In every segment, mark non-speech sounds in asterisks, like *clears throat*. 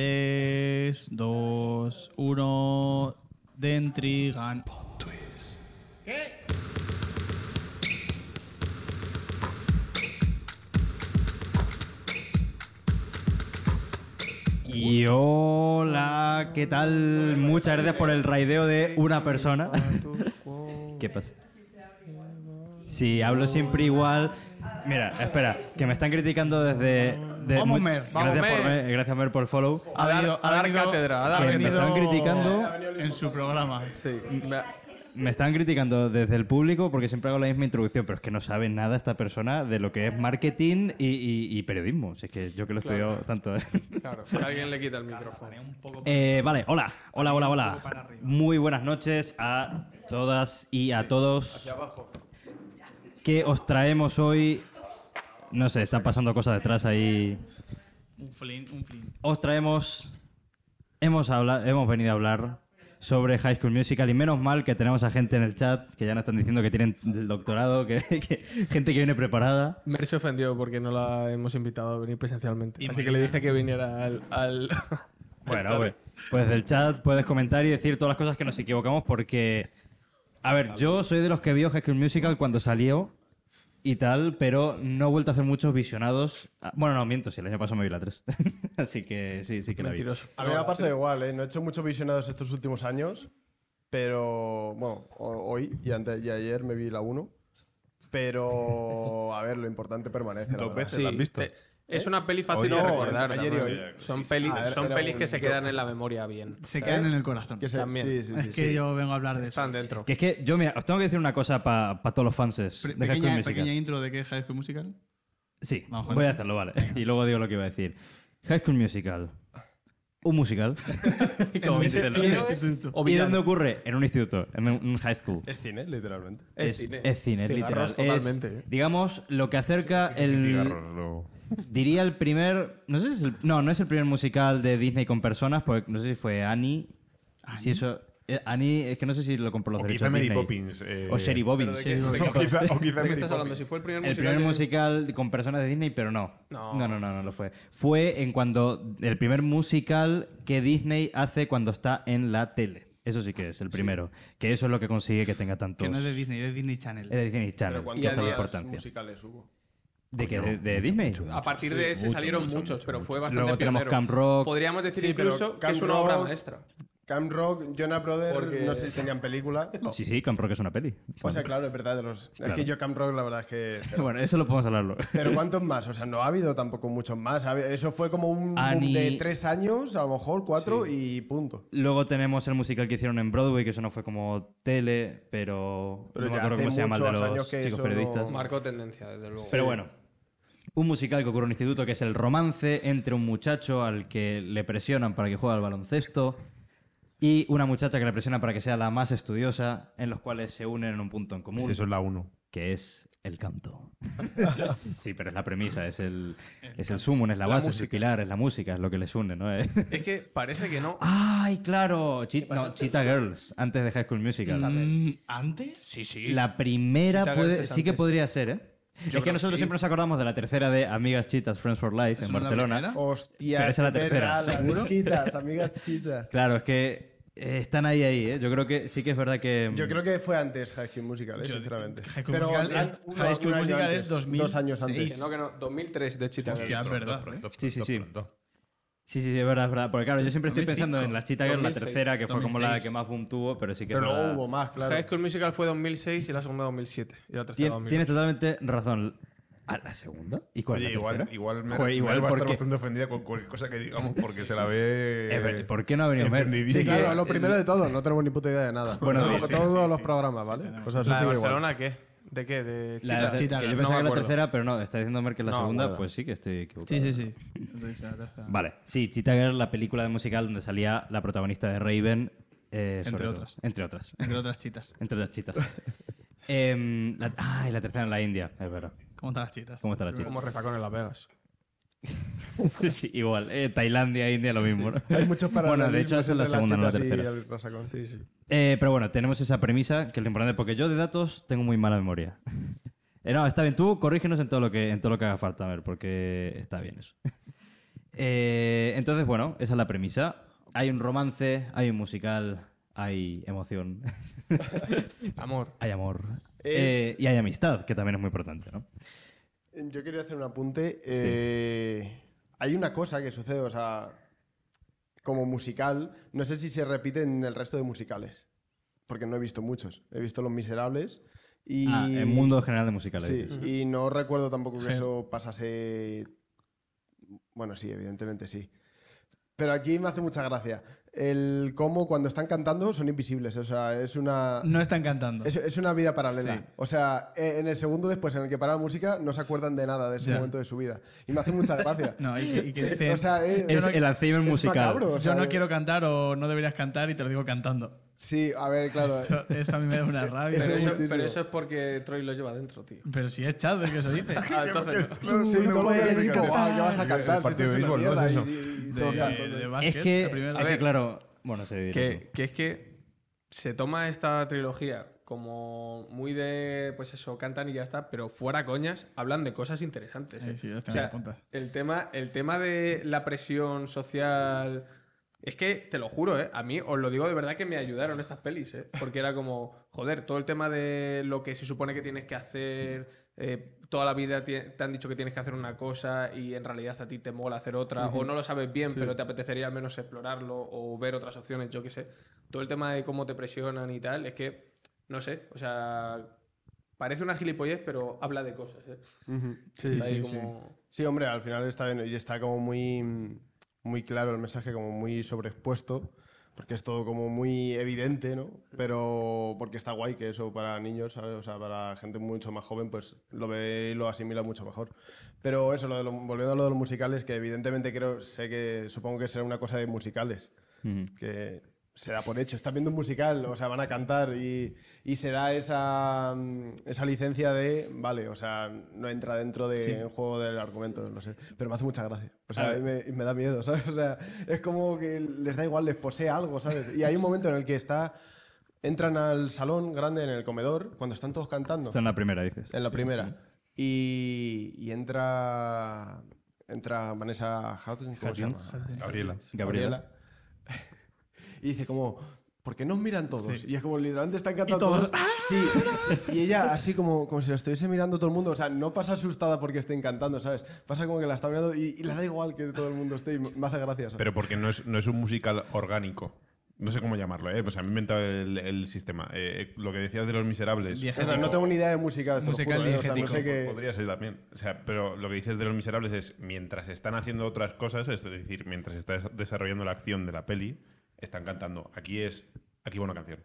3, 2, 1. Dentrigan. Y hola, ¿qué tal? Muchas gracias por el raideo de una persona. *laughs* ¿Qué pasa? Si hablo siempre igual. Mira, espera, que me están criticando desde. de- Vamos, mu- Mer, Gracias, vamos, por, Mer. Mer, gracias, Mer, por el follow. A dar, a dar cátedra, a dar que me venido- están criticando. en su programa. Sí, me- Me están criticando desde el público porque siempre hago la misma introducción, pero es que no sabe nada esta persona de lo que es marketing y, y- y periodismo. Si es que yo que lo estudio tanto. ¿eh? claro, que alguien le quita el micrófono. Eh, vale, hola, hola, hola, hola. Muy buenas noches a todas y a todos que os traemos hoy. No sé, están pasando cosas detrás ahí. Un flin, un flin. Os traemos. Hemos, habla- hemos venido a hablar sobre High School Musical y menos mal que tenemos a gente en el chat que ya nos están diciendo que tienen el doctorado, que, *laughs* que- gente que viene preparada. Mer se ofendió porque no la hemos invitado a venir presencialmente. Y así que Marina. le dije que viniera al. al- Bueno, pues, pues del chat puedes comentar y decir todas las cosas que nos equivocamos porque... A ver, yo soy de los que vio High School Musical cuando salió y tal, pero no he vuelto a hacer muchos visionados. Ah, Bueno, no, miento, si el año pasado me vi la 3. *laughs* Así que sí, sí que la vi. Mentiroso. A mí me ha pasado igual, ¿eh? No he hecho muchos visionados estos últimos años, pero bueno, ho- hoy y, antes, y ayer me vi la 1. Pero, a ver, lo importante permanece. la Dos verdad. veces. ¿La has visto? te- es una peli fácil Hoy de no, recordar. ayer y también. hoy. Son, Sí, sí, peli- sí. Ah, son era pelis que un se shock. quedan en la memoria bien. Se quedan ¿Eh? en el corazón. Que se- También. sí, sí, sí, es que sí. yo vengo a hablar de eso. Están dentro. Que es que yo, mira, os tengo que decir una cosa para todos los fanses Pre- de High School pequeña, Musical. pequeña intro de qué es High School Musical. Sí, Vamos con voy a eso. hacerlo, vale. Y luego digo lo que iba a decir. High School Musical. Un musical. *laughs* *laughs* Como En dice el el- instituto. o ¿Y villano. dónde ocurre? En un instituto, en un un high school. Es cine, literalmente. Es cine. es cine, Cigarros literal. totalmente, Es, ¿eh? digamos, lo que acerca Cigarros, el... luego. Diría el primer... No sé si es el... No, no es el primer musical de Disney con personas, porque no sé si fue Annie. Si eso... eh, Annie, es que no sé si lo compró los O derechos quizá Mary Disney. Poppins. eh, O Sherry ¿Pero Bobbins. de qué- de O *laughs* quizá, o quizá ¿De qué Mary estás hablando? Poppins. ¿Si fue el primer El musical? primer que- musical con personas de Disney, pero no. No. no, no, no, no lo fue. Fue en cuando el primer musical que Disney hace cuando está en la tele. Eso sí que es el primero. Que eso es lo que consigue que tenga tantos. Que no es de Disney, es de Disney Channel. es de Disney Channel. Pero que ¿cuántos esa es la días importancia. musicales hubo? ¿De que ¿De, de Disney? A partir de ese salieron muchos, pero fue bastante Luego tenemos pionero. Camp Rock. Podríamos decir Sí, pero incluso que Camp es una obra Rock- maestra. Camp Rock, Jonah Brothers, Porque- no sé si tenían *laughs* película. Sí, sí, Camp Rock es una peli. O sea, claro, es verdad. de los- Es que yo Camp Rock, la verdad es que... *laughs* Bueno, eso lo podemos hablarlo. Pero ¿cuántos más? O sea, no ha habido tampoco muchos más. Ha habido- Eso fue como un boom Ani- de tres años, a lo mejor cuatro, y punto. Luego tenemos el musical que hicieron en Broadway, que eso no fue como tele, pero, Pero no me ya acuerdo hace cómo se llama el de muchos los años que chicos eso periodistas. no- Marcó tendencia, desde luego. Pero bueno, un musical que ocurre en un instituto que es el romance entre un muchacho al que le presionan para que juegue al baloncesto y una muchacha que le presionan para que sea la más estudiosa, en los cuales se unen en un punto en común, Sí, eso es la 1. que es el canto. sí, pero es la premisa, es el, es el sumum, es la base, es el pilar, es la música, es lo que les une, ¿no? Eh, Es que parece que no. ¡Ay, claro! Cheat- no, Cheetah Girls, antes de High School Musical. Mm, ¿Antes? Sí, sí. La primera Cheetah puede- Girls es sí que antes. podría ser, ¿eh? es que creo nosotros que sí. siempre nos acordamos de la tercera de Amigas Chitas Friends for Life ¿Eso en no es la Barcelona. primera? Hostia, Pero esa es la qué tercera, perra, ¿seguro? las chitas, amigas chitas. Claro, es que eh, están ahí, ahí, ¿eh? Yo creo que sí que es verdad que... mm, Yo creo que fue antes High School Musical, eh, Yo- sinceramente. High School Musical an- es- uno- High School un año Musical antes, es 2006. Dos años Que antes. no, que no. 2003 de Cheetah Hostia, es Girls. verdad. ¿eh? Sí, sí, sí. Sí, sí, sí, es verdad, es verdad. Porque claro, yo siempre estoy 2005, pensando en la Cheetah Girl, la 2006, tercera, que fue como la 2006. que más boom tuvo, pero sí que es Pero verdad. luego hubo más, High claro. School Musical fue 2006 y la segunda 2007. Y la tercera Tien- 2008. tienes totalmente razón. ¿A la segunda? ¿Y cuál Oye, es la igual, tercera? igual me, Joder, me igual va a estar porque- bastante ofendida con cualquier cosa que digamos porque se la ve. *laughs* Es verdad, Eh, *laughs* ¿Por qué no ha venido Mer? Encendidísima. Sí, claro, que- lo primero de todo, no tenemos ni puta idea de nada. Bueno, Bueno, sí, como sí, todos sí, los sí. programas, ¿vale? O sea, eso ¿La de sigue igual. Barcelona qué? ¿De qué? La- ¿De Cheetah? Cheetah que yo Girl, pensaba no que me era la acuerdo. tercera, pero no, está diciendo Mer que es la No, segunda, acuerdo. pues sí que estoy Sí, equivocado. sí, sí. Entonces, la tercera. Vale, sí, Cheetah Girl, la película de musical donde salía la protagonista de Raven. eh, sobre Entre todo. otras. Entre otras. *laughs* Entre otras chitas. Entre las chitas. Em, la, ah, y la tercera en la India, es verdad. ¿Cómo están las chitas? ¿Cómo está la chita? Como refacón en Las Vegas. *laughs* Sí, igual, eh, Tailandia, India, lo mismo. ¿no? Hay muchos paralelismos *laughs* Bueno, de hecho, esa es la entre las segunda, no la chitas y tercera. el rasacón. Sí, sí. Eh, pero bueno, tenemos esa premisa, que es lo importante, porque yo de datos tengo muy mala memoria. *laughs* Eh, no, está bien, tú corrígenos en todo lo que, en todo lo que haga falta, a ver, porque está bien eso. Eh, entonces, bueno, esa es la premisa. Hay un romance, hay un musical, hay emoción, *laughs* Amor. hay amor. Es- Eh, y hay amistad, que también es muy importante, ¿no? Yo quería hacer un apunte. Eh, Hay una cosa que sucede, o sea, como musical, no sé si se repite en el resto de musicales, porque no he visto muchos. He visto Los Miserables y... Ah, el mundo general de musicales. Sí, dices. y no recuerdo tampoco que Sí. eso pasase... Bueno, sí, evidentemente sí. Pero aquí me hace mucha gracia. El cómo cuando están cantando son invisibles, o sea, es una... No están cantando. Es, es una vida paralela. Sí. O sea, e- en el segundo después en el que para la música no se acuerdan de nada de ese Ya. momento de su vida. Y me hace mucha gracia. *laughs* Eh, No, y que, y que dicen, o sea, eh, es, Es no- el Alzheimer es musical. macabro, o sea, yo no eh, quiero cantar o no deberías cantar y te lo digo cantando. Sí, a ver, claro. eh, Eso, eso a mí me da una rabia. Eso Pero es eso, muchísimo. pero eso es porque Troy lo lleva dentro, *laughs* tío. Pero si es Chad el que eso *laughs* dice. Ah, entonces no. Claro, sí, me todo gusta el que equipo, canten. "Guau, ¿qué vas a El cantar? Si eso partido de es una béisbol, ¿no? mierda", Es y- eso. y- y De- todos de cantan. Es básquet, que, la primera- a ver, claro, bueno, se Que, que es que se toma esta trilogía como muy de, pues eso, cantan y ya está, pero fuera coñas, hablan de cosas interesantes. Eh, ¿eh? sí, ya está, O sea, me apunta. el, tema, el tema de la presión social... Es que, te lo juro, ¿eh? a mí os lo digo de verdad que me ayudaron estas pelis, ¿eh? porque era como, joder, todo el tema de lo que se supone que tienes que hacer, eh, toda la vida ti- te han dicho que tienes que hacer una cosa y en realidad a ti te mola hacer otra, o no lo sabes bien, pero te apetecería al menos explorarlo o ver otras opciones, yo qué sé. Todo el tema de cómo te presionan y tal, es que, no sé, o sea, parece una gilipollez, pero habla de cosas. ¿eh? Sí, Ahí sí, sí. como- Sí, hombre, al final está bien y está como muy, muy claro el mensaje, como muy sobreexpuesto, porque es todo como muy evidente, ¿no? Pero porque está guay que eso para niños, ¿sabes? O sea, para gente mucho más joven, pues lo ve y lo asimila mucho mejor. Pero eso, lo de lo- volviendo a lo de los musicales, que evidentemente creo, sé que, supongo que será una cosa de musicales, Ujú. que se da por hecho. Estás viendo un musical, o sea, van a cantar y, y se da esa, mm, esa licencia de, vale, o sea, no entra dentro del juego del argumento, no sé. Pero me hace mucha gracia. O sea, A a mí me, me da miedo, ¿sabes? *laughs* O sea, es como que les da igual, les posee algo, ¿sabes? Y hay un momento en el que está... Entran al salón grande en el comedor cuando están todos cantando. Esta es la primera, dices. En la primera. Y, y entra. Entra Vanessa Hudgens. ¿cómo se llama? Hudgens. Gabriela. Gabriela. *laughs* Y dice como. ¿Por qué nos miran todos? Y es como literalmente están cantando todos, todos. Sí. Y ella así como, como si la estuviese mirando todo el mundo. O sea, no pasa asustada porque estén cantando, ¿sabes? Pasa como que la está mirando y, y le da igual que todo el mundo esté y me me hace gracia. ¿sabes? Pero porque no es, no es un musical orgánico. No sé cómo llamarlo, ¿eh? Pues a mí me he inventado el, el sistema. Eh, eh, lo que decías de los miserables. Diegético. O sea, no tengo ni idea de música. te lo Musical juro, ¿eh? O sea, no diegético, sé qué. Podría ser también. O sea, pero lo que dices de los miserables es mientras están haciendo otras cosas, es decir, mientras está des- desarrollando la acción de la peli, están cantando. Aquí es. Aquí va una canción.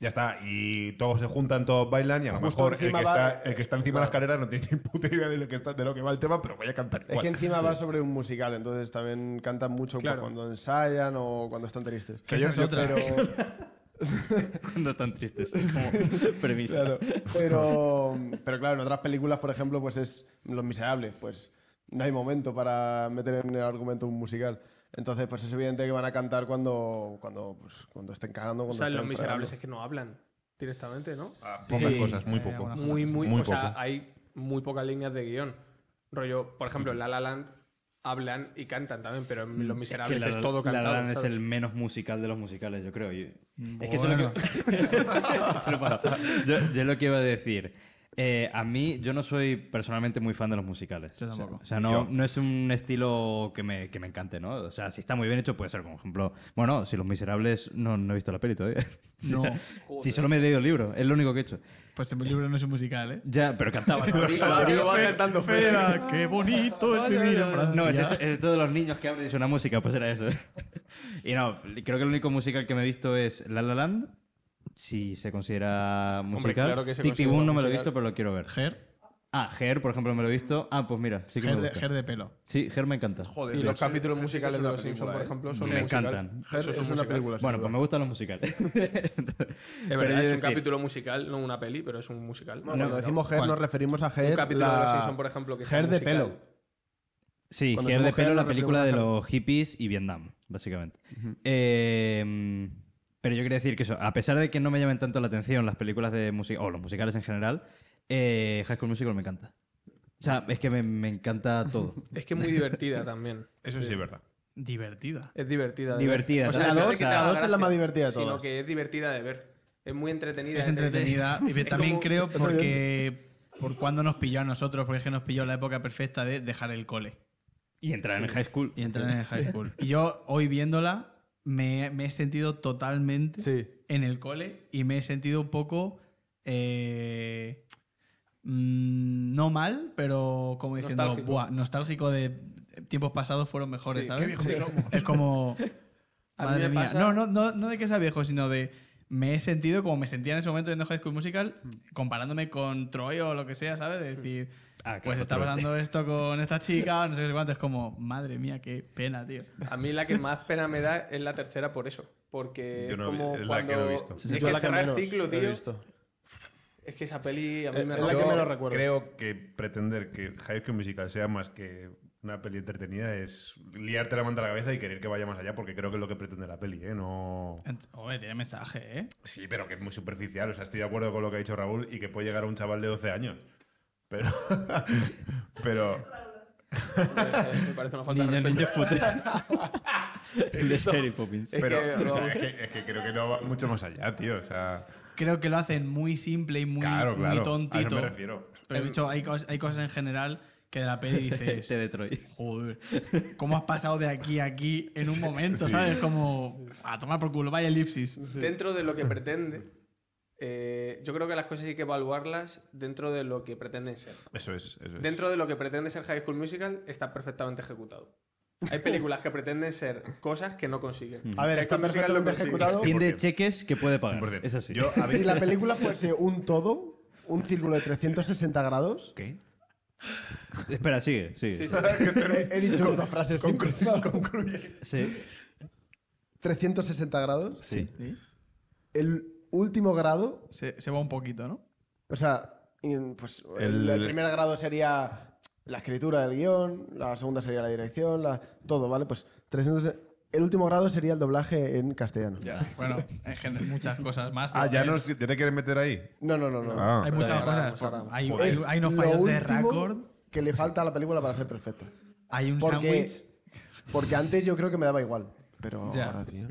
Ya está, y todos se juntan, todos bailan, y a lo Justo mejor el que, encima va- está, el que está encima de la escalera no tiene ni puta idea de lo que, está, de lo que va el tema, pero vaya a cantar. Es igual. que encima va sobre un musical, entonces también cantan mucho Claro. cuando ensayan o cuando están tristes. Que esa yo- es yo- otra. Pero, Cuando están tristes. Como premisa. claro, *laughs* pero, pero claro, en otras películas, por ejemplo, pues es Los Miserables, pues no hay momento para meter en el argumento un musical. Entonces, pues es evidente que van a cantar cuando, cuando, pues, cuando estén cagando. O Cuando sea, estén los miserables fregando. es que no hablan directamente, ¿no? Ah, pocas Sí, cosas, muy hay poco. algunas muy, muy, Muy o sea, poco. hay muy pocas líneas de guión. Rollo, por ejemplo, en La La Land hablan y cantan también, pero en Los Miserables Mm, que es, la- todo la cantado. Land es ¿sabes? el menos musical de los musicales, yo creo. y- Es que eso Mm, es Bueno. lo que... *laughs* Te lo paso. yo, yo lo que iba a decir. eh, a mí, yo no soy personalmente muy fan de los musicales. Yo O sea, tampoco. O sea, no, no es un estilo que me, que me encante, ¿no? O sea, si está muy bien hecho, puede ser, como ejemplo. Bueno, si Los Miserables, no, no he visto la peli todavía. *laughs* No. si solo me he leído el libro, es lo único que he hecho. Pues en mi libro no es un musical, ¿eh? Ya, pero cantaba. ¿no? cantando fea, qué bonito es vivir en Francia. No, es esto, es esto de los niños que abren y suena música, pues era eso. *laughs* y no, creo que el único musical que me he visto es La La Land, si se considera musical. claro que se Tic Tic considera Boom no me lo he musical. visto, pero lo quiero ver. Ger, Ah, Her, por ejemplo, me lo he visto. Ah, pues mira, sí que Ger me de, gusta. Ger de pelo. Sí, Her me encanta. Joder, Y los tío. capítulos musicales de una Los Simpsons, por película, ¿eh? ejemplo, son Me un musical. encantan. Her es, una película. sin Bueno, pues duda. me gustan los *laughs* musicales. Es verdad, es yo un decir- capítulo musical, no una peli, pero es un musical. Bueno, cuando decimos Her, ¿Cuál? nos referimos a Her. un capítulo de Los la- Simpsons, por ejemplo, que es Her un de musical. pelo. Sí, Cuando Her de somos Her, pelo, la nos película de referimos los hippies y Vietnam, básicamente. Eh, pero yo quería decir que eso, a pesar de que no me llamen tanto la atención las películas de música, o los musicales en general, eh, High School Musical me encanta. sea, es que me, me encanta todo. Es que es muy divertida *laughs* también. Eso sí, es verdad. Divertida. Es divertida. de Divertida, ver. ¿no? no La de dos- que te la haga dos es la gracia, más divertida de todas. Sino que es divertida de ver. Es muy entretenida. Es entretenida. Y también como- creo porque por cuando nos pilló a nosotros, porque es que nos pilló la época perfecta de dejar el cole Y entrar en high school. y entrar en el high school. Y yo hoy viéndola me, me he sentido totalmente Sí. en el cole y me he sentido un poco eh, mm, no mal, pero como diciendo, Nostálgico. nostálgico, Buah, nostálgico de eh, tiempos pasados fueron mejores, Sí, ¿sabes? qué viejos Sí. *laughs* somos. Es como *laughs* A mí madre me mía. pasa- No, no, no, no de que sea viejo, sino de me he sentido como me sentía en ese momento viendo High School Musical, Mm. comparándome con Troy o lo que sea, ¿sabes? De decir, Ah, claro, pues está otra vez. *laughs* *laughs* pasando esto con esta chica, no sé qué cuánto. Es como, madre mía, qué pena, tío. A mí la que más pena me da es la tercera por eso. Porque Yo no es vi- como es la que cuando... no he visto. Es que cerrar el ciclo, he tío. visto. Es que esa peli a mí Es- me es la rompió- que menos recuerdo. Creo que pretender que High School Musical sea más que una peli entretenida es liarte la manta a la cabeza y querer que vaya más allá, porque creo que es lo que pretende la peli, ¿eh? No... Ent- Hombre, tiene mensaje, ¿eh? Sí, pero que es muy superficial. O sea, estoy de acuerdo con lo que ha dicho Raúl y que puede llegar a un chaval de 12 años. Pero... *laughs* pero... *laughs* Me parece una falta de Ninja respeto. Ninja Footer. El de Sherry Poppins. Es pero que, o sea, no. es, que, es que creo que no va mucho más allá, tío. O sea... Creo que lo hacen muy simple y muy, claro, claro. muy A eso tontito. me refiero. Pero de hecho, hay, cos- hay cosas en general que de la peli dices, *laughs* Este de Troy. joder, ¿cómo has pasado de aquí a aquí en un momento, sí. sabes? Como a tomar por culo, vaya elipsis. dentro de lo que pretende, eh, yo creo que las cosas hay que evaluarlas dentro de lo que pretenden ser. Eso es, eso es. Dentro de lo que pretende ser High School Musical, está perfectamente ejecutado. Hay películas que pretenden ser cosas que no consiguen. A ver, High está School Musical lo perfectamente consigue. ejecutado. Tiende Este cheques que puede pagar. 100%. Es así. *laughs* Yo, a Si ver- la película fuese un todo, un círculo de 360 grados, ¿Qué? Espera, sigue, sigue. Sí, sí. he, he dicho dos frases. sin cruzar. *laughs* Sí. 360 grados. Sí. El último grado, Se, se va un poquito, ¿no? o sea, in- pues el, El- el primer grado sería la escritura del guión, la segunda sería la dirección, la, todo, ¿vale? Pues 300, el último grado sería el doblaje en castellano. Bueno, en general, muchas cosas más. Ah, ya Es- nos ya te quieres meter ahí. No, no, no, no. Ah. Hay muchas Ahora cosas. vamos, ahora vamos. hay, Joder. hay, hay unos Pues lo fallos de último récord. que le falta a la película para ser perfecta. Hay un Porque, sándwich. porque antes yo creo que me daba igual. Pero Ya. ahora, tío.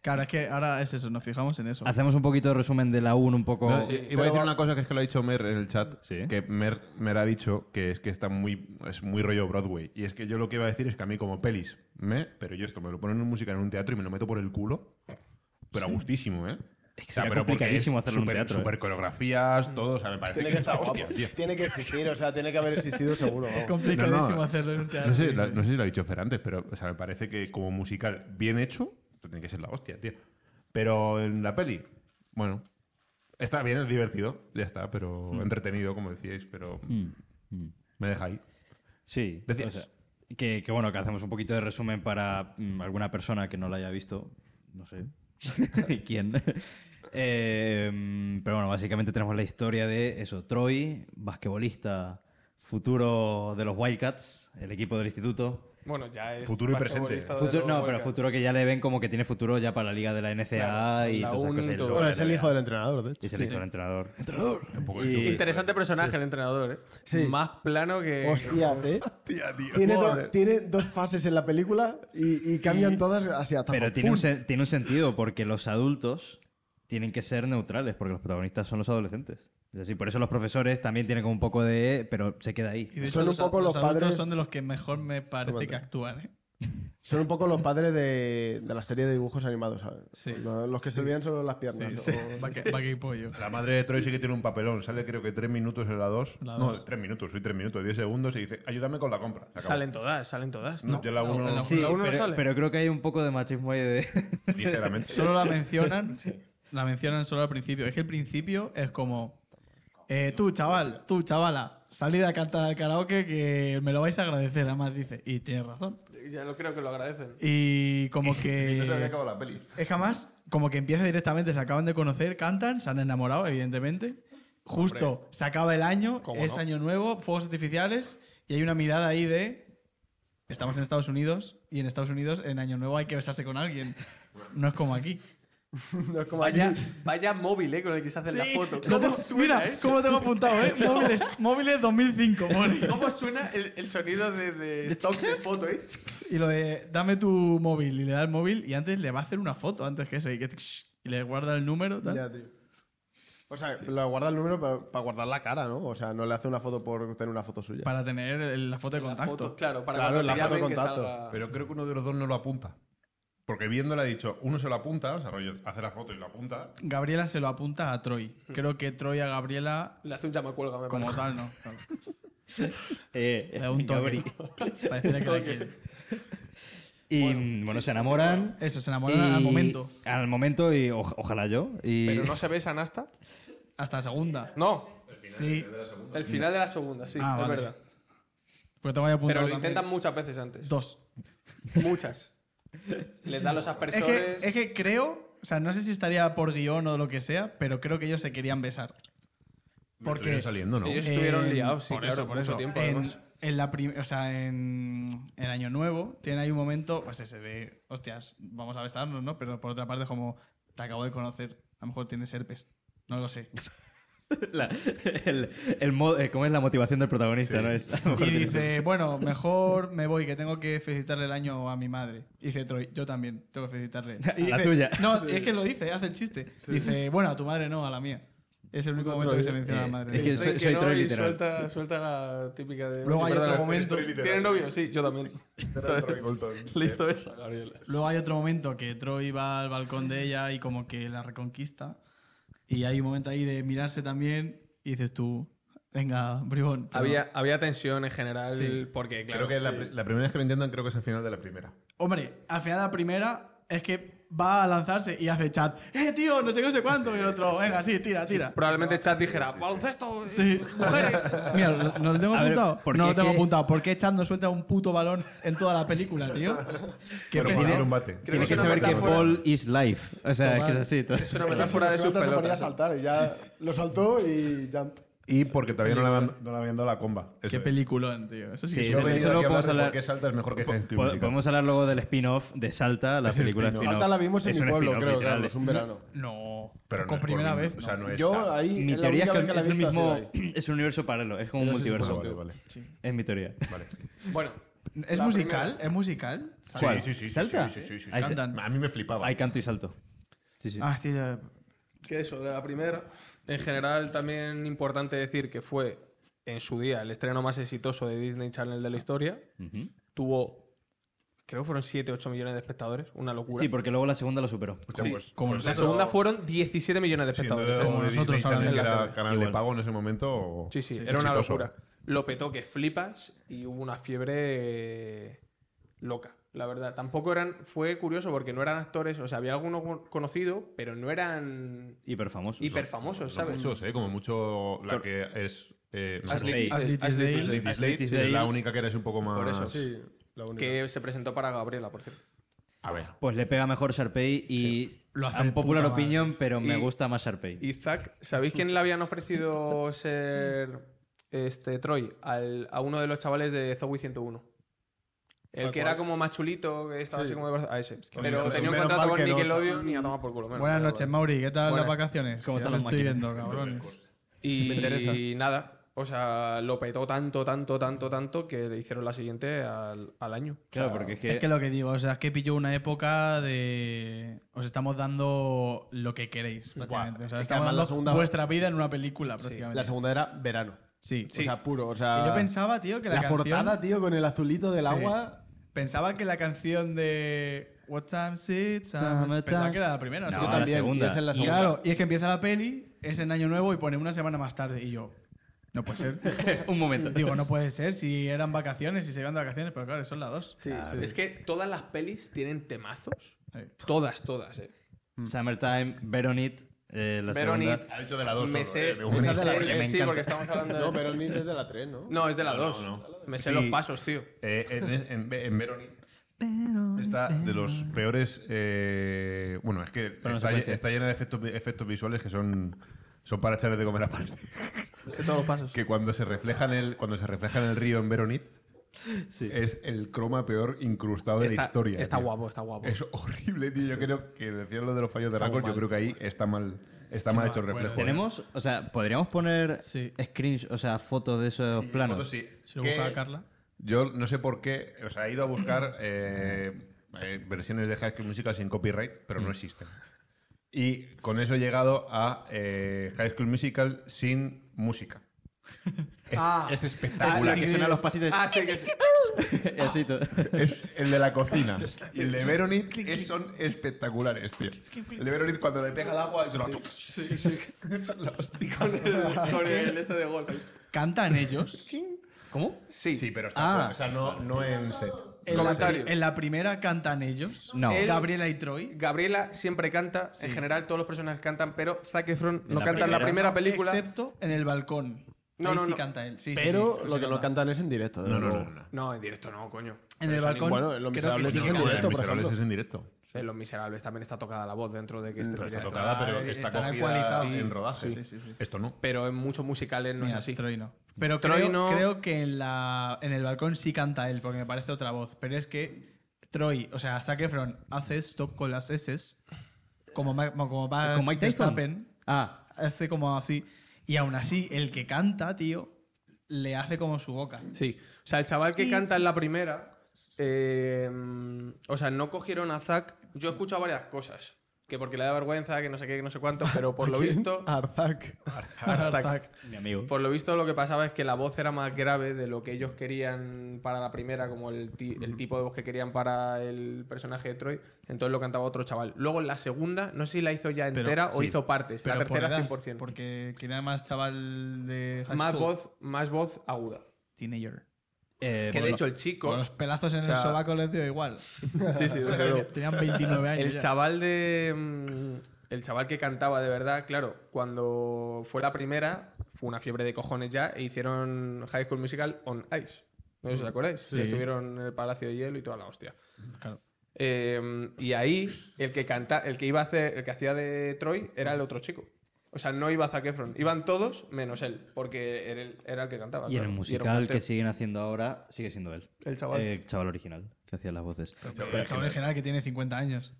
Claro, es que ahora es eso, nos fijamos en eso. Hacemos un poquito de resumen de la 1 un poco. No, sí, iba a decir va- una cosa que es que lo ha dicho Mer en el chat. Sí. Que Mer, Mer ha dicho que es que está muy, es muy rollo Broadway. Y es que yo lo que iba a decir es que a mí como pelis, me, pero yo esto me lo ponen en música en un teatro y me lo meto por el culo. Pero a gustísimo, ¿eh? Es que sería complicadísimo hacerlo en un teatro, ¿eh? Super coreografías, todo, o sea, me parece Tiene que estar guapo. *laughs* hostia, tío. Tiene que existir, o sea, tiene que haber existido seguro. vamos. Complicadísimo No, no. hacerlo en un teatro. No sé, la- no sé si lo ha dicho Fer antes, pero o sea, me parece que como musical bien hecho, esto tiene que ser la hostia, tío. Pero en la peli, bueno, está bien, es divertido, ya está, pero Mm. entretenido, como decíais, pero me deja ahí. Sí. Decías. o sea, que, que bueno, que hacemos un poquito de resumen para mm, alguna persona que no la haya visto. No sé. *laughs* ¿Quién? *laughs* Eh, mm, pero bueno, básicamente tenemos la historia de eso. Troy, basquetbolista, futuro de los Wildcats, el equipo del instituto. Bueno, ya es. Futuro y presente. basquetbolista de Futuro- los no, pero Warcats. futuro que ya le ven como que tiene futuro ya para la liga de la NCAA Claro, y la E todas esas UN, cosas. Y todo. luego Bueno, la es el NBA. hijo del entrenador, de hecho. Y es el hijo del entrenador. Un poco Y- estúpido. Interesante personaje el entrenador, ¿eh? Sí. Más plano que. Hostias, ¿eh? Tiene, do- tiene dos fases en la película y, y cambian todas hacia tajo. Pero tiene un, ¡Pum! sen- tiene un sentido porque los adultos tienen que ser neutrales porque los protagonistas son los adolescentes. Es así, por eso los profesores también tienen como un poco de... pero se queda ahí. Y de hecho, Son un poco los adultos padres- son de los que mejor me parece que Tómate. actúan, ¿eh? Son un poco los padres de, de la serie de dibujos animados, ¿sabes? Sí. Los, los que se olvidan sobre las piernas. Sí, sí. o- Vaca- vaca y pollo. La madre de Troy sí que tiene un papelón. Sale creo que tres minutos en la 2. La No, dos. tres minutos, soy tres minutos, diez segundos y dice, ayúdame con la compra. Se acabó. Salen todas, salen todas. No, yo la no, uno en la- Sí, ¿La uno no pero, sale? pero creo que hay un poco de machismo ahí de... *laughs* *laughs* ligeramente. *laughs* *laughs* Solo la mencionan. La mencionan solo al principio. Es que el principio es como. eh, tú, chaval, tú, chavala, salid a cantar al karaoke que me lo vais a agradecer. Además, dice. Y tienes razón. Ya lo creo que lo agradecen. Y como que. No se había acabado la peli. Es que además, como que empieza directamente, se acaban de conocer, cantan, se han enamorado, evidentemente. Justo se acaba el año, ¿Cómo es no? año nuevo, fuegos artificiales, y hay una mirada ahí de. Estamos en Estados Unidos, y en Estados Unidos en año nuevo hay que besarse con alguien. No es como aquí. *laughs* No es como Vaya- vaya, vaya móvil, ¿eh? Con el que se hacen las *laughs* fotos. Lo ¿Cómo tengo- suena, mira, eh? cómo lo tengo apuntado, *laughs* ¿eh? móviles, móviles 2005, pone. ¿Cómo suena el, el sonido de, de stock de foto, eh? Y lo de dame tu móvil y le da el móvil y antes le va a hacer una foto antes que eso y, que, y le guarda el número. Tal. Ya, tío. O sea, lo guarda el número para, para guardar la cara, ¿no? O sea, no le hace una foto por tener una foto suya. Para tener el- la foto de La contacto. foto, claro, para Claro, cuando la te foto llamen que contacto. salga- Pero creo que uno de los dos no lo apunta. Porque viéndole ha dicho, uno se lo apunta, o sea, rollo, hace la foto y lo apunta. Gabriela se lo apunta a Troy. Hmm. Creo que Troy a Gabriela Le hace un llamacuelga, me como parece. tal no. claro. Eh, Le da un toque. Gabri. Para decirle que la quiere. Y mm, bueno, se enamoran. Eso, se enamoran al y- momento. Al momento, y oj- ojalá yo. Y Pero no se besan hasta. Hasta la segunda. No, Sí. el final de la segunda, sí, Ah, es vale. verdad. Porque tengo ahí apuntado. Pero lo también. intentan muchas veces antes. Dos. Muchas. Les dan los Es que, aspersores. es que creo, o sea, no sé si estaría por guión o lo que sea, pero creo que ellos se querían besar. Porque Estuvieron saliendo, ¿no? *laughs* Ellos Eh, estuvieron liados, sí, por claro, eso, por mucho eso. tiempo, en, además. en la prim- o sea, en el Año Nuevo tiene ahí un momento, pues ese de, hostias, vamos a besarnos, ¿no? Pero por otra parte, como te acabo de conocer, a lo mejor tienes herpes. No lo sé. *laughs* La- el, el mo- eh, ¿Cómo es la motivación del protagonista? ¿no? Es, *laughs* a lo mejor Y tienes- dice, *laughs* bueno, mejor me voy, que tengo que felicitarle el año a mi madre. Y dice Troy, yo también, tengo que felicitarle. Y *laughs* A la dice- tuya. No, es que lo dice, hace el chiste. Dice, bueno, a tu madre no, a la mía. Es el único momento que se menciona a Eh, la madre. es que Dicen soy- soy Troy y literal. Suelta, suelta la típica de. Luego hay Perdona, otro estoy momento- literal. ¿Tiene novio? Sí, yo también. *laughs* *laughs* eh, Le hizo esa, Luego hay otro momento que Troy va al balcón de ella y como que la reconquista. Y hay un momento ahí de mirarse también y dices tú, venga, bribón. pero- Había, había tensión en general Sí. porque, Creo claro. que la, pri- la primera vez que lo intentan creo que es al final de la primera. Hombre, al final de la primera es que va a lanzarse y hace chat, eh, tío, no sé qué, no sé cuánto. Y el otro, venga, sí, tira, tira. Probablemente Chad dijera: ¡Baloncesto! Sí. Mira, lo- no lo tengo A ver, apuntado. ¿por no qué lo tengo es que- apuntado. ¿Por qué Chad no suelta un puto balón en toda la película, tío? Qué Pero por pesado. hacer un bate. Tienes que que una saber que metáfora- Paul is life. O sea, Total. que es así. todo. Es una metáfora de sus Suelta, se ponía a pelotas. saltar y ya lo saltó y jump. Y porque todavía no le habían, no le habían dado la comba. Eso Qué es. peliculón, tío. Eso sí, Sí, que es Yo he Eso venido lo aquí a podemos hablar de hablar- por qué Salta es mejor que High School Po- Musical. Podemos hablar luego del spin-off de Salta, la película spin-off. spin-off. Salta la vimos en Es mi un pueblo, spin-off, creo, literal. Carlos, un verano. No, Pero no con es por primera mí, vez. O sea, no. no es Yo Taz. ahí. Mi es la teoría es única que vez la he es el visto ha sido mismo. ahí. Es un universo paralelo, es como un Pero eso sí fue Ah, multiverso. vale, vale. Sí. Es mi teoría. Vale. Bueno, ¿Es La musical? primera. ¿Es musical? ¿Cuál? Sí, sí, sí, sí, ¿Salta? sí, sí, sí, sí. Ahí se- Cantan. A mí me flipaba. Hay canto y salto. Sí, sí. Ah, sí. la- que eso, de la primera. En general, también importante decir que fue en su día el estreno más exitoso de Disney Channel de la historia. Ujú. Tuvo, creo que fueron 7, 8 millones de espectadores. Una locura. Sí, porque luego la segunda lo superó. Hostia, Sí, pues- como pues la la eso- segunda fueron 17 millones de siendo espectadores. ¿eh? como nosotros Disney ahora Channel, en que la era tele. canal Igual. de pago en ese momento. o- Sí, sí, Sí, era una exitoso. locura. Lo petó que flipas y hubo una fiebre eh, loca, la verdad. Tampoco eran, fue curioso porque no eran actores, o sea, había alguno con- conocido, pero no eran Hiper famoso. No hiperfamosos, ¿sabes? muchos, ¿eh? Como mucho la Cor- que es... Eh, no sé Ashley cómo- Tisdale. Ashley Tisdale. Ashley Tisdale, Ashley sí, Tisdale. La única que era es un poco más... Por eso, Sí, la única. Que se presentó para Gabriela, por cierto. A ver. Pues le pega mejor Sharpay y. Lo hace a un de puta popular madre. opinion, pero me Y- gusta más Sharpay. Y Zack, ¿sabéis quién le habían ofrecido ser este Troy? Al- a uno de los chavales de Zoey 101. El Tal que cual. era como más chulito, que estaba Sí. así como de brazo- A ese. sí, Pero tenía un menos mal contrato con que no. Nickelodeon y a tomar por culo. menos Buenas mal, noches, vale. Mauri. ¿Qué tal Buenas. las vacaciones? ¿Cómo Ya están lo las estoy máquinas? viendo, cabrones. Y, Me interesa. y nada, o sea, lo petó tanto, tanto, tanto, tanto que le hicieron la siguiente al, al año. O sea, claro, porque es que. Es que lo que digo, o sea, es que pilló una época de. Os estamos dando lo que queréis, prácticamente. O sea, es que estamos además la dando segunda- vuestra vida en una película, La prácticamente. segunda era verano. Sí. O sea, puro. O sea, Que yo pensaba, tío, que la, la canción- portada, tío, con el azulito del Sí. agua. Pensaba que la canción de. What time is it? Summertime. Pensaba que era la primera. o sea, No, yo la también. segunda. y es en la Y segunda. claro, y es que empieza la peli, es en Año Nuevo y pone una semana más tarde. Y yo, no puede ser. Un momento. Digo, no puede ser si eran vacaciones, si se iban de vacaciones, pero claro, son las dos. sí, sí. Es que todas las pelis tienen temazos. Eh, Todas, todas, eh. Summertime, Veronit. Eh, la Veronit. segunda. Ha dicho de la dos Me solo, sé- eh, de me una. Esa es sé- de la que me sí, encanta. porque estamos hablando de... No, pero ni desde la 3, ¿no? No, es de la 2. No, no. Me sé Y- los pasos, tío. Eh, en, en, en Veroni está de los peores. eh, bueno, es que no está, se puede está llena de efectos, vi- efectos visuales que son, son para echarles de comer *laughs* aparte. Me sé Pues todos los pasos. Que cuando se refleja en el, cuando se refleja en el río en Veronit, es el croma peor incrustado de la Está- historia. está tío. guapo, está guapo. Es horrible, tío. Yo creo que decía lo de los fallos de Está muy Raccord, yo mal, creo que ahí está mal, está mal hecho el mal, reflejo. ¿eh? Tenemos, o sea, podríamos poner Sí. screens, o sea, fotos de esos planos. Fotos, sí. Si lo Que busca Carla. Yo no sé por qué, o sea, he ido a buscar eh, eh, versiones de High School Musical sin copyright, pero no existen. Y con eso he llegado a eh, High School Musical sin música. Es, Ah. es Ah, espectacular. la que suena los pasitos. Ah, sí, *laughs* que sí. *laughs* *laughs* y así todo. Es el de la cocina y el de Veronit es- son espectaculares, tío. El de Veronit cuando le pega el agua, se lo... *laughs* Es la hostia. Con el, con el este de golf. ¿Cantan ellos? ¿Cómo? Sí. Sí, pero Ah. está ah. o sea, no, no en set. En la, Comentario. en la primera cantan ellos. No. Él- Gabriela y Troy. Gabriela siempre canta, en general todos los personajes cantan, pero Zac Efron no la canta en la primera. primera película. Excepto en el balcón. No, Ahí no, sí no. canta él. Sí, sí, Pero sí, sí lo que no canta. cantan es en directo. desde No, no, no. luego. no. No, en directo no, coño. En el Esa balcón. Bueno, en creo Los que Miserables sí dicen que en No, canta. directo, por Miserables ejemplo. es en directo. En Los Miserables también está tocada la voz dentro de que este Pero Mm, pues está ya está. tocada, pero está estará cogida ecualizado. en Sí, rodaje. sí, sí, sí. Esto no. Pero en muchos musicales no Mira, es así. Troy no. Pero Troy creo, no. creo que en, la, en el balcón sí canta él, porque me parece otra voz. Pero es que Troy, o sea, Zac Efron hace esto con las S, como, Ma- como, Max ¿Con Mike Tyson? Verstappen, Ah, hace como así. Y aún así, el que canta, tío, le hace como su boca. Sí. O sea, el chaval que canta en la primera. eh, o sea, no cogieron a Zac. Yo he escuchado varias cosas. Que porque le da vergüenza, que no sé qué, que no sé cuánto, pero por lo visto. Arzac. Zac. mi amigo. Por lo visto, lo que pasaba es que la voz era más grave de lo que ellos querían para la primera, como el, ti- el tipo de voz que querían para el personaje de Troy. Entonces lo cantaba otro chaval. Luego en la segunda, no sé si la hizo ya Pero- entera o sí. hizo partes. Pero la tercera, por edad, 100%. Porque quería más chaval de high más school. voz, más voz aguda. Teenager. Eh, Que de bueno, hecho el chico. Con *laughs* los pelazos en o sea- el sobaco les dio igual. Sí, sí, O desde *laughs* sea, luego. Tenían 29 Ah, años. *laughs* El ya. chaval de. mm, El chaval que cantaba de verdad, claro, cuando fue la primera, fue una fiebre de cojones ya, e hicieron High School Musical on Ice. No Mm, sé si os acordáis. Estuvieron en el Palacio de Hielo y toda la hostia. Claro. Eh, y ahí, el que canta, el que iba a hacer, el que hacía de Troy era el otro chico. O sea, no iba Zac Efron. Iban todos menos él, porque era el, era el que cantaba. y en el claro. era un musical que cartel. siguen haciendo ahora, sigue siendo él. Eh, El chaval. El chaval original, que hacía las voces. Pero el chaval original que tiene 50 años.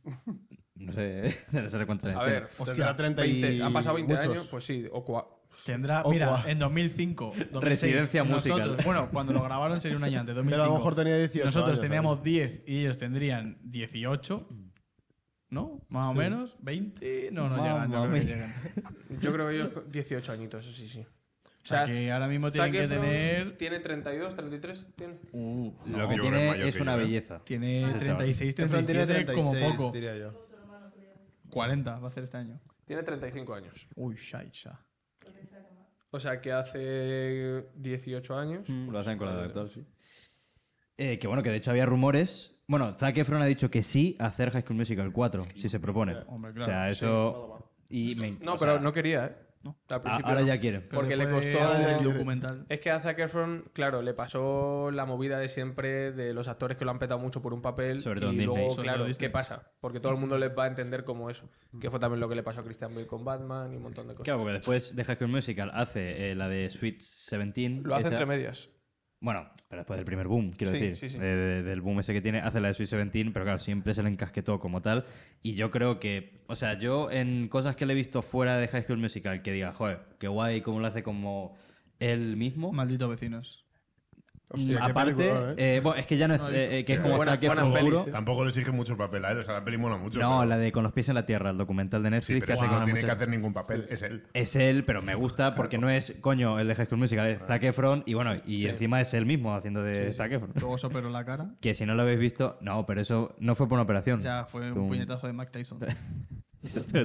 No sé, *laughs* no sé cuántas A veces. ver, tendrá 30 y 20, ha pasado 20 muchos. años, pues sí, o cua- Tendrá, Ocua. mira, en 2005. 2006, Residencia nosotros- musical. Bueno, cuando lo grabaron sería un año antes, 2005. Pero a lo mejor tenía 18 Nosotros años, teníamos 10 y ellos tendrían 18, ¿no? Más o menos, 20. No, no Mamma llegan, no creo que mia. llegan. Yo creo que ellos 18 añitos, eso sí, sí. O sea, que ahora mismo tienen que tener. uh, Tiene 32, 33, tiene. lo que Yo creo que es tiene mayor es que una yo, ¿eh? belleza. Tiene chaval. 36, Efron tiene 37, como 36, poco. diría yo. 40 va a hacer este año. Tiene 35 años. Uy, shaicha. O sea, que hace 18 años. Lo hacen con la de actor, sí. Eh, que bueno, que de hecho había rumores. Bueno, Zac Efron ha dicho que sí a hacer High School Musical 4, si se propone. Hombre, o sea, claro. eso. Y me- No, o pero sea, no quería, ¿eh? No. Al a- principio Ah, ahora no. ya quieren. Pero Porque le después de costó- hacer el Ahora ya- documental. Es que a Zac Efron, claro, le pasó la movida de siempre de los actores que lo han petado mucho por un papel. Sobre todo y en Disney. luego, Sobre todo claro, Disney. ¿qué pasa? Porque todo el mundo les va a entender como eso. Que fue también lo que le pasó a Christian Bale con Batman y un montón de cosas. Claro, porque después de High School Musical hace eh, la de Sweet 17. Lo hace esa. entre medias. Bueno, pero después del primer boom, quiero Sí, decir. sí, sí. de- de- del boom ese que tiene, hace la de Sweet 17, pero claro, siempre se le encasquetó como tal. Y yo creo que, o sea, yo en cosas que le he visto fuera de High School Musical, que diga, joder, qué guay, cómo lo hace como él mismo. Malditos vecinos. Hostia, qué Aparte, peliculón, ¿eh? eh, bueno, es que ya no es, No lo he visto. eh, eh, que es como Buena- Zac Efron buenas pelis, puro. ¿eh? Tampoco le exige mucho el papel a él. O sea, la peli mola mucho. No, pero- la de Con los pies en la tierra, el documental de Sí, Netflix pero que hace no con tiene muchas- que hacer ningún papel. Es él. Es él, pero me gusta porque no es, coño, el de High School Musical, es Zac Efron y bueno, y encima es él mismo haciendo de Zac Efron. Luego se operó la cara. Que si no lo habéis visto, no, pero eso no fue por una operación. *laughs* Ya fue Tú- un puñetazo de Mike Tyson.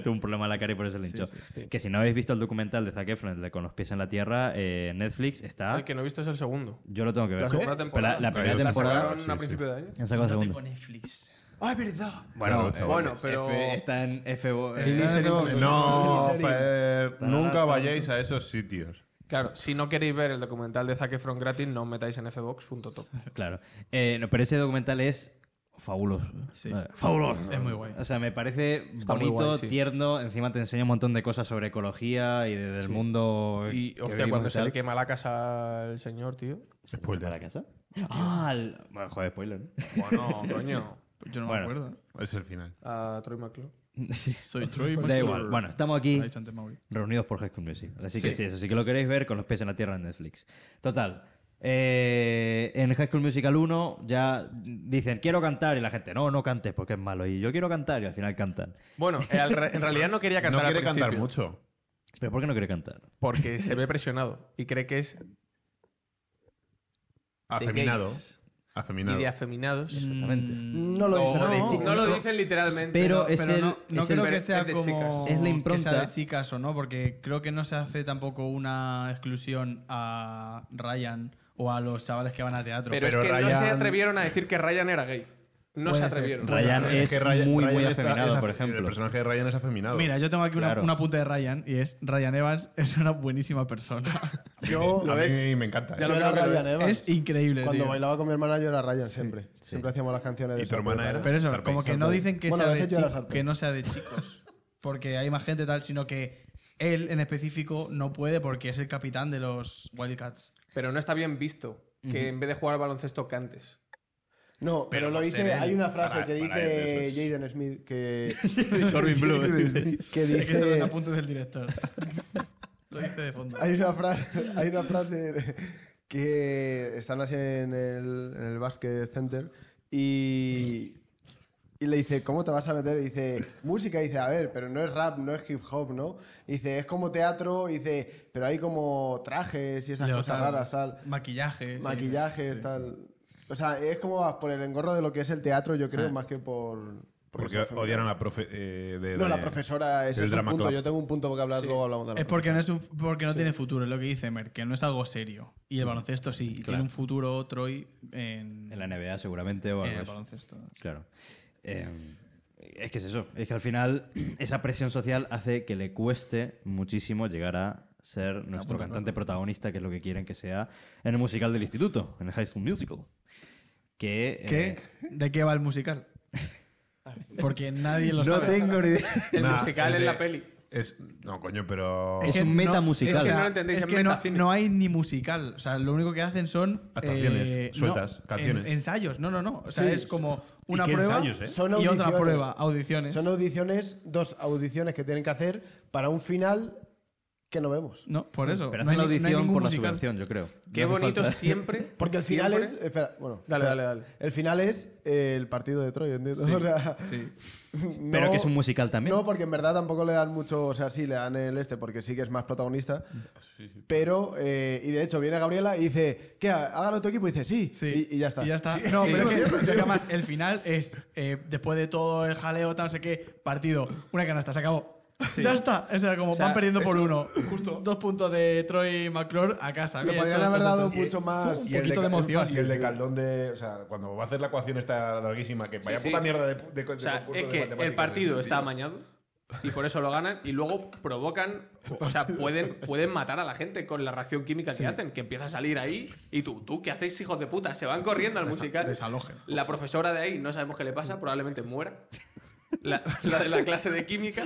Tuvo un problema en la cara y por eso le hinchó. Que si no habéis visto el documental de Zac Efron, el de Con los pies en la tierra, eh, Netflix está... El que no he visto es el segundo. Yo lo tengo que ver. La segunda Pero temporada. La, la No, primera yo la temporada... sacaron- Sacaron a sí, sí. principio de año. Han sacado la segunda. Netflix. Ah, ¡Ay, verdad! Bueno, pues Claro, eh, bueno, pero- F- está en FBO. No, Fer, nunca vayáis a esos sitios. Claro, si no queréis ver el documental de Zac Efron gratis, no os metáis en fbox.top. Claro. Eh, no, pero ese documental es fabuloso. Sí. Eh, Fabuloso. Es muy guay. O sea, me parece Está muy bonito, guay, sí. tierno. Encima te enseña un montón de cosas sobre ecología y de- del mundo. Y, que hostia, vivimos cuando y se tal. le quema la casa al señor, tío. ¿Se fue para casa? Ah, el- bueno, joder, spoiler. ¿no? *laughs* Bueno, coño. Yo no Bueno. me acuerdo. Es el final. A Troy McClure. Soy Troy Da McClure. igual. Bueno, estamos aquí Lo ha dicho antes Mauri. reunidos por High School Music. Así que Sí. sí, eso sí que lo queréis ver con los pies en la tierra en Netflix. Total. eh, en High School Musical 1 ya dicen quiero cantar y la gente no, no cantes porque es malo. Y yo quiero cantar y al final cantan. Bueno, eh, al re- en realidad no quería No cantar al quiere cantar principio, mucho. ¿Pero por qué no quiere cantar? Porque se ve presionado y cree que es Afeminado. de gays Afeminado. y de afeminados. Exactamente. No lo dice. O de no, chi- no lo no. dicen literalmente. Pero no. es Pero el- no, no es el- creo que es sea de como chicas. Es la que sea impronta. de chicas o no, porque creo que no se hace tampoco una exclusión a Ryan o a los chavales que van a teatro. Pero, Pero es que no se Ryan- atrevieron a decir que Ryan era gay. No se Puede ser. atrevieron. Ryan Sí, es, que Ryan- muy, Ryan muy está- afeminado, es por afe- El ejemplo. personaje de Ryan es afeminado. Mira, yo tengo aquí una, Claro. una punta de Ryan y es Ryan Evans *laughs* es una buenísima persona. Yo, a yo mí me encanta. ¿eh? Ya lo era creo que lo Ryan Evans. es increíble. Cuando tío. bailaba con mi hermana yo era Ryan siempre. Siempre hacíamos las canciones de ¿Y tu Sartre hermana Ryan. era? Pero eso, Sarpey, como que Sarpey. no dicen que, Bueno, a sea de veces yo era chico- Sarpey. que no sea de chicos, porque hay más gente tal, sino que él en específico no puede porque es el capitán de los Wildcats. Pero no está bien visto que en vez de jugar al baloncesto cantes. No, pero, Pero lo por ser dice, él, hay una frase para- que para dice él, eso es. Jaden Smith *laughs* que, *laughs* Corbin Blue. que Es que son los dice apuntes del director. *laughs* Lo dice de fondo. hay una frase, *laughs* hay una frase de- que están así en el, en el basket center y, y le dice, ¿cómo te vas a meter? Y dice, música, y dice, a ver, pero no es rap, no es hip hop, ¿no? Y dice, es como teatro, y dice, pero hay como trajes y esas cosas Leotardo. raras, tal. Maquillaje. sí. maquillajes, Sí. tal. O sea, es como vas por el engorro de lo que es el teatro, yo creo, más que por. Ah. Porque sea femenino. odiaron a la profe eh, de No, la de- profesora ese del es un drama punto. club. Yo tengo un punto que hablar, luego hablamos de la Es porque no, profesora. es un- porque no tiene futuro, es lo que dice Mer, que no es algo serio. Y el baloncesto sí, y tiene un futuro Troy en, En la pues. NBA seguramente en o algo el así. baloncesto. Claro. Eh, es que es eso. Es que al final *clears throat* esa presión social hace que le cueste muchísimo llegar a ser nuestro cantante protagonista, que es lo que quieren que sea en el musical del instituto, en el High School Musical. Que, eh, ¿Qué? ¿De qué va el *laughs* musical? Porque nadie lo no sabe. tengo ni *laughs* idea. El Nah, musical el en de- la peli. Es, no, coño, pero. Es un meta musical. es que no o sea, lo entendéis, es es que no, metacine. no hay ni musical. O sea, lo único que hacen son. Actuaciones eh, no, sueltas, ens- canciones. ensayos. No, no, no. O sea, Sí, es como ¿Y una qué prueba ensayos, eh? Son y otra audiciones. prueba, audiciones. Son audiciones, dos audiciones que tienen que hacer para un final que no vemos. No, por eso. Pero no hacen hay la ni- no hay audición ningún por la musical. subvención, yo creo. Qué No hace bonito falta. siempre. Porque el final siempre- es. eh, Espera, bueno. Dale, espera. dale, dale. El final es eh, el partido de Troy, ¿entiendes? Sí, *laughs* O sea, sí. no- Pero que es un musical también. No, porque en verdad tampoco le dan mucho, o sea, sí, le dan el este porque sí que es más protagonista. Pero, eh, y de hecho, viene Gabriela y dice, ¿qué? Hágalo tu equipo. Y dice, sí. Sí. Y, y ya está. Y ya está. Sí. No, Sí. *laughs* pero es que, pero además, el final es, eh, después de todo el jaleo, tal, no sé qué, partido, una canasta, se acabó. Ya está. O sea, como sea, van perdiendo por uno. Justo. Dos puntos de Troy McClure a casa. Le Bien, podrían tal, haber tal, dado tal. mucho más. un poquito de emoción. Y el de Caldón de. O sea, cuando va a hacer la ecuación está larguísima, que vaya sí. puta mierda de. de, de O sea, es concurso de que matemáticas, el partido tío. está amañado y por eso lo ganan y luego provocan, o sea, pueden, pueden matar a la gente con la reacción química que hacen, que empieza a salir ahí y tú, tú, ¿qué hacéis hijos de puta? Se van corriendo al musical. desalojen. La profesora de ahí, no sabemos qué le pasa, probablemente muera. La, la de la clase de química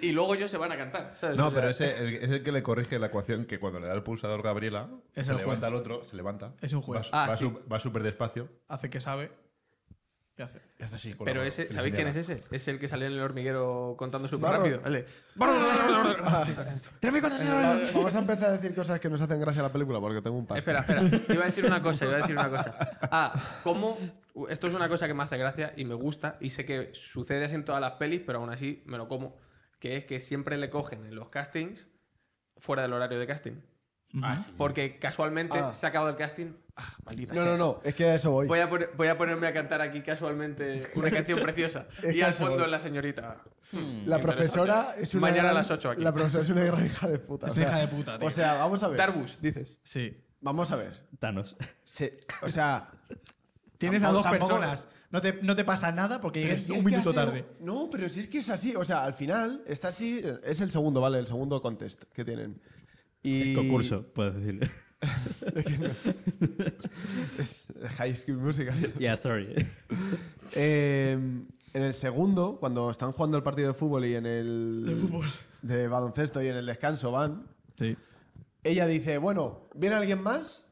y luego ellos se van a cantar. ¿sabes? O No, sea, pero ese el- es el que le corrige la ecuación que cuando le da el pulsador Gabriela, Es se el levanta juez. al otro, se levanta. Es un juez. Va, Ah, va sí. su- va súper despacio. Hace que sabe. ¿Qué hace? y hace así con la Pero mano, ese, que le ¿sabéis quién es señala. ese? Es el que sale en el hormiguero contando súper Barro. rápido. Vale. *laughs* Va- Vamos a empezar a decir cosas que nos hacen gracia a la película porque tengo un par. Espera, espera. Iba a decir una cosa, iba a decir una cosa. Ah, cómo... Esto es una cosa que me hace gracia y me gusta y sé que sucede así en todas las pelis, pero aún así me lo como. Que es que siempre le cogen en los castings fuera del horario de casting. Ah, Porque casualmente Ah. se ha acabado el casting. Ah, maldita No, sea. no, no. Es que a eso voy. Voy a, poner- voy a ponerme a cantar aquí casualmente una canción preciosa. *laughs* Es y al casual. fondo la señorita. Hmm, La interesante. profesora es una. Mañana a gran- las 8 aquí. La profesora es una gran hija de puta. Es o una sea- hija de puta, tío. O sea, vamos a ver. Tarbus, dices. Sí. Vamos a ver. Thanos. Se- o sea. *laughs* Tienes Tampoco- a dos tampoco- personas. No te, no te pasa nada porque Pero llegues si es un que minuto hace- tarde. No, pero si es que es así. O sea, al final está así. Es el segundo, ¿vale? El segundo contest que tienen. Y, *laughs* Concurso, puedes decir. Es High School Musical. *laughs* Yeah, sorry. Eh, en el segundo, cuando están jugando el partido de fútbol y en el. De fútbol. De baloncesto y en el descanso van. Sí. Ella dice, bueno, ¿viene alguien más?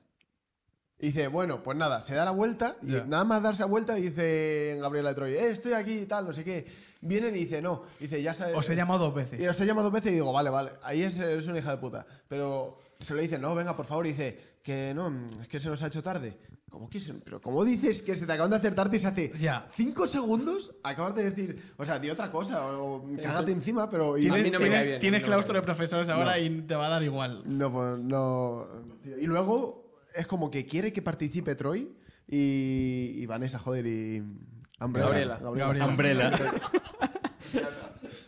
Y dice, bueno, pues nada, se da la vuelta y Ya. nada más darse la vuelta dice Gabriela de Troy, "Eh, estoy aquí y tal, no sé qué. Vienen y dice, no, dice, ya sabes. Os he llamado dos Y veces. os he llamado dos veces y digo, vale, vale, ahí es, eres una hija de puta. Pero se lo dice, no, venga, por favor, y dice, que no, mm, es que se nos ha hecho tarde. ¿Cómo que se- pero cómo dices que se te acaban de hacer tarde y se hace Ya. cinco segundos? Acabas de decir, o sea, di otra cosa, o cágate encima, pero... y- A Tienes, mí no me tienes- cae bien, tienes no me claustro cae de profesores ahora y te va a dar igual. No, pues no. tío. Y luego es como que quiere que participe Troy y, y Vanessa, joder, y. Umbrella, Gabriela. Gabriela. *laughs* Umbrella.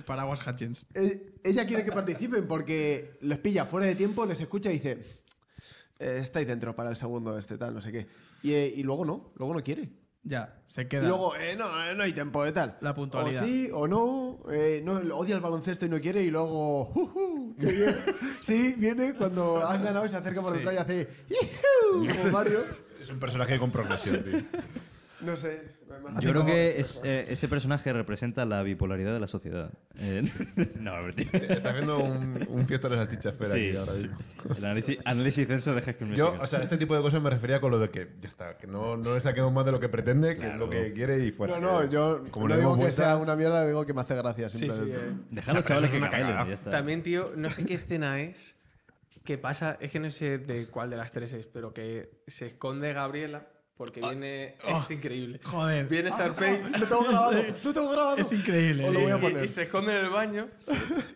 Paraguas Hutchins. Eh, Ella quiere que participen porque les pilla fuera de tiempo, les escucha y dice: "Eh, Estáis dentro para el segundo, este tal, no sé qué. Y, eh, y luego no, luego no quiere. Ya, se Y queda. luego, eh, no, eh, no hay tiempo, de tal. La puntualidad. O sí, o no, eh, no, odia el baloncesto y no quiere, y luego. "Juju, qué bien". *laughs* sí, viene cuando han ganado y se acerca por detrás y hace. "Yujú", *laughs* Como *laughs* Mario. Es un personaje con progresión, tío. No sé. Yo creo que es- eh, ese personaje representa la bipolaridad de la sociedad. Eh, *laughs* no, a ver, tío. Está haciendo un, un fiesta de salchichas, espera, Sí, aquí ahora mismo. el análisis, análisis denso de High School Yo, Musical. o sea, este tipo de cosas me refería con lo de que ya está, que no, no le saquemos más de lo que pretende, que es Claro. lo que quiere y fuera. No, no, Que- yo eh, como no le digo demos que vueltas, sea una mierda, digo que me hace gracia Sí, sí, simplemente. eh. Deja a los pero chavales eso que es una cabelen, cagada. ya está. También, tío, no sé qué escena es que pasa, es que no sé de cuál de las tres es, pero que se esconde Gabriela porque viene. oh, es increíble. joder. Ah. *laughs* Viene *laughs* Sarpey Lo tengo grabado, lo tengo grabado. Es increíble, Os lo voy a tío. y, y poner. se esconde en el baño.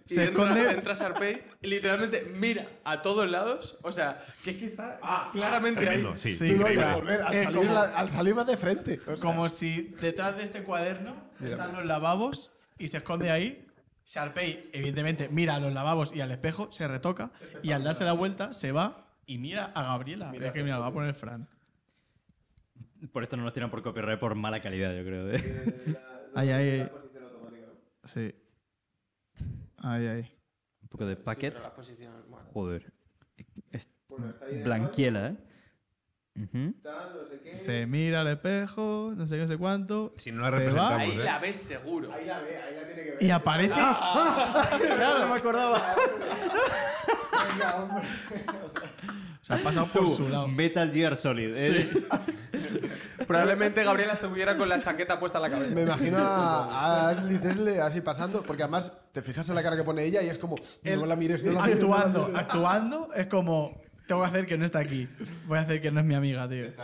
Y Se entra, esconde. entra Sarpey y literalmente mira a todos lados. O sea, que es que está claramente Tremendo, ahí. sí. Sí. Y luego increíble. iba a volver, al, Eh, salir como- la- al salirla de frente. O sea, Como si detrás de este cuaderno están los lavabos y se esconde ahí. Sharpay, evidentemente, mira a los lavabos y al espejo, se retoca y al darse la vuelta se va y mira a Gabriela. Mira que mira, lo va a poner Fran. Por esto no nos tiran por copyright por mala calidad, yo creo. de- Ahí, ahí. Sí. Ahí, ahí. Un poco de packet. La posición, bueno. Joder. Es bueno, está ahí en el blanquiela, ¿eh? Ujú. baño, no sé qué. Se mira al espejo, no sé qué, no sé cuánto. Si no la se representamos. va Vamos, Ahí eh. la ves seguro. Ahí la ve, ahí la tiene que ver. y aparece. *laughs* Claro, no me acordaba. Venga, hombre. Se ha pasado por su lado. Metal Gear Solid. ¿eh? Probablemente Gabriela estuviera con la chaqueta puesta en la *laughs* cabeza. Me imagino a, a Ashley Tesle así pasando, porque además te fijas en la cara que pone ella y es como, no la mires, no la mires, no la actuando, mires. actuando es como tengo que hacer que no está aquí. Voy a hacer que no es mi amiga, tío. eh,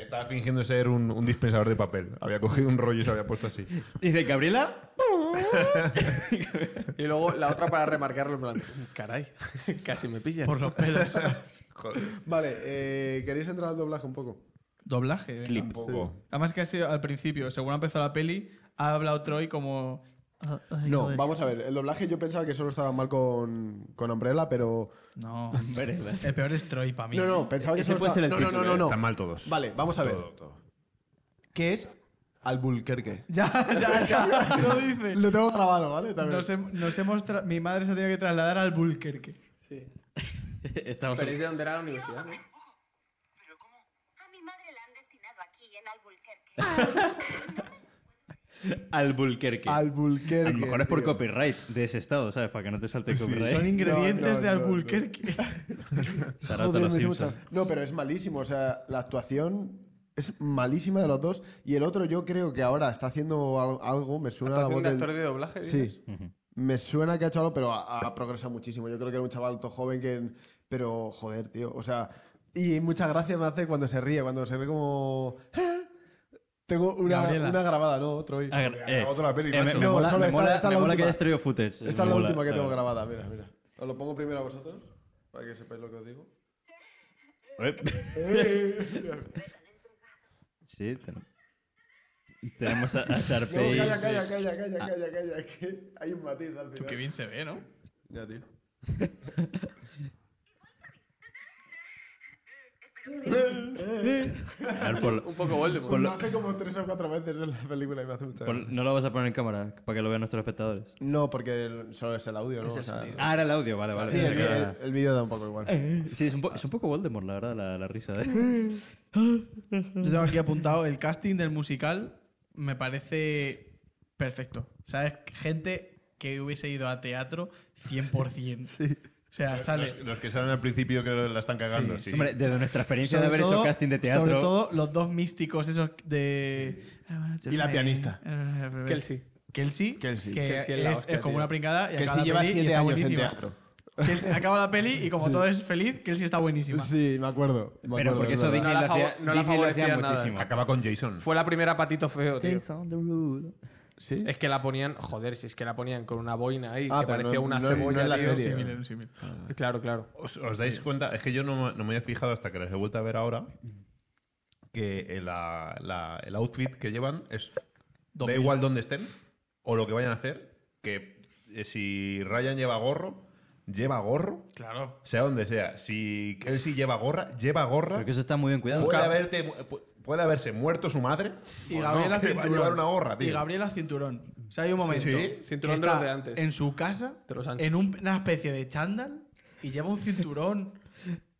Estaba fingiendo ser un, un dispensador de papel. Había cogido un rollo y se había puesto así. *laughs* Dice, *laughs* Gabriela, Y luego la otra para remarcarlo en plan, caray, *laughs* casi me pillan. Por los *laughs* pelos. Vale, eh, ¿queréis entrar al doblaje un poco? Doblaje. venga. Clip. Un poco. Además que ha sido al principio, según ha empezado la peli, ha hablado Troy como "Ah, No, vamos a ver. El doblaje yo pensaba que solo estaba mal con, con Umbrella, pero. *laughs* no. Umbrella. El peor es Troy para mí. No, no, pensaba que Ese solo puede ser estaba. el no, no, título, no, no, eh, no. Están mal todos. Vale, vamos a ver. Todo, todo. ¿Qué es Albulquerque? *laughs* Ya, ya, ya. Lo *laughs* dice. Lo tengo grabado, ¿vale? También. Nos, hem- nos hemos tra- mi madre se ha tenido que trasladar al Bulkerque. estamos Pero es de donde era la universidad, ¿no? ¿Pero cómo? A mi madre la han destinado aquí, en Albuquerque. al Bulkerque. Albulquerque. a lo mejor es por tío. copyright de ese estado, ¿sabes? Para que no te salte el Son copyright. ingredientes no, de no, Albuquerque. Zarata Joder, los me hizo Simpson. mucha- No, pero es malísimo. O sea, la actuación es malísima de los dos. Y el otro, yo creo que ahora está haciendo al- algo. Me suena la Actuación voz de del- actor de doblaje? dices? Sí. Me suena que ha hecho algo, pero ha, ha progresado muchísimo. Yo creo que era un chaval todo joven que. Pero, joder, tío. O sea. Y mucha gracia me hace cuando se ríe, cuando se ríe como. "Ah". Tengo una, Gabriela. una grabada, ¿no? Otro hoy. Ah, gra- eh, Grabó toda la peli, eh, me, macho. me No, mola, solo me esta- mola- esta me la mola que última. hayas traído footage. Esta es Me la mola, eh. última que tengo ¿sabes? grabada, mira, mira. Os lo pongo primero a vosotros, para que sepáis lo que os *laughs* digo. Eh, *laughs* sí, ten- tenemos a, a No, Sharpay. calla, calla, calla, calla, calla, calla, que hay un matiz al Tú, qué final. Pues bien se ve, ¿no? Ya, tío. Espera, A ver, ponlo- Un poco Voldemort. Lo hace como tres o cuatro veces en la película y me hace mucha pon- no lo vas a poner en cámara para que lo vean nuestros espectadores. No, porque el- solo es el Ah. audio, ¿no? O sea, Ah, era el audio, vale, vale. sí, el, Pensé que el- era- el vídeo da un poco igual. Sí, es un, po- es un poco Voldemort, la verdad, la, la risa. ¿eh? Yo tengo Mm. aquí apuntado el casting del musical. Me parece perfecto. ¿Sabes? Gente que hubiese ido a teatro 100%. O sea, sale. Los, los que salen al principio que la están cagando, sí. Hombre, desde nuestra experiencia Sobre de haber todo- hecho casting de teatro. Sobre todo los dos místicos esos de... Ah, Eh, Y la pianista. Kelsey. Kelsey. Kelsey. Que Kelsey es la es, hostia, es como tío. una pringada y Que acaba sí la lleva peli y siete está años buenísima. en teatro. Kelsey- acaba la peli y como todo es feliz, Kelsey está buenísima. Sí, me acuerdo. me Pero acuerdo, porque es eso verdad. Disney No la lo hacía, fav- no la Disney lo hacía favorecía nada. muchísimo. Acaba con Jason. Fue la primera patito feo, tío. ¿Sí? Es que la ponían, joder, si es que la ponían con una boina ahí, Ah, que pero no- parecía una no- no cebolla. es la tío. Un serie. símil, un símil. Claro, claro. ¿Os, os dais cuenta? Es que yo no, me- no me había fijado hasta que las he vuelto a ver ahora que el, la- la- el outfit que llevan es... Da igual dónde estén o lo que vayan a hacer, que eh, si Ryan lleva gorro, lleva gorro, Claro. sea donde sea. Si Kelsey lleva gorra, lleva gorra. Porque eso está muy bien cuidado. Puede, haberte mu- pu- puede haberse muerto su madre. Y o Gabriela *laughs* no, que va a Cinturón. llevar una gorra, tío. Y Gabriela Cinturón. O sea, hay un momento. sí, cinturón que de los está de antes. En su casa, De los anchos. en un- una especie de chándal, y lleva un cinturón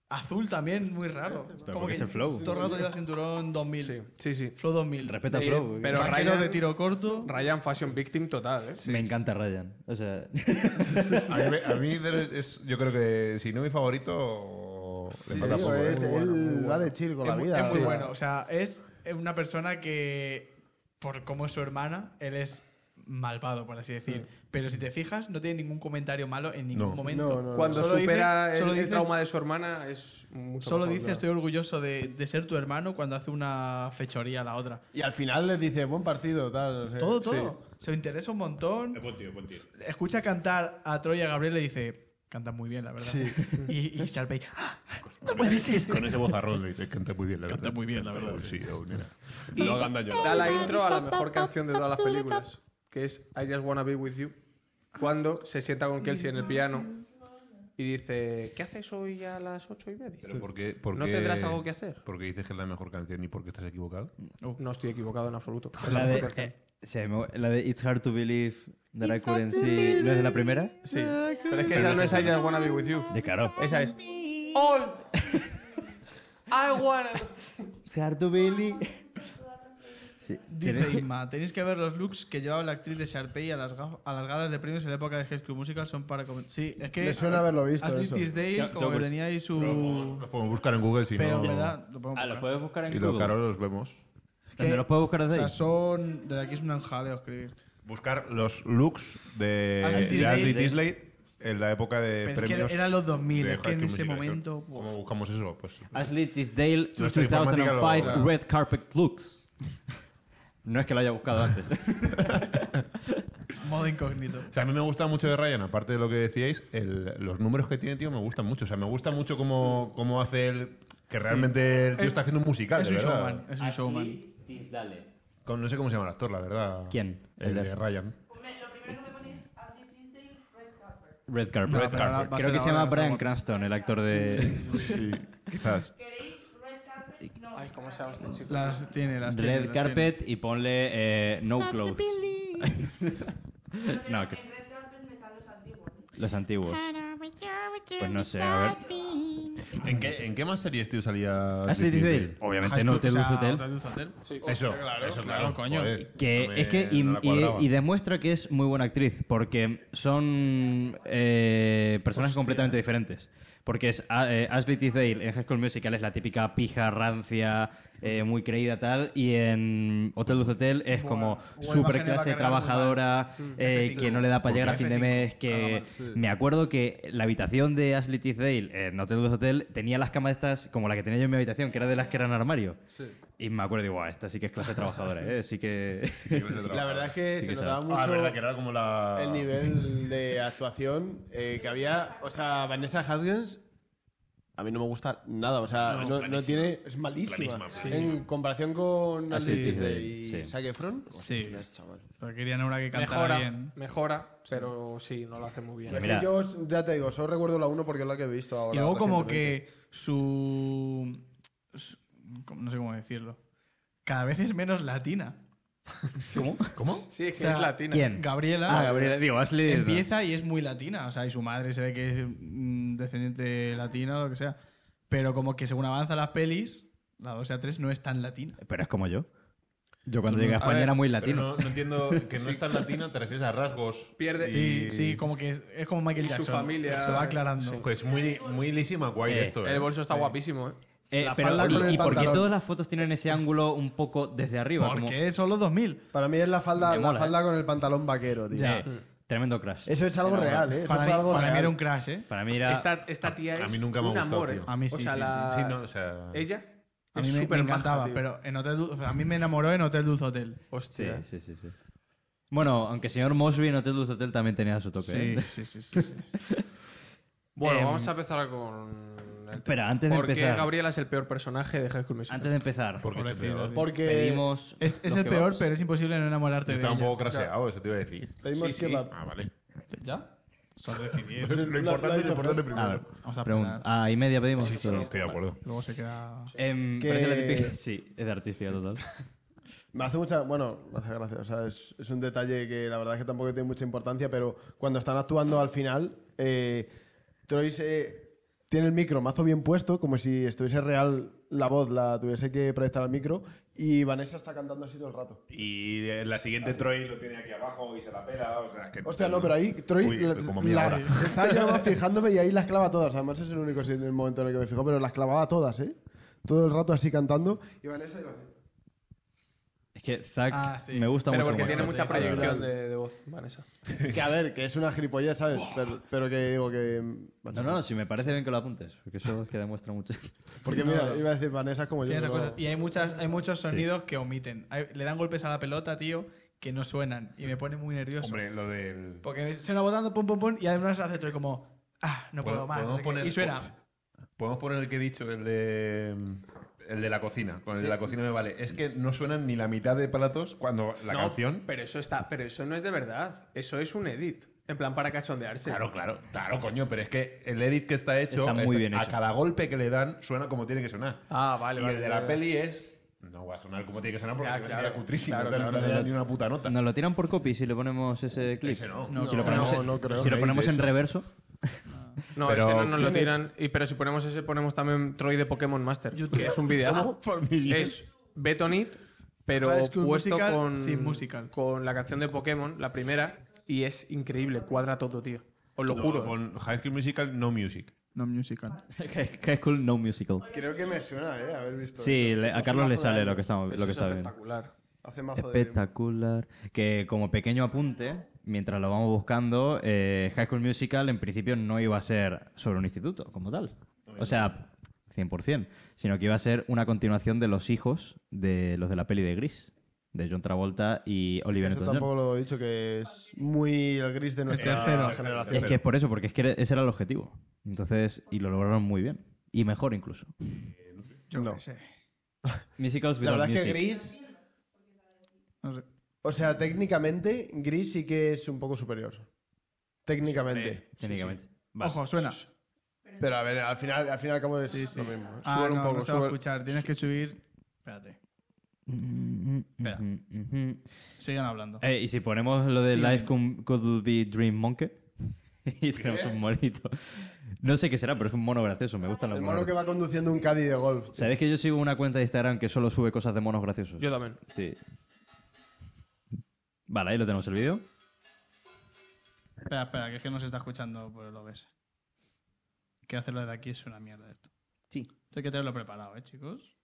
azul también, muy raro. porque es el flow. Todo el rato lleva cinturón 2000. Sí, sí, sí. Flow 2000. Respeta a Eh, Flow. pero Vaquero Ryan- de tiro corto. Ryan Fashion Victim total, ¿eh? Me encanta Ryan. O *laughs* sea, A mí, me- a mí de- es- yo creo que si no mi favorito, le Sí, falta tío, poco, ¿eh? es- él va de chill con es la muy- vida. Es muy o sea, bueno. O sea, es una persona que, por cómo es su hermana, él es malvado, por así decir. Mm. Pero si te fijas, no tiene ningún comentario malo en ningún No. momento. No, no, no. Cuando Solo dice- supera el- solo el, dices- trauma de su hermana es mucho Solo mejor, dice, claro. estoy orgulloso de, de ser tu hermano cuando hace una fechoría a la otra. Y al final les dice, buen partido, tal. o sea, Todo, Eh, sí. todo. Se interesa un montón. Escucha cantar a Troy y a Gabriel y le dice, cantas muy bien, la verdad. Y, y Sharpay, "Ah, no puede ser. Con ese vozarrón, le dice, canta muy bien, la verdad. Canta muy bien, la verdad, Sí, oh, mira. No hagan daño. Da la intro a la mejor canción de todas las películas, que es I Just Wanna Be With You, cuando se sienta con Kelsey en el piano y dice, ¿qué haces hoy a las ocho y media? Pero ¿por qué, por ¿No qué- tendrás algo que hacer? ¿Por qué dices que es la mejor canción y por qué estás equivocado? No estoy equivocado en absoluto. Es la mejor de, canción. eh, sí, me- la de It's Hard to Believe that I couldn't see. ¿No es de la primera? Sí, pero es que esa no es I Just Wanna Be With You. De caro. Esa es All I Wanna... It's Hard to Believe. Sí. Dice Inma, tenéis que ver los looks que llevaba la actriz de Sharpay a las, gaf- a las galas de premios en la época de High School Musical son para comentar. Sí, es que... Me suena haberlo visto, Ashley eso. Tisdale, Ya, como yo que pues- tenía ahí su... Los podemos buscar en Google si Uh, Pero no. en verdad, lo podemos Ah, lo buscar. puedes buscar en Y lo Google. caro los vemos. ¿Dónde los puedes buscar O desde sea, ahí? son... Desde aquí es un enjaleo escribir. Buscar los looks de Ashley de Tisdale. Ashley Tisley en la época de Pero es premios. que eran los 2000, de es que en Haiku ese Musical. momento... ¿Cómo buah. buscamos eso? Pues Ashley Tisdale Nuestra informática 2005 lo- claro. Red Carpet Looks. *laughs* No es que lo haya *laughs* buscado antes. Modo incógnito. O sea, a mí me gusta mucho de Ryan, aparte de lo que decíais, el- los números que tiene, tío, me gustan mucho. O sea, me gusta mucho cómo, cómo hace él. Que realmente el tío Es- está haciendo un musical, Es un de verdad. showman, Ah, es un showman. Tisdale. Con- no sé cómo se llama el actor, la verdad. ¿Quién? El El de de- Ryan. Red Carpet. No, Red pero ahora Carpet. va a Creo ser ahora que se llama en Star Brian Wars. Cranston, el actor de Sí, quizás. Ay, ¿cómo se llama este chico? Las tiene, las tiene. Red las Carpet y ponle eh, No Clothes. *laughs* No, que- Los antiguos. Ah. Pues no sé, a ver. ¿En qué, ¿En qué más series, tío, salía Ashley Tisdale. tiene. Obviamente no te O sea, luce hotel. Hotel Dulce Hotel. Eso, eso, oh, claro, coño. Que es que y, y- y *laughs* demuestra que es muy buena actriz, porque son eh, personajes completamente diferentes. Porque es A- eh, Ashley Tisdale en High School Musical es la típica pija, rancia, eh, muy creída tal, y en Hotel Luz Hotel es Buah, como buena super imagen le va a clase cargar trabajadora, eh, F5. que no le da para Porque llegar a fin de F5, mes, que me acuerdo que la habitación de Ashley Tisdale en Hotel Luz Hotel tenía las camas estas como la que tenía yo en mi habitación, que era de las que eran armario. Y me acuerdo, digo, "Buah, esta sí que es clase trabajadora, ¿eh? Sí que... *laughs* La verdad es que Sí que se notaba sabe. mucho Ah, verdad, que era como la. el nivel de actuación eh, que había. O sea, Vanessa Hudgens a mí no me gusta nada. O sea, no, no tiene. Es malísima. Malísima, Sí. Ah, En comparación con Ashley sí. Tisdale y Sí. Zac Efron. pues, Sí. hostias, chaval. Pero querían una que cantara Mejora, bien. mejora, pero sí, no lo hace muy Es bien. que Mira. yo ya te digo, solo recuerdo la 1 porque es la que he visto ahora. Y luego como recientemente. que su s- no sé cómo decirlo, cada vez es menos latina. ¿Cómo? ¿Cómo? Sí, es que O sea, es latina. ¿Quién? Gabriela, Ah, Gabriela, digo, Ashley. empieza y es muy latina, o sea, y su madre se ve que es mm, descendiente latina o lo que sea. Pero como que según avanza las pelis, la 2 y la 3 no es tan latina. Pero es como yo. Yo cuando llegué a A España ver, era muy pero latino. No, no entiendo que no es tan latina, te refieres a rasgos. Pierde- Sí, sí, como que es, es como Michael Y su Jackson. familia- Se va aclarando. Pues muy, muy lisima guay Eh, esto. El ¿eh? bolso está guapísimo, ¿eh? Eh, la pero, falda ¿y, con el y por qué pantalón. todas las fotos tienen ese ángulo un poco desde arriba? ¿Por Como- qué? Solo 2000. Para mí es la falda, Me mola, la falda con el pantalón vaquero, tío. Ya. Tremendo crash. Eso es algo real, ¿eh? Eso Para, fue mí, algo para mí real. era un crash, ¿eh? Para mí era... Esta, esta tía es a mí nunca me ha un gustado, amor, tío. ¿eh? A mí sí, O sea, sí, la- Sí, no, o sea. Ella A es mí me, me súper maja, encantaba, tío. pero en Hotel Dulce- a mí me enamoró en Hotel Dulce Hotel. Sí, Hostia. sí, sí, sí. Bueno, aunque señor Mosby en Hotel Dulce Hotel también tenía su toque. ¿eh? *laughs* Sí, sí, sí, sí, *laughs* sí. Bueno, Em, vamos a empezar con... el tema. Espera, antes de ¿Por qué empezar- Gabriela es el peor personaje de High School Musical? Antes de empezar, Porque se Pobrecito, pegó. tío. Porque pedimos... Es, es los el kebabs. peor, pero es imposible no enamorarte de Estaba un ella. poco craseado, eso te iba a decir. Pedimos kebab. Ah, vale. ¿Ya? Lo importante es lo importante A primero. ver, Vamos a pregunta. preguntar. Ah, y media pedimos. Sí, sí, Solo. estoy de acuerdo. Luego se queda... Em, Que- parece la típica- Sí, es de artística total. Me hace mucha. Bueno, me hace gracia. O sea, es, es un detalle que la verdad es que tampoco tiene mucha importancia, pero cuando están actuando al final, eh, Troy se- tiene el micro mazo bien puesto, como si estuviese real la voz, la tuviese que proyectar al micro, y Vanessa está cantando así todo el rato. Y en la siguiente Troy lo tiene aquí abajo y se la pela. O sea, es que Hostia, no, pero ahí Troy Uy, la- como mía la- ahora. estaba yo además fijándome y ahí las clava todas. Además es el único sitio- el momento en el que me fijo, pero las clavaba todas, ¿eh? Todo el rato así cantando. Y Vanessa *laughs* iba así. Es que Zack Ah, sí. me gusta Pero mucho. porque como tiene actor. mucha proyección Claro. de, de voz, Vanessa. Que a ver, que es una gilipollez, ¿sabes? Pero, pero que digo que... No, no, si me parece bien que lo apuntes, porque eso es que demuestra mucho. Porque mira, iba a decir Vanessa es como yo. Tiene esas pero cosas. Y hay, muchas, hay muchos sonidos que omiten. Hay- le dan golpes a la pelota, tío, que no suenan. Y me pone muy nervioso. Hombre, lo del. Porque se va botando, pum, pum, pum, y además hace esto y como... Ah, no puedo Bueno, más. no podemos sé qué. poner- Y suena... Podemos poner el que he dicho, el de. El de la cocina. Con el de la cocina me vale. Es que no suenan ni la mitad de platos cuando la No, canción. Pero eso, está, pero eso no es de verdad. Eso es un edit. En plan, para cachondearse. Claro, claro, claro, coño, pero es que el edit que está hecho, Está muy es- bien a hecho. cada golpe que le dan suena como tiene que sonar. Ah, vale, y vale, el de vale, la vale. peli es no va a sonar como tiene que sonar porque Ya, si no sería claro. cutrísimo, Claro, o sea, claro, no le claro. dan ni una puta *laughs* nota. ¿Nos lo tiran por copy si le ponemos ese clip? Ese no. si lo No, ponemos, no, en, no creo. Si lo No, ponemos de en hecho. reverso, No, Pero- ese no nos lo Tiene- tiran. Y, pero si ponemos ese, ponemos también Troy de Pokémon Master. Que es un videazo. Por mi Dios. es Betonit, pero High School puesto Musical con, sin musical. con la canción de Pokémon, la primera. Y es increíble. Cuadra todo, tío. Os lo No, juro. Con High School Musical, no music. No musical. High School No Musical. Creo que me suena, ¿eh? Haber visto Sí, eso. le- Eso a hace Carlos le mazo de sale años. lo que está, Eso lo que es está bien. espectacular. Hace mazo de... Espectacular. Que como pequeño apunte, mientras lo vamos buscando, eh, High School Musical en principio no iba a ser sobre un instituto como tal. O sea, 100%. Sino que iba a ser una continuación de los hijos de los de la peli de Gris, de John Travolta y Olivia Eso Newton-John. tampoco lo he dicho, que es muy el gris de nuestra Tercero. generación. Es que es por eso, porque es que era- ese era el objetivo. Entonces, y lo lograron muy bien. Y mejor incluso. Yo No. qué sé. Musicals La without verdad es que music. gris... No sé. O sea, técnicamente, gris sí que es un poco superior. Técnicamente. Técnicamente. Vale. Ojo, suena. Pero a ver, al final, al final acabo de decir lo mismo. ¿eh? Ah, Súbelo un no, poco, no se va a súbelo. escuchar. Tienes que subir... Espérate. Espera. Sigan hablando. Eh, y si ponemos lo de Sí. Life Could, Could Be Dream Monkey *laughs* y tenemos un monito. No sé qué será, pero es un mono gracioso. Me gustan los El monos. mono que va graciosos. conduciendo un caddy de golf. tío. ¿Sabéis que yo sigo una cuenta de Instagram que solo sube cosas de monos graciosos? Yo también. Sí. Vale, ahí lo tenemos el vídeo. Espera, espera, que es que no se está escuchando por el OBS. Que hacerlo desde aquí es una mierda esto. Sí. Esto hay que tenerlo preparado, ¿eh, chicos?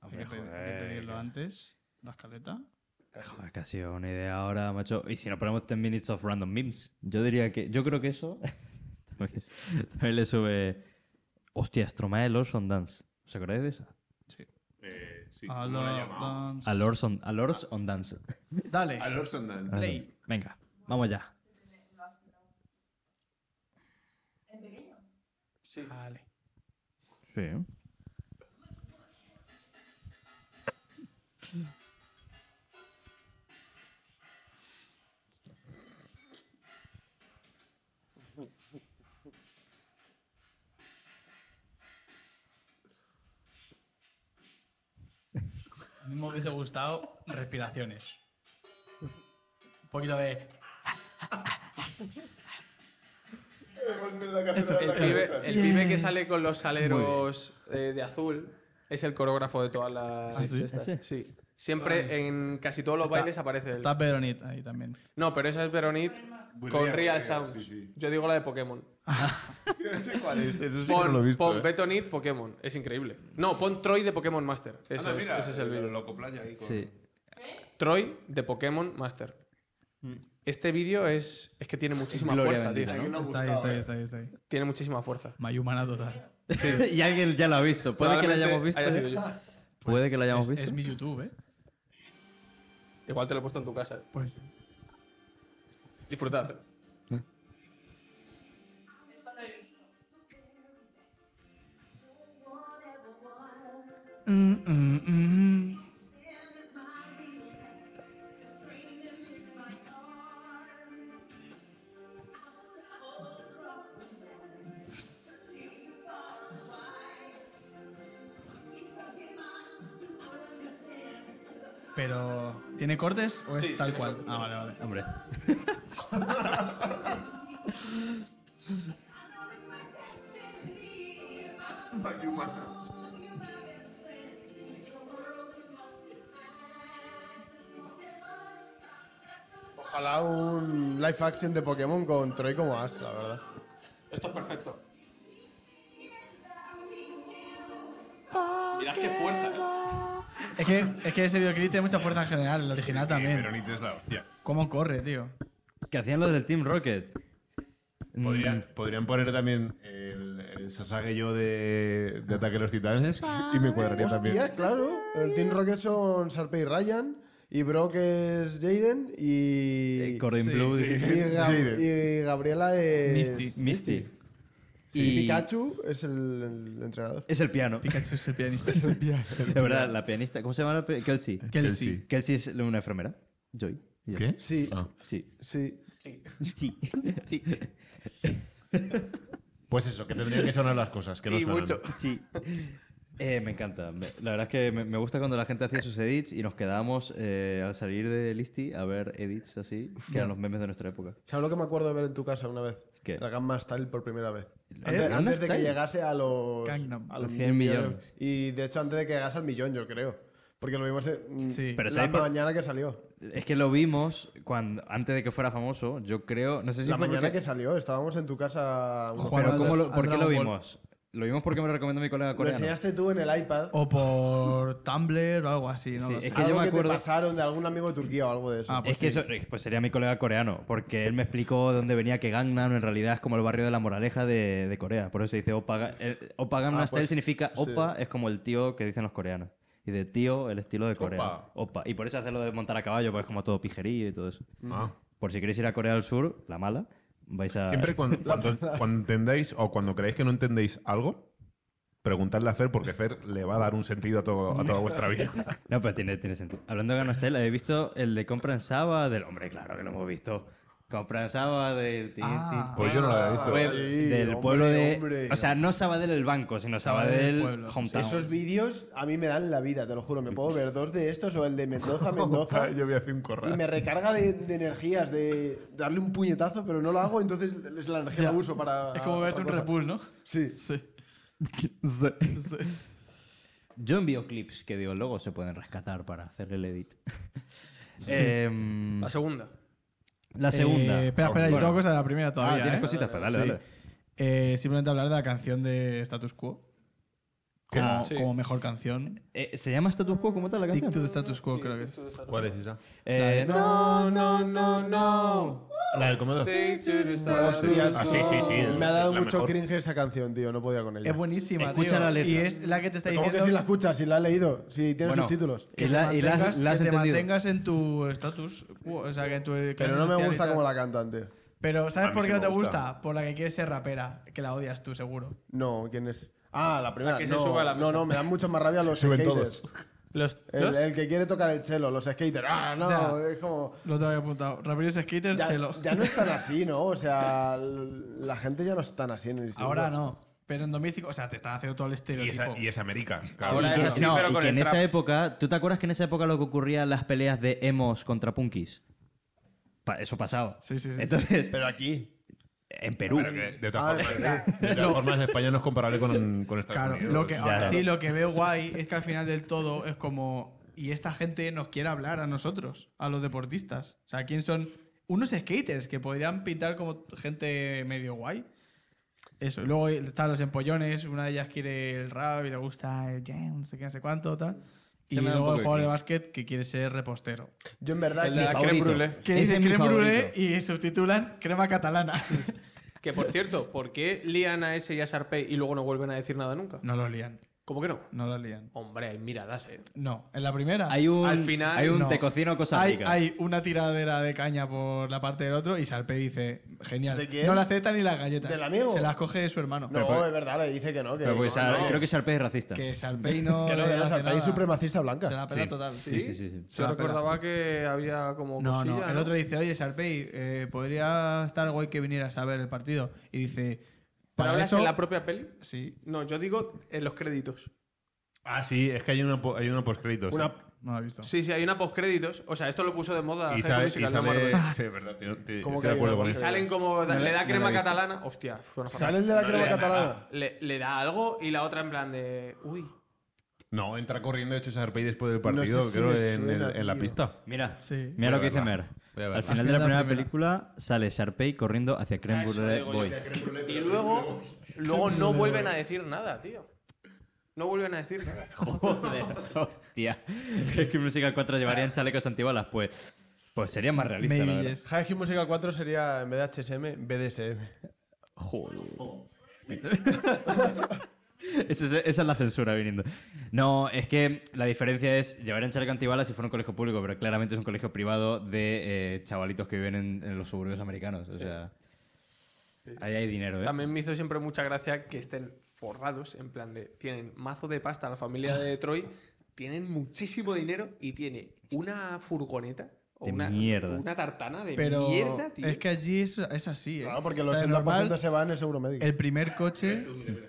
Hombre, hay, que pe- hay que joder. pedirlo antes. La escaleta. Joder, que ha sido una idea ahora, macho. Y si nos ponemos 10 minutes of random memes, yo diría que. Yo creo que eso. *laughs* también, también le sube. Hostia, Stromae Lords on Dance. ¿Os acordáis de esa? Eh, sí, Ah, A ¿cómo lo la he llamado? dance. A Lords on, a Lords on Dance. Dale. A Lorson Dance. *laughs* Play. Venga, vamos ya. Vale. Sí. hubiese gustado respiraciones. Un poquito de. El pibe, el pibe que sale con los aleros eh, de azul es el coreógrafo de todas las. ¿Ah, sí? estas. ¿Ese? Sí. Siempre Ah. en casi todos los Está- bailes aparece él. Está Pedronit ahí también. No, pero esa es Veronit con Real, Real sí, Sounds. sí. Yo digo la de Pokémon. Eso sí que no Pon, lo he visto. pon eh. Betonit Pokémon. Es increíble. No, pon Troy de Pokémon Master. Eso Anda, es- mira, eh, ese es el vídeo. Loco playa ahí con... Sí. Troy de Pokémon Master. Mm. Este vídeo es, es que tiene muchísima Gloria fuerza, tío. bendita, ¿no? Está ahí, está ahí, está eh. ahí, está ahí. Tiene muchísima fuerza. Mayumana total. *laughs* y alguien ya lo ha visto. Puede que lo Probablemente hayamos visto. haya ¿eh? sido yo. Puede que lo hayamos Pues es, visto. Es mi YouTube, ¿eh? Igual te lo he puesto en tu casa. Pues. Disfrutad. Pero. ¿Tiene cortes o es Sí, tal tiene cual? cortes. Ah, vale, vale. Hombre. Ojalá un live action de Pokémon con Troy como Ash, la verdad. Esto es perfecto. Mirad qué fuerza, Es que, es que ese videoclip tiene mucha fuerza en general, el original Pero también. ni es la hostia. ¿Cómo corre, tío? Que hacían los del Team Rocket. Mm, Podrían, podrían poner también el, el Sasage yo de, de Ataque a los Titanes y me cuadraría también. Hostia, claro. El Team Rocket son Sharpay y Ryan. Y Brock es Jaden. Y. eh, Cordon Blue. y, dices, Gab- y Gabriela es. Misty. Misty. Y Y Pikachu es el, el entrenador. Es el piano. Pikachu es el pianista. *laughs* De verdad, la pianista. ¿Cómo se llama? la pe- Kelsey. Kelsey. Kelsey es una enfermera. Joy. Y ya. ¿Qué? Sí, Ah. Sí. sí. *laughs* Sí. Pues eso, que tendrían que sonar las cosas, que no Y suenan. mucho. Sí. Eh, me encanta. Me- La verdad es que me, me gusta cuando la gente hacía sus edits y nos quedábamos eh, al salir de Listy a ver edits así, que eran los memes de nuestra época. ¿Sabes lo que me acuerdo de ver en tu casa una vez? ¿Qué? La Gamma Style por primera vez. ¿La Antes, Gamma antes de que Style? llegase a los. Gangnam. a los Los 100 millones. Y de hecho, antes de que llegase al millón, yo creo. Porque lo vimos en, mm, Sí. Pero la ¿sabéis por- mañana que salió. Es que lo vimos cuando, antes de que fuera famoso, yo creo, no sé si la fue mañana porque- que salió, estábamos en tu casa. Ojo, Pero al- ¿cómo lo- al ¿por qué lo Dragon Ball. vimos? Lo vimos porque me lo recomendó mi colega Lo coreano. enseñaste tú en el iPad. O por Tumblr o algo así, no Sí, lo es sé. que yo algo me que te acuerdo- pasaron de algún amigo de Turquía o algo de eso. Ah, es que eso eh, pues sería mi colega coreano, porque él me explicó de dónde venía que Gangnam en realidad es como el barrio de la moraleja de, de Corea. Por eso se dice Opa, Ga- eh, Opa Gangnam Ah, Style pues, significa sí. Opa es como el tío que dicen los coreanos. Y de tío, el estilo de Corea. Opa. Opa. Y por eso hace lo de montar a caballo, porque es como todo pijerío y todo eso. Ah. Por si queréis ir a Corea del Sur, la mala, vais a... Siempre cuando, *laughs* cuando, cuando entendéis o cuando creéis que no entendéis algo, preguntadle a Fer porque Fer le va a dar un sentido a, todo, a toda vuestra vida. No, pero tiene, tiene sentido. Hablando de Gangnam Style, ¿habéis visto el de Compran Saba? Del hombre, claro que lo hemos visto. Compran Saba del... tin, Ah. tin, Pues yo no lo había visto. Fue Sí, del hombre, pueblo de. hombre. O sea, no Sabadell el banco, sino Sabadell Sabadell el pueblo. Hometown. *laughs* *laughs* Esos vídeos a mí me dan la vida, te lo juro. Me puedo ver dos de estos o el de Mendoza, *laughs* Mendoza. Yo voy a hacer un Y corral. me recarga de, de energías, de darle un puñetazo, pero no lo hago, entonces es la energía la uso para. Es como otra verte un cosa. Repul, ¿no? Sí. Yo envío clips que digo, luego se pueden rescatar para hacer el edit. *laughs* Em, La segunda. la segunda. Eh, espera, espera, yo Bueno. tengo cosas de la primera Ah, todavía. tienes ¿eh? cositas, pues dale, Sí. dale. Eh, simplemente hablar de la canción de Status Quo. Como, Sí. como mejor canción. Eh, ¿Se llama Status Quo como tal la Stick to canción? the Status Quo, creo que es. ¿Cuál es esa? Eh, no. No, no, no, no. La del comedor. Hostias, Ah, sí, sí, sí, es Me ha dado la mucho mejor. cringe esa canción, tío, no podía con ella. Es buenísima, Escucha tío. la letra. Y es la que te está ¿Cómo diciendo que si la escuchas, si la has leído, si tiene Bueno, subtítulos? Y la- te y la- mantengas- la has que te entendido. mantengas en tu status. quo, O sea, que en tu clase Pero no me social y gusta tal. como la cantante. Pero A ¿sabes mí por sí qué no me te gusta. gusta? Por la que quieres ser rapera, que la odias tú, seguro. No, ¿quién es? Ah, la primera. La que se no, sube a la mesa. no, no, me dan mucho más rabia los Suben skaters. Los, El, los- el que quiere tocar el chelo, los skaters. Ah, no, O sea, es como. Lo tengo aquí apuntado. Raperos skaters, Ya, chelo. ya no es tan así, ¿no? O sea, l- la gente ya no es tan así en el instituto. Ahora no. Pero en 2005, o sea, te están haciendo todo el Y estereotipo. esa, y es América. claro. Ahora y es que- así, no, pero y con que el en trap. esa época, ¿tú te acuerdas que en esa época lo que ocurría en las peleas de emos contra punkis? Pa- eso pasaba. Sí, sí, sí. Entonces, Pero aquí. en Perú. Pero que, de todas Ah, formas, de todas formas, España no es comparable con, con Estados Claro, Unidos. lo que, pues Ya, ahora claro. sí, lo que veo guay es que al final del todo es como. Y esta gente nos quiere hablar a nosotros, a los deportistas. O sea, ¿quién son? Unos skaters que podrían pintar como gente medio guay. Eso, y luego están los empollones, una de ellas quiere el rap y le gusta el jam, no sé qué, no sé cuánto, tal. Y Se me da un luego poco el de jugador de cringe. básquet que quiere ser repostero. Yo en verdad. El de Mi la creme favorito. brûlée. Que Ese dice es mi creme brûlée favorito. y subtitulan crema catalana. *laughs* Que por cierto, ¿por qué lían a ese y a Sarpey y luego no vuelven a decir nada nunca? no lo lían, ¿Cómo que no? no lo lían. Hombre, hay miradas, eh. No, en la primera. Hay un, Al final, hay un no. te cocino cosa hay, rica. hay una tiradera de caña por la parte del otro y Salpe dice, genial. ¿De quién? No le acepta ni las galletas. ¿Del amigo? Se las coge su hermano. No, pues, es verdad, le dice que no. Que Pero pues no, Sar- no. creo que Sharpe es racista. *laughs* Que Salpe no... Que no, le que no, hace Sarpey es nada. supremacista blanca. Se la pela Sí. total. Sí, sí, sí, sí. Se Yo la pela. recordaba que había como. No, no, cosilla, el otro dice, oye, Sarpey, eh, podría estar guay que vinieras a ver el partido. Y dice, ¿Pero para hablas eso... en la propia peli? Sí, No, yo digo en los créditos. Ah, sí, es que hay una, po- hay una postcréditos. Una- ¿eh? no lo he visto. Sí, sí, hay una postcréditos. O sea, esto lo puso de moda. High Y School sale, y Musical, no me *laughs* sale- acuerdo. sí, es verdad, te- te- ¿Cómo estoy que de hay una acuerdo con postcréditos? eso. Salen como. No le le- da no crema la he visto. catalana. Hostia, fue una fatal. Sales de la No le crema da nada. catalana. Le, le da algo y la otra en plan de. Uy. No, entra corriendo, de hecho, Sarpey después del partido, No sé si creo, me en, el- suena, en la tío. pista. Mira, Sí. mira Voy a lo que dice verla. Mer. Voy a verla. Al final de la primera película sale Sharpay corriendo hacia Creme Brûlée Boy. *laughs* Y luego. Luego no vuelven a decir nada, tío. No vuelven a decir nada. Joder, hostia. Es que Musical 4 llevarían chalecos antibalas, pues. Pues sería más realista, la Maybe verdad. yes. High School Musical 4 sería, en vez de HSM, BDSM. Eso es- esa es la censura viniendo. No, es que la diferencia es llevar en chaleco antibalas si fuera un colegio público, pero claramente es un colegio privado de eh, chavalitos que viven en, en los suburbios americanos. O sea, ahí hay dinero, ¿eh? También me hizo siempre mucha gracia que estén forrados, en plan de, tienen mazo de pasta la familia de Troy, tienen muchísimo dinero y tiene una furgoneta o De una, mierda. una tartana de Pero mierda, tío. es que allí es, es así, ¿eh? Claro, porque el 80% O sea, normal- se va en el seguro médico. El primer coche,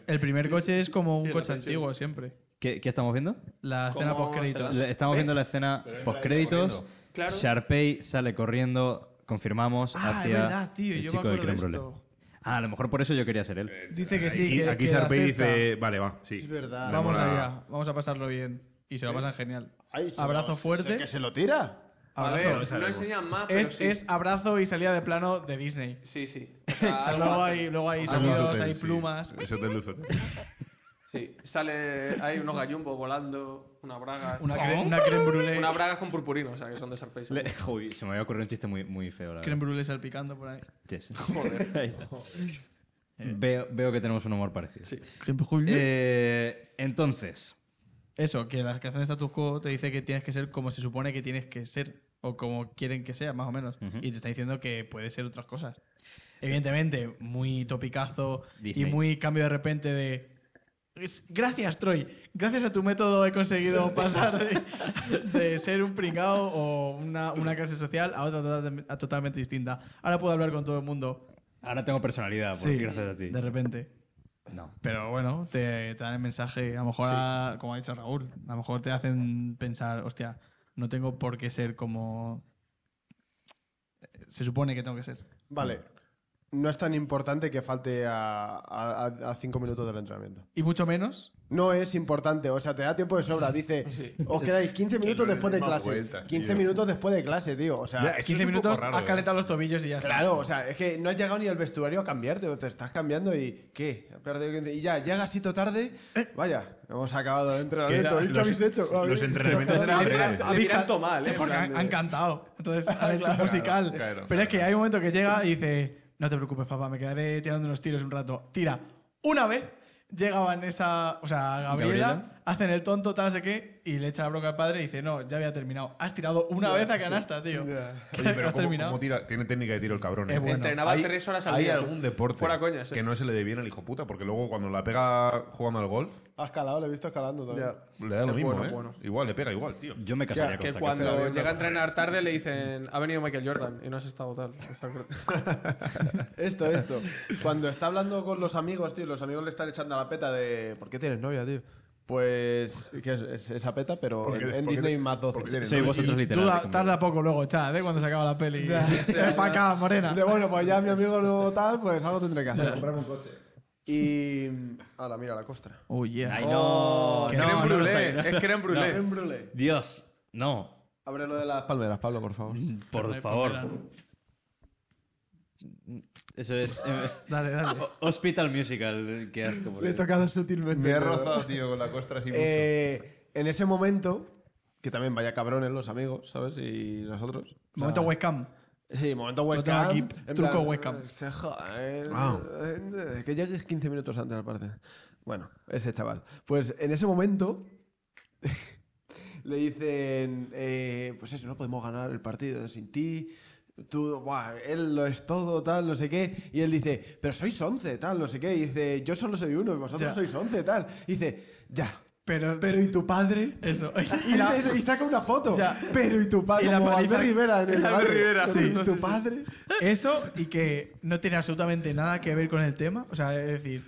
el primer coche es como un coche antiguo siempre. ¿Qué, qué estamos viendo? La escena ¿Cómo post créditos. será? Le- Estamos ¿Ves? viendo la escena post-créditos. Claro. Sharpay sale corriendo, confirmamos, Ah, hacia es verdad, tío, el yo me chico del acuerdo de creme brûlée. esto. Ah, a lo mejor por eso yo quería ser él. Dice que sí, Aquí, que, aquí que Sarpey acepta. dice, vale, va, sí. Es verdad. Me Vamos mola. allá, vamos a pasarlo bien. Y se lo pasan genial. Ay, se abrazo lo- fuerte. se- Que se lo tira. A abrazo. ver, no sabemos. enseñan más, pero es, sí. es abrazo y salida de plano de Disney. *laughs* Sí, sí. O sea, O sea, algo luego, hacen. hay, luego hay Ah, sonidos, Hotel, hay sí. plumas. Eso te luce. Sí, sale, hay unos gallumbos volando, una braga. Una, cre- una creme brûlée. Una braga con purpurina, o sea, que son de Sharpay. Le- *laughs* Joder, se me había ocurrido un chiste muy, muy feo, la verdad. creme brûlée salpicando por ahí. Yes. *laughs* Ahí está. veo, veo que tenemos un humor parecido. Eh, entonces, Eso, que la canción de status quo te dice que tienes que ser como se supone que tienes que ser, o como quieren que sea, más o menos. Y te está diciendo que puede ser otras cosas. Evidentemente, muy topicazo Disney. y muy cambio de repente de. "Es- Gracias, Troy. Gracias a tu método he *laughs* conseguido pasar de, de ser un pringao o una, una clase social a otra total- a totalmente distinta. Ahora puedo hablar con todo el mundo. ahora tengo personalidad, porque gracias a ti. De repente. No. Pero bueno, te, te dan el mensaje, a lo mejor, a- como ha dicho Raúl, a lo mejor te hacen pensar, hostia, no tengo por qué ser como eh, se supone que tengo que ser. Vale. No es tan importante que falte a, a, a- a cinco minutos del entrenamiento. Y mucho menos, No es importante, o sea, te da tiempo de sobra. *laughs* Dice, os quedáis 15 minutos después de más clase. vueltas, 15 tío. minutos después de clase, tío. O sea, Ya, es- Eso 15 un poco minutos, raro, has ¿eh? calentado los tobillos y ya está. Claro, o sea, es que no has llegado ni al vestuario a cambiarte, o te estás cambiando y ¿qué? Has perdido 15 Y ya, llegas así todo tarde, vaya, hemos acabado el entrenamiento. Eh. Que ¿Y ya, qué los- habéis hecho? los *laughs* ¿Habéis- entrenamientos os eran *laughs* quedáis- diferentes. Le miran todo mal, ¿eh? Porque En plan han, de- han cantado, entonces han hecho un musical. claro, Pero es que hay un momento que llega y dice, no te preocupes, papá, me quedaré tirando unos tiros un rato. Tira. Una vez llega Vanessa, o sea, Gabriela, Gabriela. hacen el tonto, tal, no sé qué, y le echa la bronca al padre y dice, no, ya había terminado. Has tirado una vez a canasta, tío. *laughs* ¿Qué- qué Oye, pero has ¿cómo, terminado? cómo tira? Tiene técnica de tiro el cabrón. Es ¿eh? bueno. Hay- Entrenaba tres horas al hay día. algún deporte Fuera coñas, eh. que no se le deviene al hijo puta, porque luego cuando la pega jugando al golf, Ha escalado, le he visto escalando también. le da lo Es mismo, bueno, ¿eh? bueno. Igual, le pega igual, tío. Yo me casaría Ya, con Que Zac cuando Efron. llega a entrenar tarde le dicen, ha venido Michael Jordan y no has estado tal. O sea, que- Esto, *laughs* esto. Cuando está hablando con los amigos, tío, los amigos le están echando la peta de. ¿Por qué tienes novia, tío? Pues. que es, es esa peta, pero Porque- en, en porque- Disney más 12. porque eres Soy vosotros Tú da- literal. tarda poco luego, chad, ¿eh? Cuando se acaba la peli. *laughs* Ya. para acá, morena. De bueno, pues ya mi amigo no tal, pues algo tendré que hacer. Comprarme un coche. Y. Ahora, mira la costra. Oh, yeah. Ay, no. creme no, no lo brûlée, soy, no. es creme brûlée. En brûlée. Dios, no. Abre lo de las palmeras, Pablo, por favor. Por favor. Eso es eh, Dale, dale. *laughs* o- Hospital Musical. Qué asco, por Dios. tocado sutilmente. Me ha rozado, tío, con la costra así Eh, en ese momento, que también vaya cabrones los amigos, ¿sabes? Y nosotros. O Momento sea, webcam. Sí, momento Lo tengo webcam. aquí, en truco plan, webcam. eh, Se joder, Ah. eh, Que llegues 15 minutos antes aparte. Bueno, ese chaval. Pues en ese momento *laughs* le dicen, eh, pues eso, no podemos ganar el partido sin ti. Tú, buah, él lo es todo, tal, no sé qué. Y él dice, pero sois 11, tal, no sé qué. Y dice, yo solo soy uno y vosotros Ya. sois 11, tal. Y dice, ya. Pero, Pero ¿y tu padre? *laughs* eso. Y, te- y saca una foto. Ya. Pero ¿y tu padre? Y la Como paliza- Albert Rivera en el Albert barrio. Rivera, Pero, sí, ¿Y no, tu sí, sí. padre? Eso y que no tiene absolutamente nada que ver con el tema. O sea, es decir,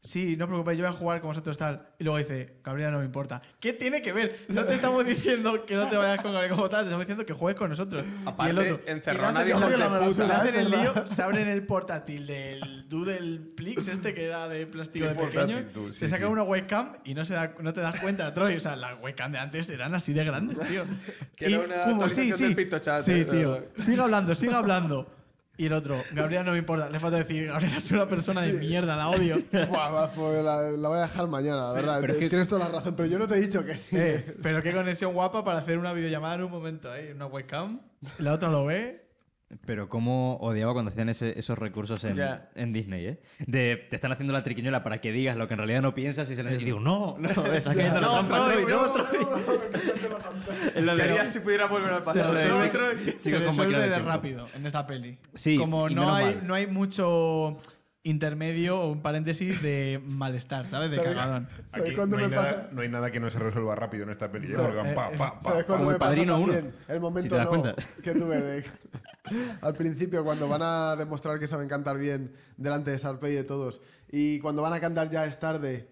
sí, no os preocupéis, yo voy a jugar con vosotros tal. Y luego dice, Gabriela no me importa. ¿Qué tiene que ver? No te estamos diciendo que no te vayas con Gabriela como tal, te estamos diciendo que juegues con nosotros. Aparte, y el otro. encerrona y le hacen dijo el que lío, la le basura, hacen el es verdad. lío, se abren el portátil del Du del Plix, este que era de plástico de Qué pequeño. portátil, tú, sí, se sacan sí. una webcam y no, se da- no te das cuenta, Troy. O sea, las webcam de antes eran así de grandes, tío. *laughs* Que era una actualización del PictoChat, Sí, eh, tío. pero- Sigue hablando, sigue hablando. Y el otro, Gabriela no me importa. Le falta decir, Gabriela es una persona de mierda, la *laughs* odio. Buah, va, pues la, la voy a dejar mañana, la verdad. pero Te- es que- Tienes toda la razón, pero yo no te he dicho que sí. Eh, pero qué conexión guapa para hacer una videollamada en un momento ahí, una webcam. La otra lo ve. Pero cómo odiaba cuando hacían ese- esos recursos en, Ya. en Disney, ¿eh? De, te están haciendo la triquiñuela para que digas lo que en realidad no piensas y, se le, y digo, no, no, me estás cayendo en la trampa, Troy, no, Troy". En la teoría, si pudiera volver al Se pasado. resuelve, Otro- se con resuelve máquina del de tiempo. rápido en esta peli. Sí, Como y no menos hay, mal. no hay mucho intermedio o un paréntesis de malestar, ¿sabes? De ¿Sabes? cagadón. ¿Sabes Aquí cuándo no hay, me nada, pasa? no hay nada que no se resuelva rápido en esta peli. Yo No, creo que eh, pa, pa, pa, ¿Sabes cuándo pa. Como me el Padrino pasó uno. también? El momento Si te das no, cuenta. que tuve de- *laughs* Al principio, cuando van a demostrar que saben cantar bien delante de Sarpey y de todos, y cuando van a cantar ya es tarde,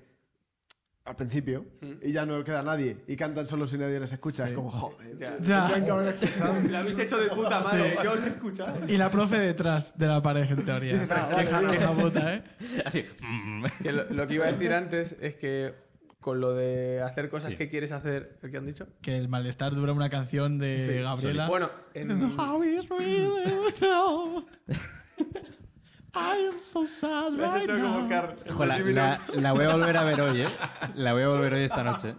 al principio, y ya no queda nadie, y cantan solo si nadie les escucha, es como, joder, Ya. Ya. tendrían que haber escuchado. *laughs* La habéis hecho de puta madre. Yo os he escuchado. Y la profe detrás de la pared, en teoría. Dices, ah, Qué vale, ja- bien. qué jabota, ¿eh? Así. mm. Que lo, lo que iba a decir antes es que con lo de hacer cosas que quieres hacer, ¿qué han dicho? Que el malestar dura una canción de Eh, Gabriela. Bueno, en, How is real *laughs* now? I am so sad lo has right hecho como now. Carl. Ojo, la, la- la voy a volver a ver hoy, ¿eh? La voy a volver hoy esta noche.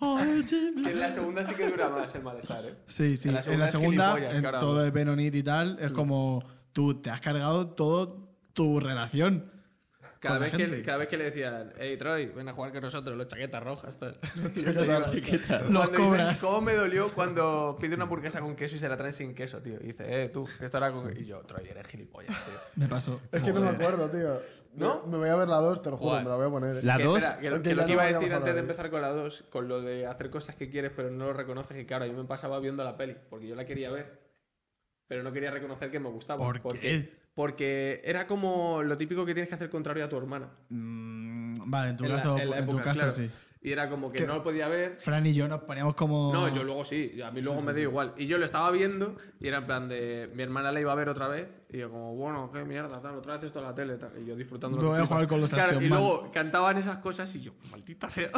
Oh, Jim. En la segunda sí que dura más el malestar, ¿eh? Sí, sí. En la segunda, es gilipollas, en cara. todo el Benonit y tal, es como tú te has cargado todo tu relación. Cada con la vez, que, gente. cada vez que le decían, hey Troy, ven a jugar con nosotros, los chaquetas rojas, *laughs* tal. Los Cuando dices, cobras. ¿Cómo me dolió cuando pide una hamburguesa con queso y se la traen sin queso, tío? Y dice, eh, tú, esto era con. Y yo, Troy, eres gilipollas, tío. Me pasó. Es que no me acuerdo, tío. ¿No? Me voy a ver la 2, te lo juro, Guau. me la voy a poner. eh. La Que, 2. espera, que, lo- Aunque que ya lo que no iba a vayamos decir a hablar antes de de eso. empezar con la 2, con lo de hacer cosas que quieres pero no lo reconoces, que claro, yo me pasaba viendo la peli, porque yo la quería ver, pero no quería reconocer que me gustaba. ¿Por porque, qué? porque era como lo típico que tienes que hacer contrario a tu hermana. Mm, vale, en tu en la- caso, en la en tu época, caso claro. sí. Y era como que ¿Qué? Oh. no lo podía ver, Fran y yo nos poníamos como. No, yo luego sí, yo- a mí luego me dio igual. Y yo lo estaba viendo y era en plan de. Mi hermana la iba a ver otra vez y yo, como, bueno, qué mierda, tal, otra vez esto en la tele, tal. Y yo disfrutando Me voy a jugar con los claro, Y Action Man. luego cantaban esas cosas y yo, maldita sea.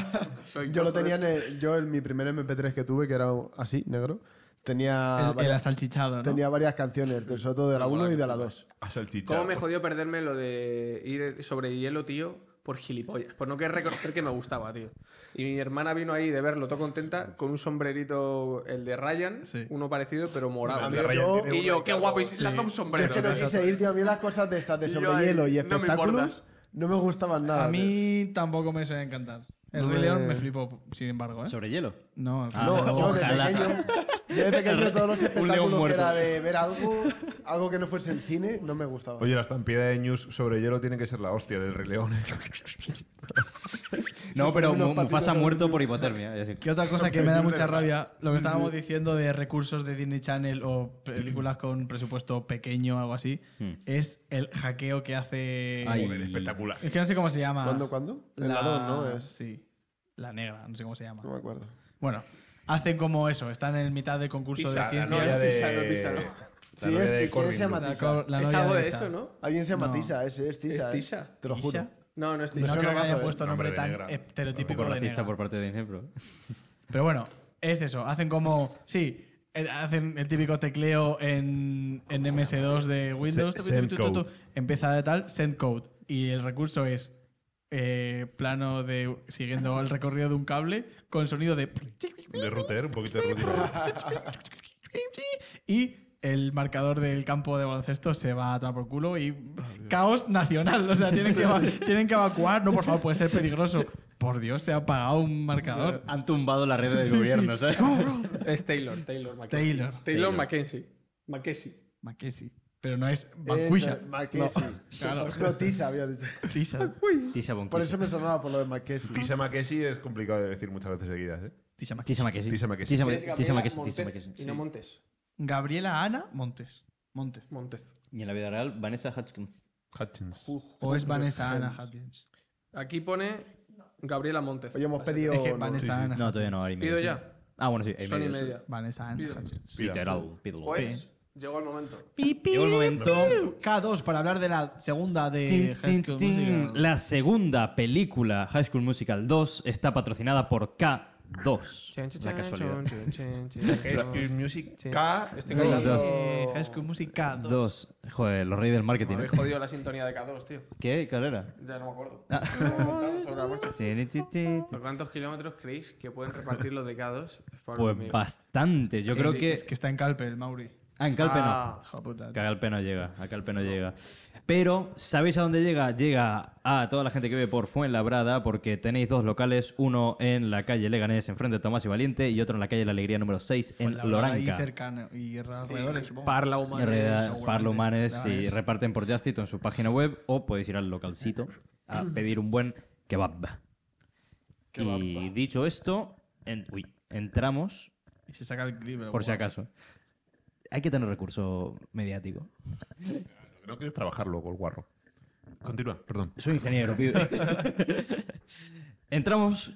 *laughs* Soy Yo lo cojo de- tenía en, el- yo en mi primer MP3 que tuve, que era así, negro. Tenía, El, el varias, asalchichado, ¿no? tenía varias canciones, de- sobre todo de la 1 y de la 2. A salchichar. ¿Cómo me jodió perderme lo de ir sobre hielo, tío? Por gilipollas. Por no querer reconocer que me gustaba, tío. Y mi hermana vino ahí de verlo, todo contenta, con un sombrerito, el de Ryan, Sí. uno parecido, pero morado. El de Ryan tiene uno y de yo, qué cada guapo, y uno. se le han dado un Yo sombrero. es que no tío. quise ir, tío. A mí las cosas de estas de Y yo sobre ahí, hielo y no me espectáculos importas. No me gustaban nada. A mí tampoco me suele encantar. El No Rey me- León me flipó, sin embargo, ¿eh? Sobre hielo. No, el Rey Ah, No, León. yo de ojalá. pequeño, yo de pequeño todos los espectáculos que muerto. era de ver algo, algo que no fuese en cine, no me gustaba. Oye, la estampida de News sobre hielo tiene que ser la hostia del Rey León. ¿eh? *laughs* No, pero Unos Mu- patitos Mufasa ha de- muerto por hipotermia. es decir, ¿Qué otra cosa que me da mucha rabia? Lo que estábamos diciendo de recursos de Disney Channel o películas con presupuesto pequeño o algo así, es el hackeo que hace... Mm. Ay. Joder, espectacular. Es que no sé cómo se llama. ¿Cuándo, cuándo? En la 2, ¿no? Es- Sí. La negra, no sé cómo se llama. no me acuerdo. Bueno, hacen como eso, están en mitad del concurso de la ciencias. novia de... Tisa, no, Tisa, no. la Sí, es novia de que quiere Corbin, ser ¿no? Matisse. La co- la es novia algo de de Chad. eso, ¿no? Alguien se llama No. Tisa, es, es Tisa. ¿Es eh. Tisa? Te lo juro. ¿Tisa? No, no es No suena Tisa. creo que haya mazo, eh. puesto nombre Nombre de tan negra. estereotípico Poco de racista negra. por parte de Disney, pero... Pero bueno, es eso. Hacen como. Sí, eh, hacen el típico tecleo en, en MS2 de Windows. Se- send code. Empieza de tal, send code. Y el recurso es eh, plano de. siguiendo el recorrido de un cable con sonido de. De router, un poquito de router. Y el marcador del campo de baloncesto se va a tomar por culo y caos nacional. O sea, tienen que, *laughs* eva- tienen que evacuar. No, por favor, puede ser peligroso. Por Dios, se ha apagado un marcador. *laughs* Han tumbado la red del gobierno, ¿sabes? Es Taylor, Taylor Mackenzie. Taylor. Taylor, Mackenzie. Mackenzie. Mackenzie. Pero no es Esa, Mancuya. Mackenzie. eh, *laughs* No, Tisa había dicho. Tisa. Tisha Bonquisa. Por eso me sonaba por lo de Mackenzie. Tisa Mackenzie es complicado de decir muchas veces seguidas, ¿eh? Tisa Mac- Tisha Makesi. Tisha Makesi. Tisha Tienes Makesi. Tisha Gabriela Makesi. Tisha Montes Makesi. Y no Montes. Gabriela Ana Montes. Montes. Montes. Y en la vida real, Vanessa Hutchins. Hutchins. O es Vanessa Ana Hutchins. Aquí pone Gabriela Montes. Hoy hemos pedido. Es que no, Vanessa sí. Ana No, Hutchins. todavía no, ahora y media. Pido sí. ya. Ah, bueno, sí. ahí Son y medio. media. Vanessa Ana Bien. Hutchins. Literal, pídelo. Pues llegó el momento. Llegó el momento. K2 para hablar de la segunda de High Tin, School tin, tin. Musical. La segunda película, High School Musical 2, está patrocinada por K2. La casualidad. High Music Sí. K. Estoy Dos. cantando. Eh, High School Musical 2. 2. Joder, los reyes del Me marketing. ¿eh? habéis jodido la sintonía de K2, tío. ¿Qué? ¿Cuál era? Ya no me acuerdo. Ah. Sobre la marcha. Chiri, chi, chi. ¿Por cuántos kilómetros creéis que pueden repartir los de K2? Es por mí. Pues bastante. Yo creo Es que. que está en Calpe, el Mauri. Ah, en Calpe no. Ah, Hija puta. Que a Galpe no llega, a Galpe no llega. Pero, ¿sabéis a dónde llega? Llega a toda la gente que ve por Fuenlabrada, porque tenéis dos locales, uno en la calle Leganés, enfrente de Tomás y Valiente, y otro en la calle La Alegría número 6, en Fuenlabrada Y Loranca. cercano. Y alrededores, supongo. Parla En realidad, humana. Parlo Humanes y Leganés. reparten por Justit en su página web, o podéis ir al localcito a pedir un buen kebab. Y dicho esto, en- uy, entramos, Y se saca el clip. por si acaso. Hay que tener recurso mediático. No quieres trabajar luego, el guarro. Continúa, perdón. Soy ingeniero, pibe. Entramos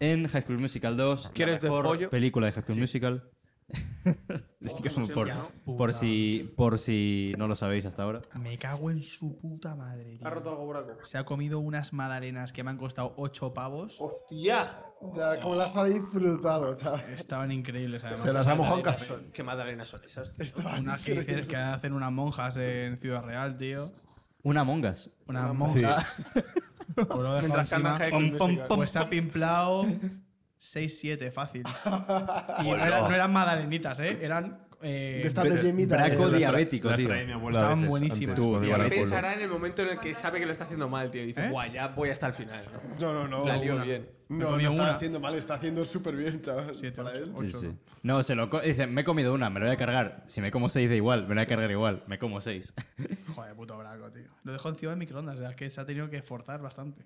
en High School Musical 2. ¿Quieres la de mejor pollo? película de High School Musical. por, por si, por si no lo sabéis hasta ahora. Me cago en su puta madre. tío. Ha roto algo buraco. Se ha comido unas magdalenas que me han costado 8 pavos. ¡Hostia! Ya, como las ha disfrutado, ¿sabes? Estaban increíbles, además. Se las ha mojado en café. Son- ¿Qué magdalenas son esas? tío? Unas que, dicen- que hacen unas monjas en Ciudad Real, tío. Una mongas. Unas Sí. monjas. *laughs* Pues lo dejo Mientras encima. cantan High Pom, School pom, Musical. pom. Pues se ha pimplado 6-7, fácil. Y no eran, no eran magdalenitas, ¿eh? Eran... eh, De estas de Jamie Braco Tyler. diabético, Las tío. trae mi abuela Estaban a veces buenísimas. antes, cuando iba a la Diabetes polo. Pensará en el momento en el que sabe que lo está haciendo mal, tío. Y dice, ¿Eh? guau, ya voy hasta el final. ¿no? No, no, no. La lío una. bien. Me No, comí no está una. haciendo mal, está haciendo súper bien, chaval. Siete, Para ocho. él. Sí, ocho, sí. ¿no? No, se lo co- dicen, me he comido una, me lo voy a cargar. Si me como seis da igual, me lo voy a cargar igual. Me como seis. Joder, puto braco, tío. Lo dejó encima del microondas, o sea, es que se ha tenido que forzar bastante.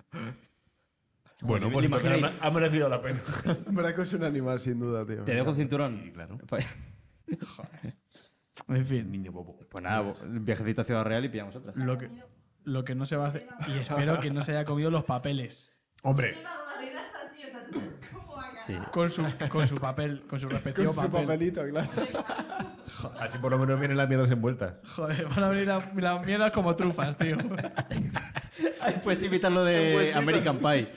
Bueno, pues imagináis? entonces ha merecido la pena. Braco es un animal, sin duda, tío. Te dejo cinturón. claro. *laughs* Pues, En fin, Niño bobo. pues nada, bo- viajecito a Ciudad Real y pillamos *laughs* otra. lo que, lo que no se va a hacer... Y espero que no se haya comido los papeles. Hombre, Sí. Con su, con su papel, con su respectivo Con su papel. papelito, claro. así por lo menos vienen las mierdas envueltas. Joder, van a venir las, las mierdas como trufas, tío. Pues invitarlo de American Pie.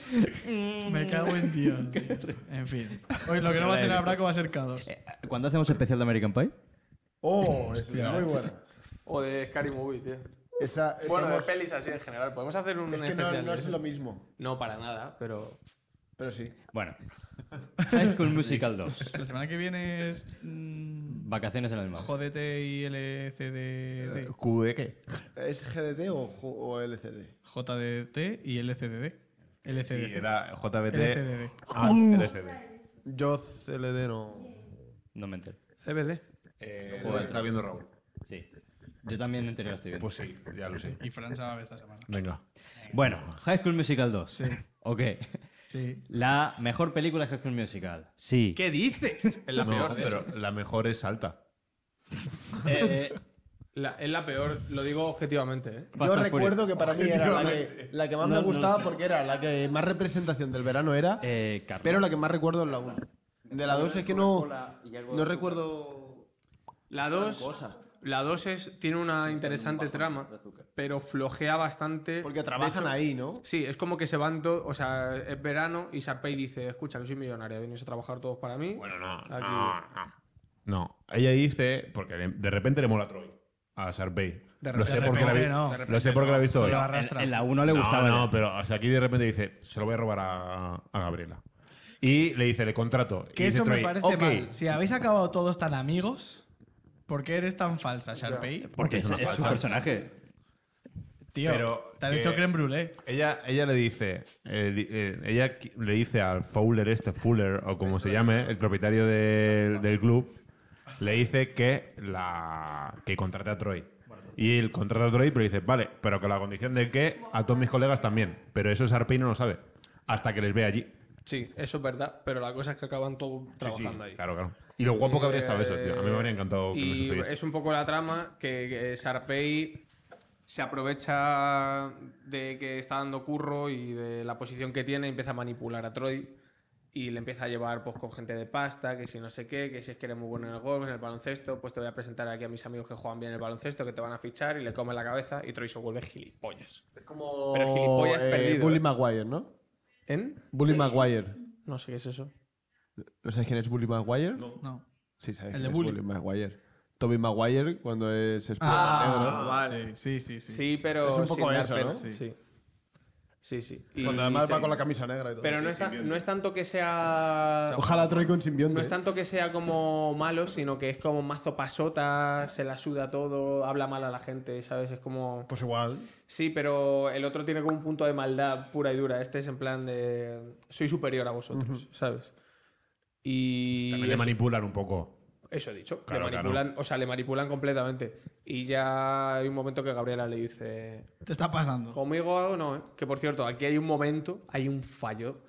Me cago en *laughs* Dios. tío. En fin. Hoy lo que no va a hacer el braco va a ser K2. Eh, ¿Cuándo hacemos especial de American Pie? *laughs* Oh, hostia, muy buena. O de Scary Movie, tío. Esa, Bueno, de estamos- pelis así en general. Podemos hacer un es que no, especial no de es eso. lo mismo, No, para nada, pero... pero sí. Bueno, *laughs* High School Musical 2. La semana que viene es. mm, Vacaciones en el mar. Jódete y Eh. LCDD. ¿Q E de qué? ¿Es GDT o, jo- o LCD? JDT y LCDD. Sí, LCDD. era JBT. LCDD. Ah, LCD. Yo CLD no. No me entero. CBD. Eh, lo está viendo Raúl. Sí. Yo también entero lo estoy viendo. Pues sí, ya lo sé. Y Fran sabe esta semana. Venga. bueno, High School Musical 2. Sí. Ok. Sí. La mejor película de High School Musical. Sí. ¿Qué dices? Es la No, peor. de pero hecho. la mejor es Alta. Eh, la- es la peor, lo digo objetivamente. ¿eh? Fast Yo and recuerdo que para mí era la que, la que más No, me no gustaba sé. porque era la que más representación del verano era, Eh, Carlos. pero la que más recuerdo es la 1. De la 2 es que no, no recuerdo... La 2 la dos es tiene una interesante trama, pero flojea bastante. Porque trabajan De hecho, ahí, ¿no? Sí, es como que se van todos, o sea, es verano y Sarpey dice, escucha, que soy millonaria, venís a trabajar todos para mí. Bueno, no, Aquí. no, no. No, ella dice, porque le- de repente le mola Troy a Sarpey. De Lo sé repente porque la vi- no. lo sé porque la he visto Se hoy. lo No, En, arrastra. en la 1 le gustaba. no, ya. pero o sea, aquí de repente dice, se lo voy a robar a, a Gabriela. Y le dice, le contrato. Y Que dice eso me Troy, parece "Ok". mal. Si habéis acabado todos tan amigos, ¿por qué eres tan falsa, Sharpay? porque es, una es un falsa. personaje. Tío, Pero te han que- hecho creme brûlée. Ella, ella le dice, eh, di- eh, ella qui- le dice al Fowler este, Fuller o como se llame, el propietario del, del club, le dice que la que contrate a Troy. Y él contrata a Troy, pero dice, vale, pero con la condición de que a todos mis colegas también. Pero eso Sarpey no lo sabe, hasta que les ve allí. Sí, eso es verdad, pero la cosa es que acaban todos Sí, sí, trabajando ahí. Claro, claro. Y lo guapo que habría estado eso, tío. A mí me habría Eh, encantado que me y sucediese. Es un poco la trama que eh, Sarpey se aprovecha de que está dando curro y de la posición que tiene y empieza a manipular a Troy y le empieza a llevar pues, con gente de pasta, que si no sé qué, que si es que eres muy bueno en el golf, en el baloncesto, pues te voy a presentar aquí a mis amigos que juegan bien el baloncesto, que te van a fichar y le come la cabeza y Troy se vuelve gilipollas. Es como Pero gilipollas perdido, Bully ¿eh? Maguire, ¿no? ¿En? Bully Maguire. No sé qué es eso. ¿No sabes quién es Bully Maguire? No. Sí, sabes El quién de es Bully. Bully Maguire. Toby Maguire cuando es Spider- negro. Ah, vale. Sí, sí, sí. Sí, sí. pero Es un sin poco dar eso, pena. ¿no? Sí. Sí, sí. Y- Cuando además sí. va con la camisa negra y todo. Pero no, está- no es tanto que sea. Ojalá Troy con simbionte. No es tanto que sea como malo, sino que es como mazo pasota, se la suda todo, habla mal a la gente, ¿sabes? Es como. Pues igual. Sí, pero el otro tiene como un punto de maldad pura y dura. Este es en plan de. Soy superior a vosotros, ¿sabes? Y. También le es- manipulan un poco. eso he dicho. Claro, le manipulan, O sea, le manipulan completamente. Y ya hay un momento que Gabriela le dice. Te está pasando. Conmigo no, ¿eh? Que por cierto, aquí hay un momento, hay un fallo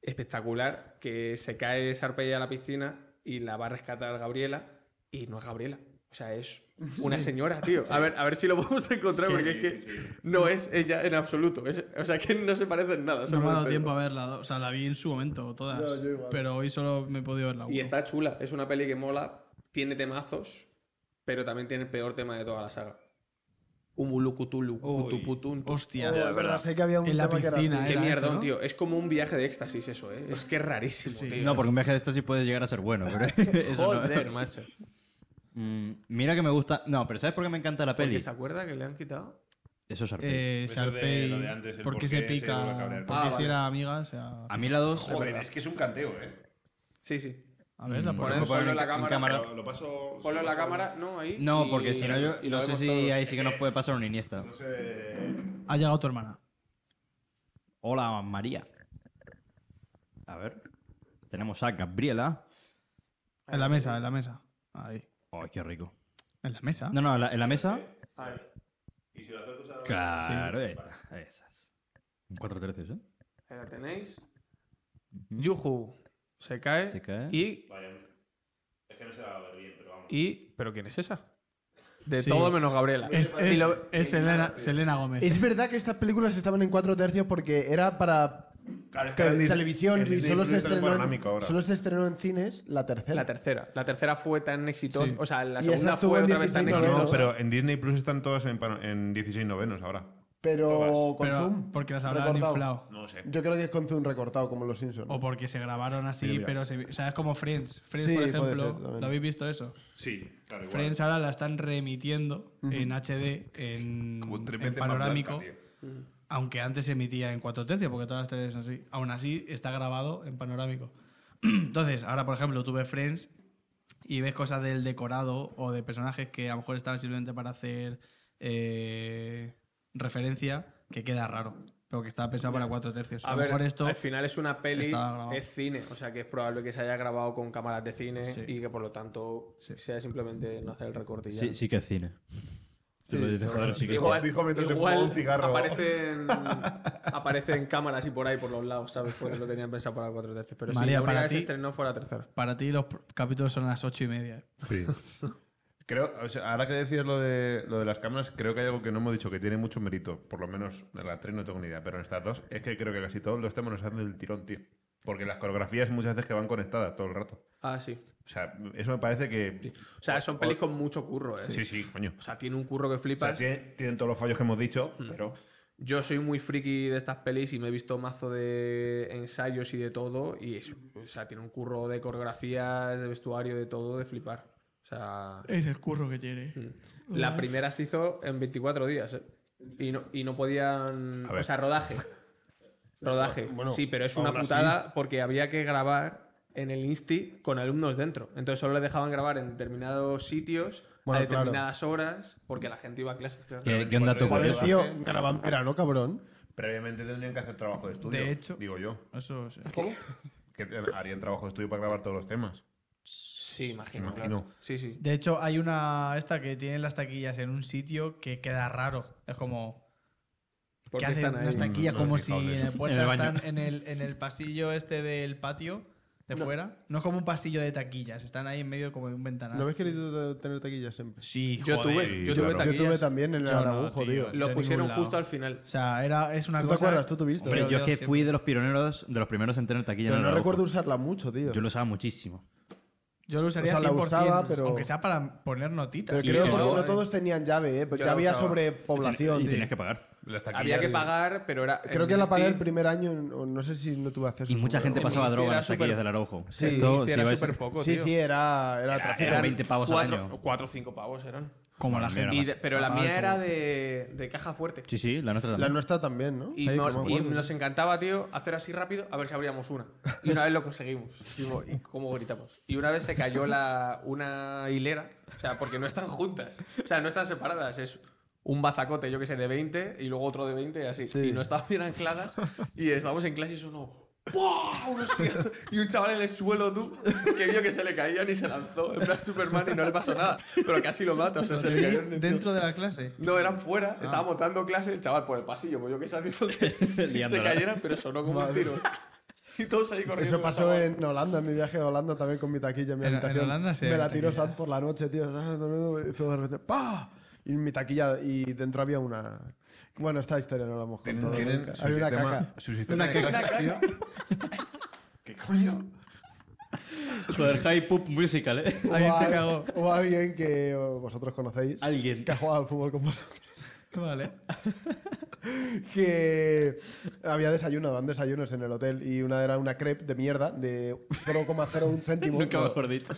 espectacular que se cae Sarpey a la piscina y la va a rescatar Gabriela y no es Gabriela. O sea, es una señora, tío. A ver, a ver si lo *laughs* podemos encontrar porque es que no es ella en absoluto. Es- o sea, que no se parece en nada. No solo me ha en dado el tiempo a pelo. verla. O sea, la vi en su momento, todas. Yo- yo igual. Pero hoy solo me he podido verla. Y está chula. Es una peli que mola, tiene temazos, pero también tiene el peor tema de toda la saga. Umulukutulu, kutuputun. Hostia. Oh, es verdad, sé que había un En la tema que era Ah, piscina, así. Qué Era eso, mierdón, ¿no? tío. Es como un viaje de éxtasis eso, ¿eh? Es que es rarísimo, tío. No, *laughs* porque un viaje de estos sí puede llegar a ser bueno. Pero *laughs* eso no. *laughs* Joder, macho. Mm, mira que me gusta. No, pero ¿sabes por qué me encanta la Porque peli? se acuerda que le han quitado. Eso es arte. Eh, Eso de Sharpay. lo de antes, el porque se por qué se vuelve a pica. cabrear. porque Ah, si vale. era amiga, o sea. a mí la 2. es que es un canteo, ¿eh? Sí, sí. A ver, la Mm, ponemos. Lo Ponlo ponen en la en- en cámara. cámara. Lo paso. Ponlo en la cámara, no, ahí. No, y- porque si no, yo y lo no sé vemos si todos. ahí sí que nos puede pasar un Iniesta. No sé. Ha llegado tu hermana. Hola, María. A ver. Tenemos a Gabriela. En Ah, la mesa, en la mesa. Ahí. Ay, qué rico. En la mesa. No, no, en la, en la mesa. Ahí. Claro, ahí está, esas. Un 4-13, ¿eh? Ahí la tenéis. Yuhu. Se cae. Se cae. Y. Es que no se va a ver bien, pero vamos. y... ¿Pero quién es esa? de Todo menos Gabriela. Es, Si es- lo- es Selena, Selena Gómez. Es verdad que estas películas estaban en cuatro tercios porque era para Claro, es que te- Disney- televisión en y Disney solo se, Plus está en estrenó en, panorámico ahora. solo se estrenó en cines la tercera. La tercera. La tercera fue tan exitosa. Sí. O sea, la Y esa segunda estuvo fue en otra vez tan 16 exitosa. No, pero en Disney Plus están todas en, pano- en 16 novenos ahora. pero con Pero Zoom. porque las habrán recortado. inflado. No sé. Yo creo que es con Zoom recortado, como los Simpsons. O porque se grabaron así, Mira, mira. pero se, o sea, es como Friends. Friends, Sí, por puede ejemplo, ser, también. ¿lo habéis visto eso? Sí, claro, igual. Friends ahora la están remitiendo en HD, en, Como en tres veces más panorámico, blanca, tío. aunque antes se emitía en cuatro tercios, porque todas las teles son así. *clears throat* Aún así, está grabado en panorámico. Entonces, ahora, por ejemplo, tuve Friends y ves cosas del decorado o de personajes que a lo mejor estaban simplemente para hacer eh, referencia, que queda raro, pero que estaba pensado para cuatro tercios. A, A lo ver, mejor esto... al final es una peli, está grabado. es cine, o sea que es probable que se haya grabado con cámaras de cine Sí. y que por lo tanto Sí. sea simplemente no hacer el recorte y ya. Sí, sí que es cine. Te lo dices, joder, sí que es Igual, Dijo mientras se igual fumaba un cigarro. *laughs* Aparecen, aparecen cámaras y por ahí, por los lados, ¿sabes? Porque lo tenían pensado para cuatro tercios. Pero sí, María, la única para que se ti- estrenó fue la tercera. Para ti los pr- capítulos son las ocho y media. Sí. *laughs* Creo, o sea, ahora que decías lo de, lo de las cámaras, creo que hay algo que no hemos dicho que tiene mucho mérito. Por lo menos en la 3 no tengo ni idea, pero en estas dos es que creo que casi todos los temas los hacen del tirón, tío. Porque las coreografías muchas veces que van conectadas todo el rato. Ah, sí. O sea, eso me parece que... O sea, son pelis con mucho curro, ¿eh? Sí, sí, coño. O sea, tiene un curro que O sea, flipas. tienen, tienen todos los fallos que hemos dicho, pero... Yo soy muy friki de estas pelis y me he visto mazo de ensayos y de todo. Y es- o sea, tiene un curro de coreografías, de vestuario, de todo, de flipar. O sea, Es el curro que tiene. Hmm. la primera se hizo en 24 días, ¿eh? Y no, y no podían. A ver. O sea, rodaje. Rodaje. Bueno, sí, pero es una aún así- putada porque había que grabar en el Insti con alumnos dentro. Entonces solo les dejaban grabar en determinados sitios, a Bueno, claro. determinadas horas, porque la gente iba a clases. claro. ¿Qué, qué un dato Joder, curioso. tío, grabando era, ¿no, cabrón? Previamente tendrían que hacer trabajo de estudio. De hecho- Digo yo. Eso sí. Que harían trabajo de estudio para grabar todos los temas. Sí, imagino. Imagino. claro. Sí, sí. De hecho, hay una esta que tiene las taquillas en un sitio que queda raro. Es como ¿Por que qué hacen están ahí? las taquillas No, no como he si fijado de en eso. el, puerta En el baño. están en el, en el pasillo este del patio de fuera. No es como un pasillo de taquillas, están ahí en medio como de un ventanal. ¿No habéis querido tener taquillas siempre? Sí, Yo joder. tuve, yo Yo- tuve yo Yo tuve taquillas. también en el Yo no, Araujo, tío. tío. Lo de pusieron ningún lado. justo al final. O sea, era, es una ¿Tú te cosa. acuerdas? Tú tuviste. Hombre, Pero yo es que fui de los pioneros, de los primeros en tener taquilla. Pero en el no Araujo. recuerdo usarla mucho, tío. Yo lo usaba muchísimo. Yo lo usaría O sea, la 100%, usaba, pero- aunque sea para poner notitas. Pero Y creo que que luego- no todos tenían llave, ¿eh? Porque Yo la ya había usaba. sobrepoblación. Y tenías que pagar. Las taquillas- Había que pagar, pero era. Creo en que la pagué el Insti- primer año, o no sé si no tuve acceso. Y mucha gente seguro. pasaba Insti droga en era las taquillas súper- del Araujo. Sí, Esto, Insti si era vais- súper poco, Sí, tío. sí, era, era tráfico. eran 20 pavos al cuatro, año. 4 o 5 pavos eran. como la Madre gente. mía, Y de- pero la Ah, mía eso. era de, de caja fuerte. Sí, sí, la nuestra La también. nuestra también, ¿no? Y, Sí, nos, no me y acuerdo. nos encantaba, tío, hacer así rápido a ver si abríamos una. Y una vez lo conseguimos. Digo, Y cómo gritamos. Y una vez se cayó la, una hilera. O sea, porque no están juntas. O sea, no están separadas. Es un bazacote, yo que sé, de 20 y luego otro de 20 y así. Sí. Y no estaban bien ancladas. Y estábamos en clase y sonó. ¡buah! Un hostiazo. Y un chaval en el suelo, tú, que vio que se le caían y se lanzó en plan Superman y no le pasó nada. Pero casi lo mata. O sea, ¿Lo se le tenéis cayeron encima. dentro de la clase. No, eran fuera, estábamos dando clase, el chaval por el pasillo, pues yo que sé, haciendo que se Liándola. cayeran, pero sonó como un Madre. tiro. Y todos ahí corriendo. Eso pasó chaval. en Holanda, en mi viaje a Holanda también con mi taquilla en mi En- en habitación. Holanda sí Me hay la tiró taquilla. Sad por la noche, tío. Hizo de repente ¡pah! Y mi taquilla, y dentro había una. Bueno, esta historia no la hemos Tienen, contado. tienen nunca. su Había una *laughs* sistema- caja. su sistema de clasificación. ¿Qué coño? Joder, High Poop Musical, ¿eh? *laughs* Hubo Alguien se al- cagó. Hubo alguien que o, vosotros conocéis. Alguien. Que ha jugado al fútbol con vosotros. Vale. Que había desayuno, dan desayunos en el hotel. Y una era una crepe de mierda de *laughs* 0,01 céntimo. Nunca mejor dicho.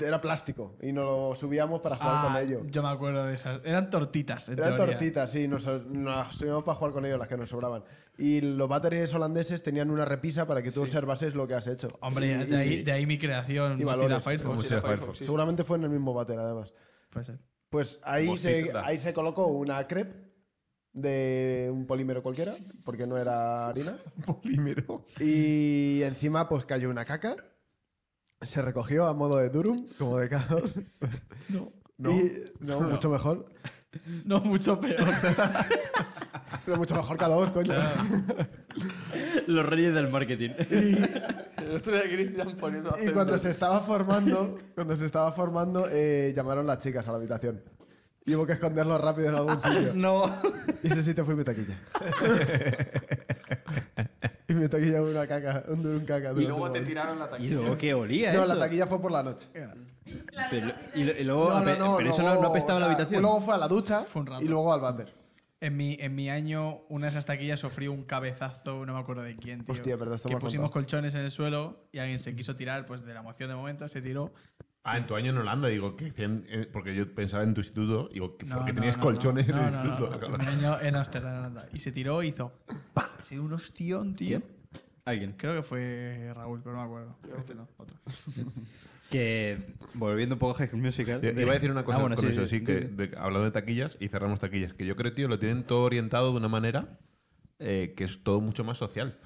Era plástico. Y nos lo subíamos para jugar Ah, con ello. Yo me acuerdo de esas. Eran tortitas. en Eran teoría. tortitas, sí, nos, nos íbamos para jugar con ellos las que nos sobraban. Y los baterías holandeses tenían una repisa para que tú observases lo que has hecho. Hombre, Y- de, ahí, y- de ahí mi creación. y Mozilla valores. Firefox. Mozilla Firefox. sí, sí. Seguramente fue en el mismo bater, además. Puede ser. Pues ahí se, Mosquita. ahí se colocó una crepe de un polímero cualquiera, porque no *laughs* era harina. polímero. Y encima pues cayó una caca. Se recogió a modo de durum, como de caos. No. *laughs* no, mucho mejor. No, mucho peor. Pero mucho mejor cada dos, coño. Los reyes del marketing. El otro día Cristian poniendo. Y cuando se estaba formando, cuando se estaba formando, eh, llamaron las chicas a la habitación. Y hubo que esconderlo rápido en algún *laughs* sitio. No. Y ese sitio fue *laughs* mi taquilla. y mi taquilla fue una caca, un duro un caca. Y durante luego un te momento. tiraron la Y taquilla. luego que olía, No, eso? la taquilla fue por la noche. Eh, Pero- y, lo- y luego, ape- pero eso no, no luego, apestaba o la sea, habitación. Luego fue a la ducha Fue un rato. y luego al váter. En mi, en mi año, una de esas taquillas sufrió un cabezazo, no me acuerdo de quién, tío. Hostia, verdad, esto Que me has pusimos contado. colchones en el suelo y alguien se quiso tirar, pues de la emoción de momento, se tiró. Ah, en tu año en Holanda, digo, que hacían- eh, porque yo pensaba en tu instituto, digo, que- No, porque no, tenías no, colchones no, en el no, instituto. no, no, cabrón. mi año en Ámsterdam, Holanda. Y se tiró y hizo ¡pa! Se dio un hostión, tío. ¿Alguien? Creo que fue Raúl, pero no me acuerdo. Este no, otro. Que volviendo un poco a High School Musical. Yo- dime. Iba a decir una cosa Ah, bueno, con sí, eso, sí, que dime. de- hablando de taquillas y cerramos taquillas, que yo creo, tío, lo tienen todo orientado de una manera eh, que es todo mucho más social.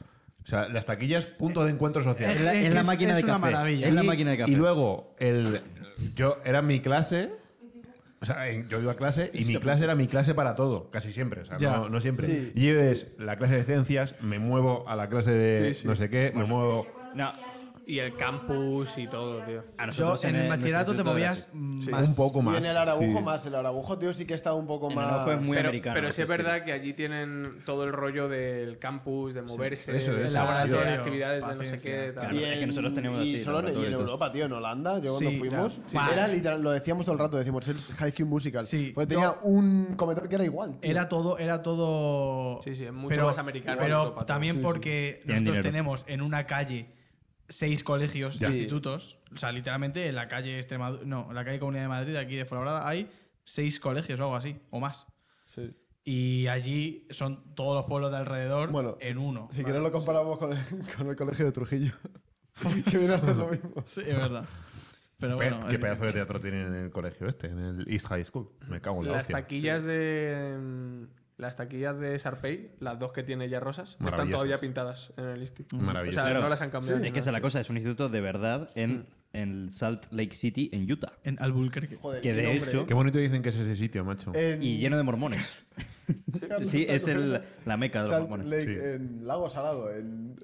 O sea, las taquillas, punto de encuentro social. Es la, es la máquina es de una café. maravilla. Es la Y- máquina de café. Y luego, el, yo era mi clase. O sea, en- yo iba a clase y mi clase era mi clase para todo, casi siempre. O sea, Ya. no, no siempre. Sí, y yo es la clase de ciencias, me muevo a la clase de Sí, sí. no sé qué, me muevo. No, Y el campus y todo, tío. a Yo nosotros en el nuestro bachillerato te instituto era movías así. mm, Sí. más. Un poco más. Y en el Araujo sí. más. El Araujo, tío, sí que está un poco En más. Araujo es muy Pero- americano. Pero sí ese es estilo. verdad que allí tienen todo el rollo del campus, de moverse, eso, de laboratorio, eso. de Laboratorio, actividades de no sé paciencia. qué. Claro, Tal. y es que en- nosotros teníamos y así, solo en, y en laboratorio y todo. Europa, tío, en Holanda, yo cuando Sí, fuimos, claro. Sí. era literal, lo decíamos todo el rato, decimos, es High School Musical. Sí, porque yo- tenía un comentario que era igual, tío. Era todo, era todo. Sí, sí, es mucho más americano Pero en Europa, también todo. porque Tienen nosotros dinero. tenemos en una calle seis colegios, Ya. e institutos. O sea, literalmente en la calle Extremadura, no, en la calle Comunidad de Madrid, aquí de Fuenlabrada, hay seis colegios o algo así, o más. Sí. Y allí son todos los pueblos de alrededor Bueno, en si- uno. Si quieres lo comparamos con el, *laughs* con el colegio *laughs* de Trujillo, que viene a ser lo mismo. Sí, es verdad. Pero Pe- bueno, ¿Qué es- pedazo de teatro tienen en el colegio este? En el East High School. Me cago en la Las hostia. taquillas de. mm, Las taquillas de Sarpey, las dos que tiene ya rosas, están Maravillosas. todavía pintadas en el listing. O Maravillosas. sea, Claro. no las han cambiado. ni Es que esa nada. es la cosa, es un instituto de verdad en, en Salt Lake City, en Utah. En Albuquerque. Joder, Que qué de nombre, hecho- ¿eh? Qué bonito dicen que es ese sitio, macho. En- Y lleno de mormones. *laughs* Sí, es el- la meca de los Salt mormones. Lake, sí. en Lago Salado, en...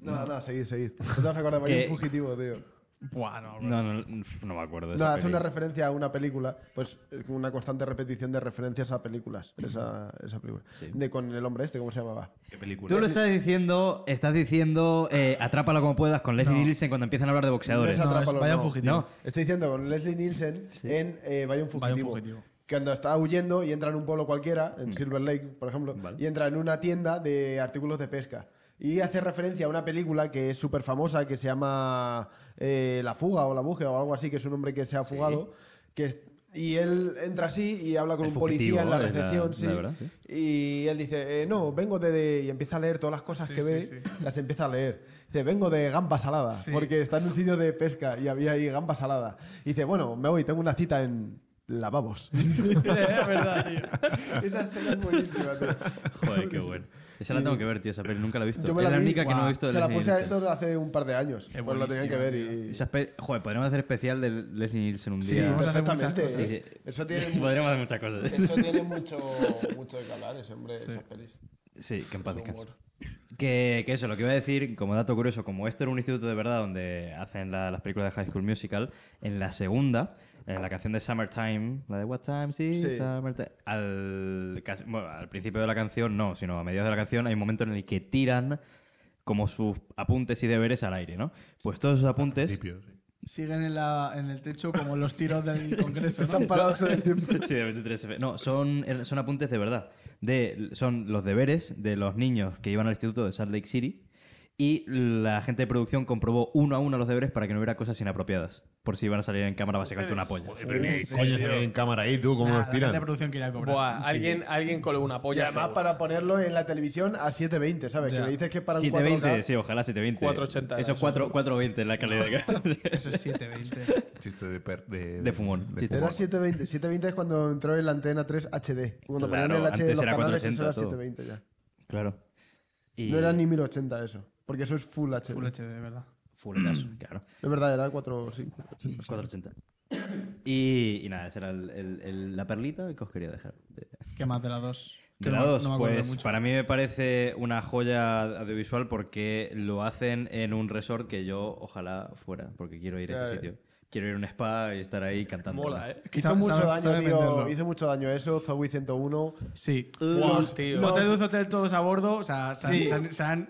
Nada, nada, seguid, seguid. No te vas a acordar, hay Que- un fugitivo, tío. Buah, no, bro. No, no, no me acuerdo. de No, esa hace peli. una referencia a una película, pues eh, con una constante repetición de referencias a películas, esa, esa película. De, con el hombre este, ¿cómo se llamaba? Qué película. Tú lo estás diciendo, estás diciendo, eh, atrápalo como puedas con Leslie No. Nielsen cuando empiezan a hablar de boxeadores. No es Atrápalo, vaya no. fugitivo. No. Estoy diciendo con Leslie Nielsen en eh, Vaya un Vaya un fugitivo. fugitivo. Cuando está huyendo y entra en un pueblo cualquiera, Mm. en Silver Lake, por ejemplo, y entra en una tienda de artículos de pesca. Y hace referencia a una película que es súper famosa, que se llama eh, La fuga o La búsqueda o algo así, que es un hombre que se ha fugado. Que es- y él entra así y habla con El un policía en la fugitivo, es la- recepción, la sí. verdad, sí. Y él dice, eh, no, vengo de, de-" Y empieza a leer todas las cosas que ve, las empieza a leer. Dice, vengo de gamba salada, porque está en un sitio de pesca y había ahí gamba salada. Y dice, bueno, me voy, tengo una cita en lavabos. *laughs* es verdad, tío. Esa escena es buenísima, tío. Joder, qué bueno. Esa la tengo que ver, tío, esa peli nunca la he visto. Yo me es la la, vi, única que no guau, he visto de Se la Leslie puse a Nielsen. esto hace un par de años, Es pues lo tenía que buenísima, ver y... Esa pe- Joder, podríamos hacer especial de Leslie Nielsen un Sí, día. vamos a hacer muchas perfectamente. cosas. Sí, sí. Eso *laughs* tiene, podríamos hacer muchas cosas. eso tiene mucho, mucho de que hablar, ese hombre, esas pelis. Sí, que en paz descanse. humor. Que, que eso, lo que iba a decir, como dato curioso, como este era un instituto de verdad donde hacen la- las películas de High School Musical, en la segunda, en la canción de Summertime, la de What Time is It? Sí. Summertime, al, casi- bueno, al principio de la canción no, sino a mediados de la canción hay un momento en el que tiran como sus apuntes y deberes al aire, ¿no? Pues todos esos apuntes... Principio, sí. Siguen en, la, en el techo como los tiros *laughs* del Congreso. ¿no? Están parados en el tiempo. *laughs* Sí, de 23F. No, son, er, son apuntes de verdad. De, son los deberes de los niños que iban al instituto de Salt Lake City y la gente de producción comprobó uno a uno los deberes para que no hubiera cosas inapropiadas. Por si iban a salir en cámara básicamente una polla. Joder, pero ni coño sale en cámara ahí, tú, cómo Nah, Ah, la los gente de tiran. producción que irá a cobrar. Buah, alguien, alguien coló una Y polla. además seguro. para ponerlo en la televisión a 720, ¿sabes? Ya. Que le dices que es para un 720, 4K. sí, ojalá 720. 480, Eso es eso. 4- 420 en la calidad de, Eso es 720. Chiste de, per- de, de fumón. de Chiste Era fumón. 720. 720 es cuando entró en la antena 3 HD. Cuando Claro, ponían el HD de antes los era canales, eso 480 era todo. 720 ya. Claro. Y No era ni 1080 eso. Porque eso es Full HD. Full HD, de verdad. *clears throat* Fuletazo, claro. Es verdad, era 4 sí. 480. Y, y nada, esa era el- el- el- la perlita que os quería dejar. de- ¿Qué más de la 2? De la dos, pues para mí me parece una joya audiovisual porque lo hacen en un resort que yo ojalá fuera, porque quiero ir a Ya, ese eh. sitio. Quiero ir a un spa y estar ahí cantando. Mola, ¿eh? Hizo mucho daño, tío. Hizo mucho daño eso. Zoe 101. Sí. Buah, Los- tío. los- Hotel Dulce Hotel todos a bordo. O sea, se han- Sí. se han- se han-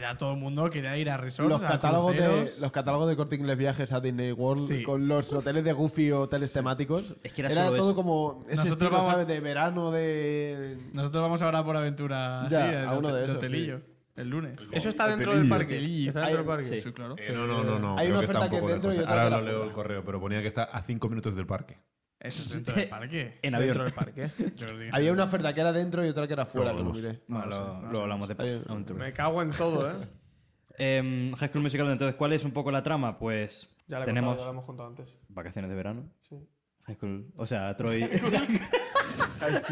ya todo el mundo quería ir a resorts, Los a catálogos, de, cruceros. los catálogos de Corte Inglés viajes a Disney World Sí. con los hoteles de Goofy o hoteles temáticos. Es que era todo solo eso. como ese Nosotros estilo, vamos- ¿sabes? De verano, de... Nosotros vamos ahora por aventura. Ya, sí, a el uno hotel- de el esos, hotelillo, El lunes. Eso está dentro del parque. Está dentro del Ahí- parque. sí. claro. Eh, no, no, no, no. Hay creo una que está oferta un que poco dentro y lejos. otra Ahora que lo la leo el funda. correo, pero ponía que está a 5 minutos del parque. Eso es dentro del parque. En avión. Dentro del parque. Yo creo que- Había una oferta que era dentro y otra que era fuera, No, que lo vamos. miré. Bueno, lo, lo hablamos después. Ahí- Aventura. Me cago en todo, ¿eh? Em, High School Musical, entonces, ¿cuál es un poco la trama? Pues Ya la he Tenemos- contado, ya la hemos contado antes. Vacaciones de verano. Sí. High School- O sea, *laughs* Troy.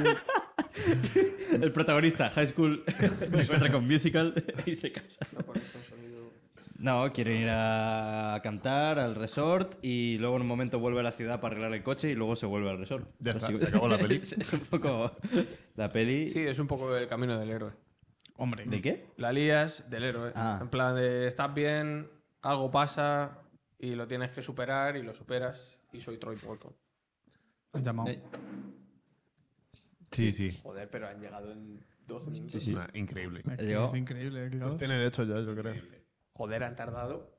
*laughs* el protagonista, High School, *laughs* se encuentra con musical *laughs* y se casa. No pones un sonido. No, quiere ir a cantar al resort y luego en un momento vuelve a la ciudad para arreglar el coche y luego se vuelve al resort. Ya está, Así- se acabó la *laughs* peli. es un poco la peli. Sí, es un poco el camino del héroe. Hombre. ¿De qué? La lías del héroe. Ah. En plan de estás bien, algo pasa y lo tienes que superar y lo superas y soy Troy Bolton. Han llamado. Eh, Sí, sí. Joder, pero han llegado en 12 minutos. sí. Ah, increíble. Es, que llegó. es increíble, claro. Los tienen hecho ya, yo creo. Joder, han tardado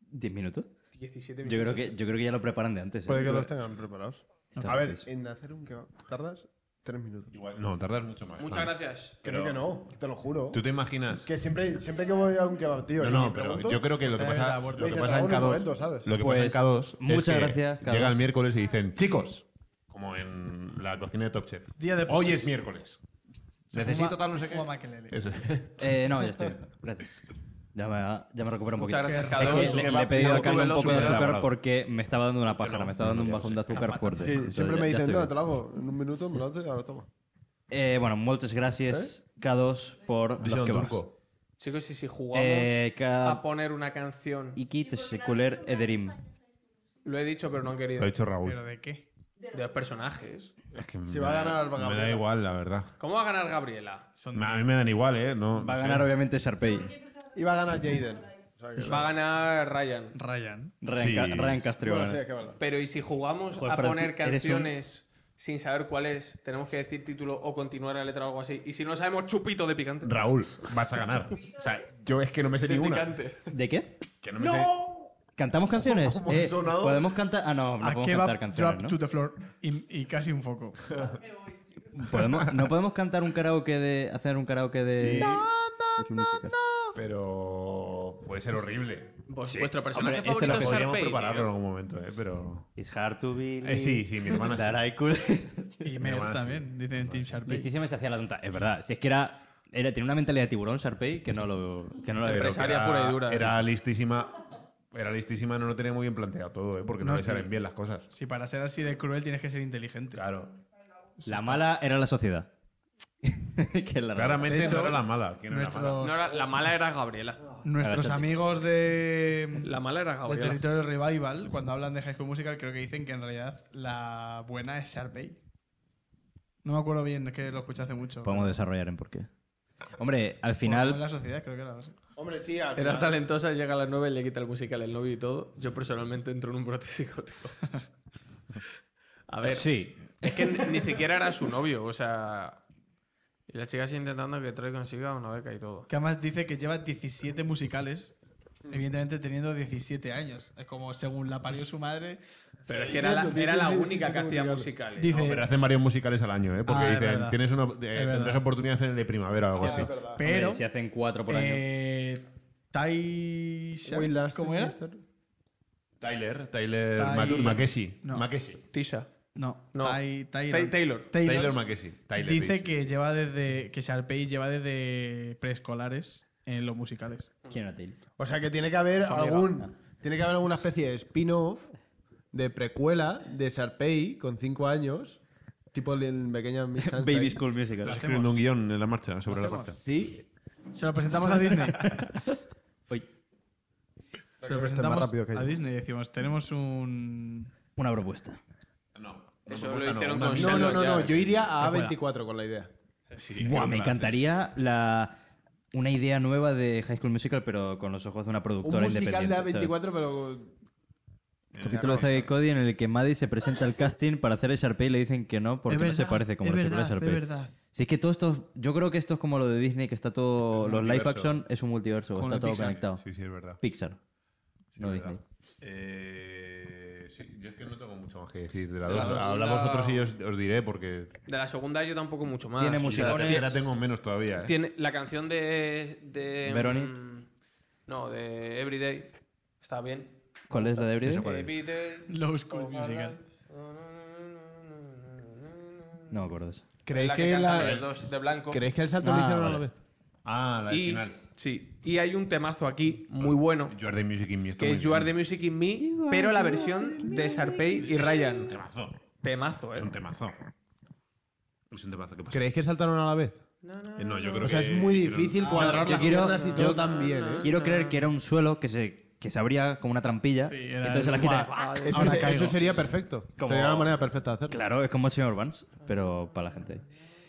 ¿Diez minutos? 17 minutos. Yo creo que, yo creo que ya lo preparan de antes. ¿eh? Puede que los tengan preparados. Está A ver, eh, antes. en hacer un kebab tardas tres minutos. Igual, No, tardas mucho más. Muchas Fran. gracias. Creo que no, te lo juro. ¿Tú te imaginas? Que siempre, siempre que voy a un kebab, tío, No, y no, me pero pregunto, yo creo que lo que o sea, pasa- me lo que dice, pasa "Trabajo en un K2", momento, ¿sabes? Lo que Pues, pasa en K2 es muchas que gracias, K2. Llega el miércoles y dicen, chicos, como en la cocina de Top Chef. Día de Hoy postres. es miércoles. Se Necesito fuma- tal no se sé fuma qué. Makelele. *laughs* Eso. Eh, no, ya estoy. Gracias. Ya me, ya me recupero un poquito. Muchas gracias, Es que Carlos. le, le he pedido a Carlos un poco de súbelo. azúcar porque me estaba dando una pájara, me estaba dando un no, bajón de azúcar fuerte. Sí, Entonces, siempre ya- me ya dicen, estoy no, bien. te lo hago en un minuto, me lo haces y ahora toma. Eh, bueno, muchas gracias, ¿Eh? K2, por los Visión que turco. Chicos, y si jugamos Eh, a K... poner una canción. Ikit, Shekuler, Ederim. Lo he dicho, pero no han Lo ha querido. dicho Raúl. ¿Pero de qué? De los personajes. Es que Si me va a da- ganar el Me da vagabundo. igual, la verdad. ¿Cómo va a ganar Gabriela? Son A mí me dan igual, ¿eh? No, Va a no ganar sé. obviamente Sharpey. Iba a *laughs* ganar Jaden. O sea que- Va a ganar Ryan. Ryan. Ryan, Sí. Ca- Ryan Castro. Bueno, ¿vale? sí, es que es verdad. Pero ¿y si jugamos Joder, a Fran, poner eres un- canciones sin saber cuál es? Tenemos que decir título o continuar la letra o algo así. Y si no sabemos, chupito de picante. Raúl, vas a ganar. O sea, yo es que no me sé de ni una. picante. ¿De qué? Que no me sé. ¿Cantamos canciones? *laughs* ¿Cómo ha Eh, sonado? ¿Podemos cantar? Ah, no, no A podemos kebab drop cantar canciones, ¿no? to the floor. Y, y casi un *laughs* foco. ¿Podemos, no podemos cantar un karaoke de... hacer un karaoke de... No, no, no, Pero puede ser horrible. Vos- Sí. Pues Vuestro personaje Hombre, este favorito lo es Podríamos Sharpay. prepararlo en tío. algún momento, ¿eh? Pero... It's hard to believe. Eh, sí, sí, mi hermana sí. that I *laughs* could- Y Pero Mer bueno, también. Dicen Team Sharpay. Listísimo y se hacía la tonta. Es verdad. Si es que era. era tiene una mentalidad de tiburón, Sharpay, que no lo. Que no lo Pero que Empresaria era, pura y dura, Era listísima. Era listísima, no lo tenía muy bien planteado todo, ¿eh? Porque no, No, le sí. salen bien las cosas. Si para ser así de cruel tienes que ser inteligente. Claro. La mala era la sociedad. *laughs* que es la realidad. Claramente De hecho, no era la mala. ¿Quién era la mala? Nuestros, No, la- la mala era Gabriela. nuestros Agáchate. amigos de... La mala era del Gabriela. territorio revival, cuando hablan de High School Musical, creo que dicen que en realidad la buena es Sharpay. No me acuerdo bien, es que lo escuché hace mucho. Podemos desarrollar en por qué. Hombre, al Por final. la sociedad, creo que era. no sé. Hombre, sí, al Era final- talentosa, llega a las 9, le quita el musical, el novio y todo. Yo personalmente entro en un brote *laughs* psicótico. a ver. Sí. Es que ni ni siquiera era su novio, o sea. Y la chica sigue intentando que Troy consiga una beca y todo. Que además dice que lleva 17 musicales, evidentemente teniendo 17 años. Es como según la parió su madre. Pero es que era la, era la única que hacía musicales. Dice, Pero hacen varios musicales al año, ¿eh? Porque Ah, es dicen, verdad. tienes una, eh, Es tendrás verdad. oportunidad de hacer el de primavera o algo así. pero... Hombre, si hacen cuatro por año. eh, Tai... Sha- Will Last ¿Cómo era? Mister. Tyler, Tyler Tai- Mac- Mackesy. No. Mackesy. Tisha. No, No. Tai- Ta- Taylor. Taylor, Taylor. Mackesy. Tyler, dice dicho. que lleva desde que Sharpay lleva desde preescolares en los musicales. ¿Quién era Taylor? O sea que tiene que haber algún. Tiene que haber alguna especie de spin-off de precuela de Sharpay con 5 años. Tipo el- el *laughs* pequeño Miss Sunshine. Baby School Estás Musical. escribiendo un guión en la marcha, sobre la marcha. Sí. Se lo presentamos a Disney. *laughs* Uy, Se lo que esté este más presentamos rápido que yo. a Disney y decimos, tenemos un una propuesta. No. Eso me lo gusta, hicieron una con mierda. No, no, no, no. Ya. Yo iría a A24 con la idea. Sí, Buah, creo me que la haces. encantaría la. Una idea nueva de High School Musical, pero con los ojos de una Un productora musical de independiente. ¿sabes? A24, pero. Capítulo de Zack y Cody en el que Maddie se presenta al casting para hacer el Sharpay y le dicen que no porque Es no se verdad, parece como es la secuela de verdad, Sharpay. es verdad. Si es que todo esto, yo creo que esto es como lo de Disney, que está todo, Un los live multiverso. action es un multiverso, Como está lo de todo Pixar. conectado. Sí, sí, es verdad. Pixar. Sí, no es Disney. verdad. Eh, sí, yo es que no tengo mucho más que decir de la De la dos. dos. Habla La- vosotros y yo os, os diré porque De la segunda yo tampoco mucho más. Tiene O sea, musicones. ya la tiene- tengo menos todavía. ¿eh? tiene la canción de... de Verónica. mm, no, de Everyday. Está bien. oh, ¿Cuál es la de Everyday? ¿Esa cuál es? Everyday. Low School Musical. No me acuerdo de eso. ¿Creéis La que, que la- cantan los dos de blanco. ¿Creéis que el salto lo Ah, hicieron a vale. la vez? Ah, la del Y- final. Sí, y hay un temazo aquí muy bueno, You are the music in me. está que es muy You Are the bien. Music in Me, pero la versión de Sarpey y Ryan. Temazo. Temazo, Es ¿eh? un temazo. Es un temazo. ¿Qué pasa? ¿Creéis que saltaron a la vez? Eh, No, Ah, yo creo O sea, que- es muy creo- difícil cuadrar yo las quiero- piernas y yo- todo tan bien, ¿eh? Quiero creer que era un suelo que se, que se abría como una trampilla. Sí, y era entonces se la el- quita. Buah. Eso, Ahora se- caigo. eso sería perfecto. Como- Sería la manera perfecta de hacerlo. Claro, es como el señor Vance, pero para la gente.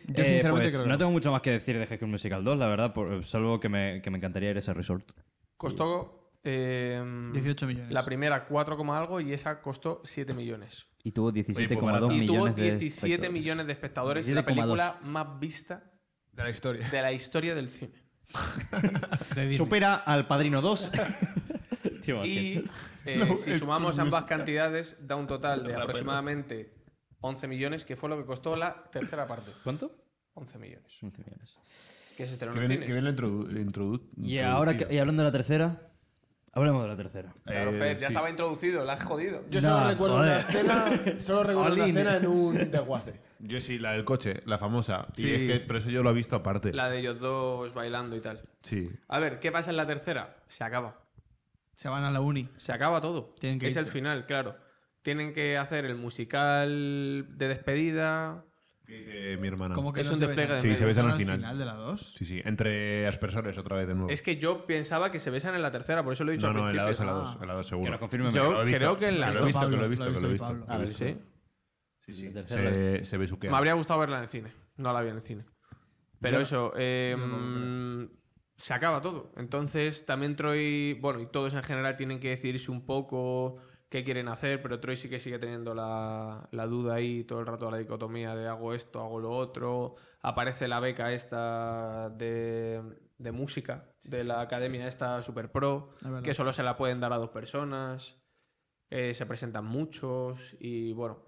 Yo sinceramente pues, creo que no no. tengo mucho más que decir de High School Musical 2, la verdad, por- salvo que me, que me encantaría ir a ese resort. Costó eh, 18 millones. la primera 4, coma algo y esa costó 7 millones. Y tuvo 17,2 barato. pues, Y millones tuvo de 17 espectadores. millones de espectadores. Es la 17,2. película más vista De la historia. de la historia del cine. Supera al Padrino *laughs* 2. Tío, Y eh, si sumamos ambas cantidades, da un total de aproximadamente 11 millones, que fue lo que costó la tercera parte. ¿Cuánto? 11 millones. 11 millones. Que se estrenó *laughs* Que en viene, cines. que viene introdu- Eh, introdu- Y ahora, que- introducido. y hablando de la tercera, hablemos de la tercera. Claro, Eh, Fer, ya sí. estaba introducido, la has jodido. Yo No, solo recuerdo joder. una escena, solo recuerdo una Jolín. escena en un desguace. Yo sí, la del coche, la famosa. Sí. Y es que, pero eso yo lo he visto aparte. La de ellos dos bailando y tal. Sí. A ver, ¿qué pasa en la tercera? Se acaba. Se van a la uni. Se acaba todo. Tienen que es el irse. final, claro. Tienen que hacer el musical de despedida. Que dice mi hermana. Como que Es no un se despegue besan. de Sí, se medios. besan al al final. final. de la 2? Sí, sí. Entre aspersores otra vez de nuevo. Es que yo pensaba que se besan en la tercera, por eso lo he dicho al no, no, en la dos, principio. en la dos, en la dos seguro. Que lo confirme. Yo lo he visto, creo que en la lo he visto, Pablo, que lo he visto, lo ha que lo he visto visto. Pablo. Ah, ver, sí. La tercera. Se, se besuquea. Me habría gustado verla en el cine. No la vi en el cine. Pero eso, eh, mm, se acaba todo. Entonces, también Troy, bueno, y todos en general tienen que decidirse un poco qué quieren hacer, pero Troy sí que sigue teniendo la, la duda ahí todo el rato, la dicotomía de hago esto, hago lo otro. Aparece la beca esta de, de música, de la academia esta super pro, La verdad. que solo se la pueden dar a dos personas. Eh, se presentan muchos y bueno,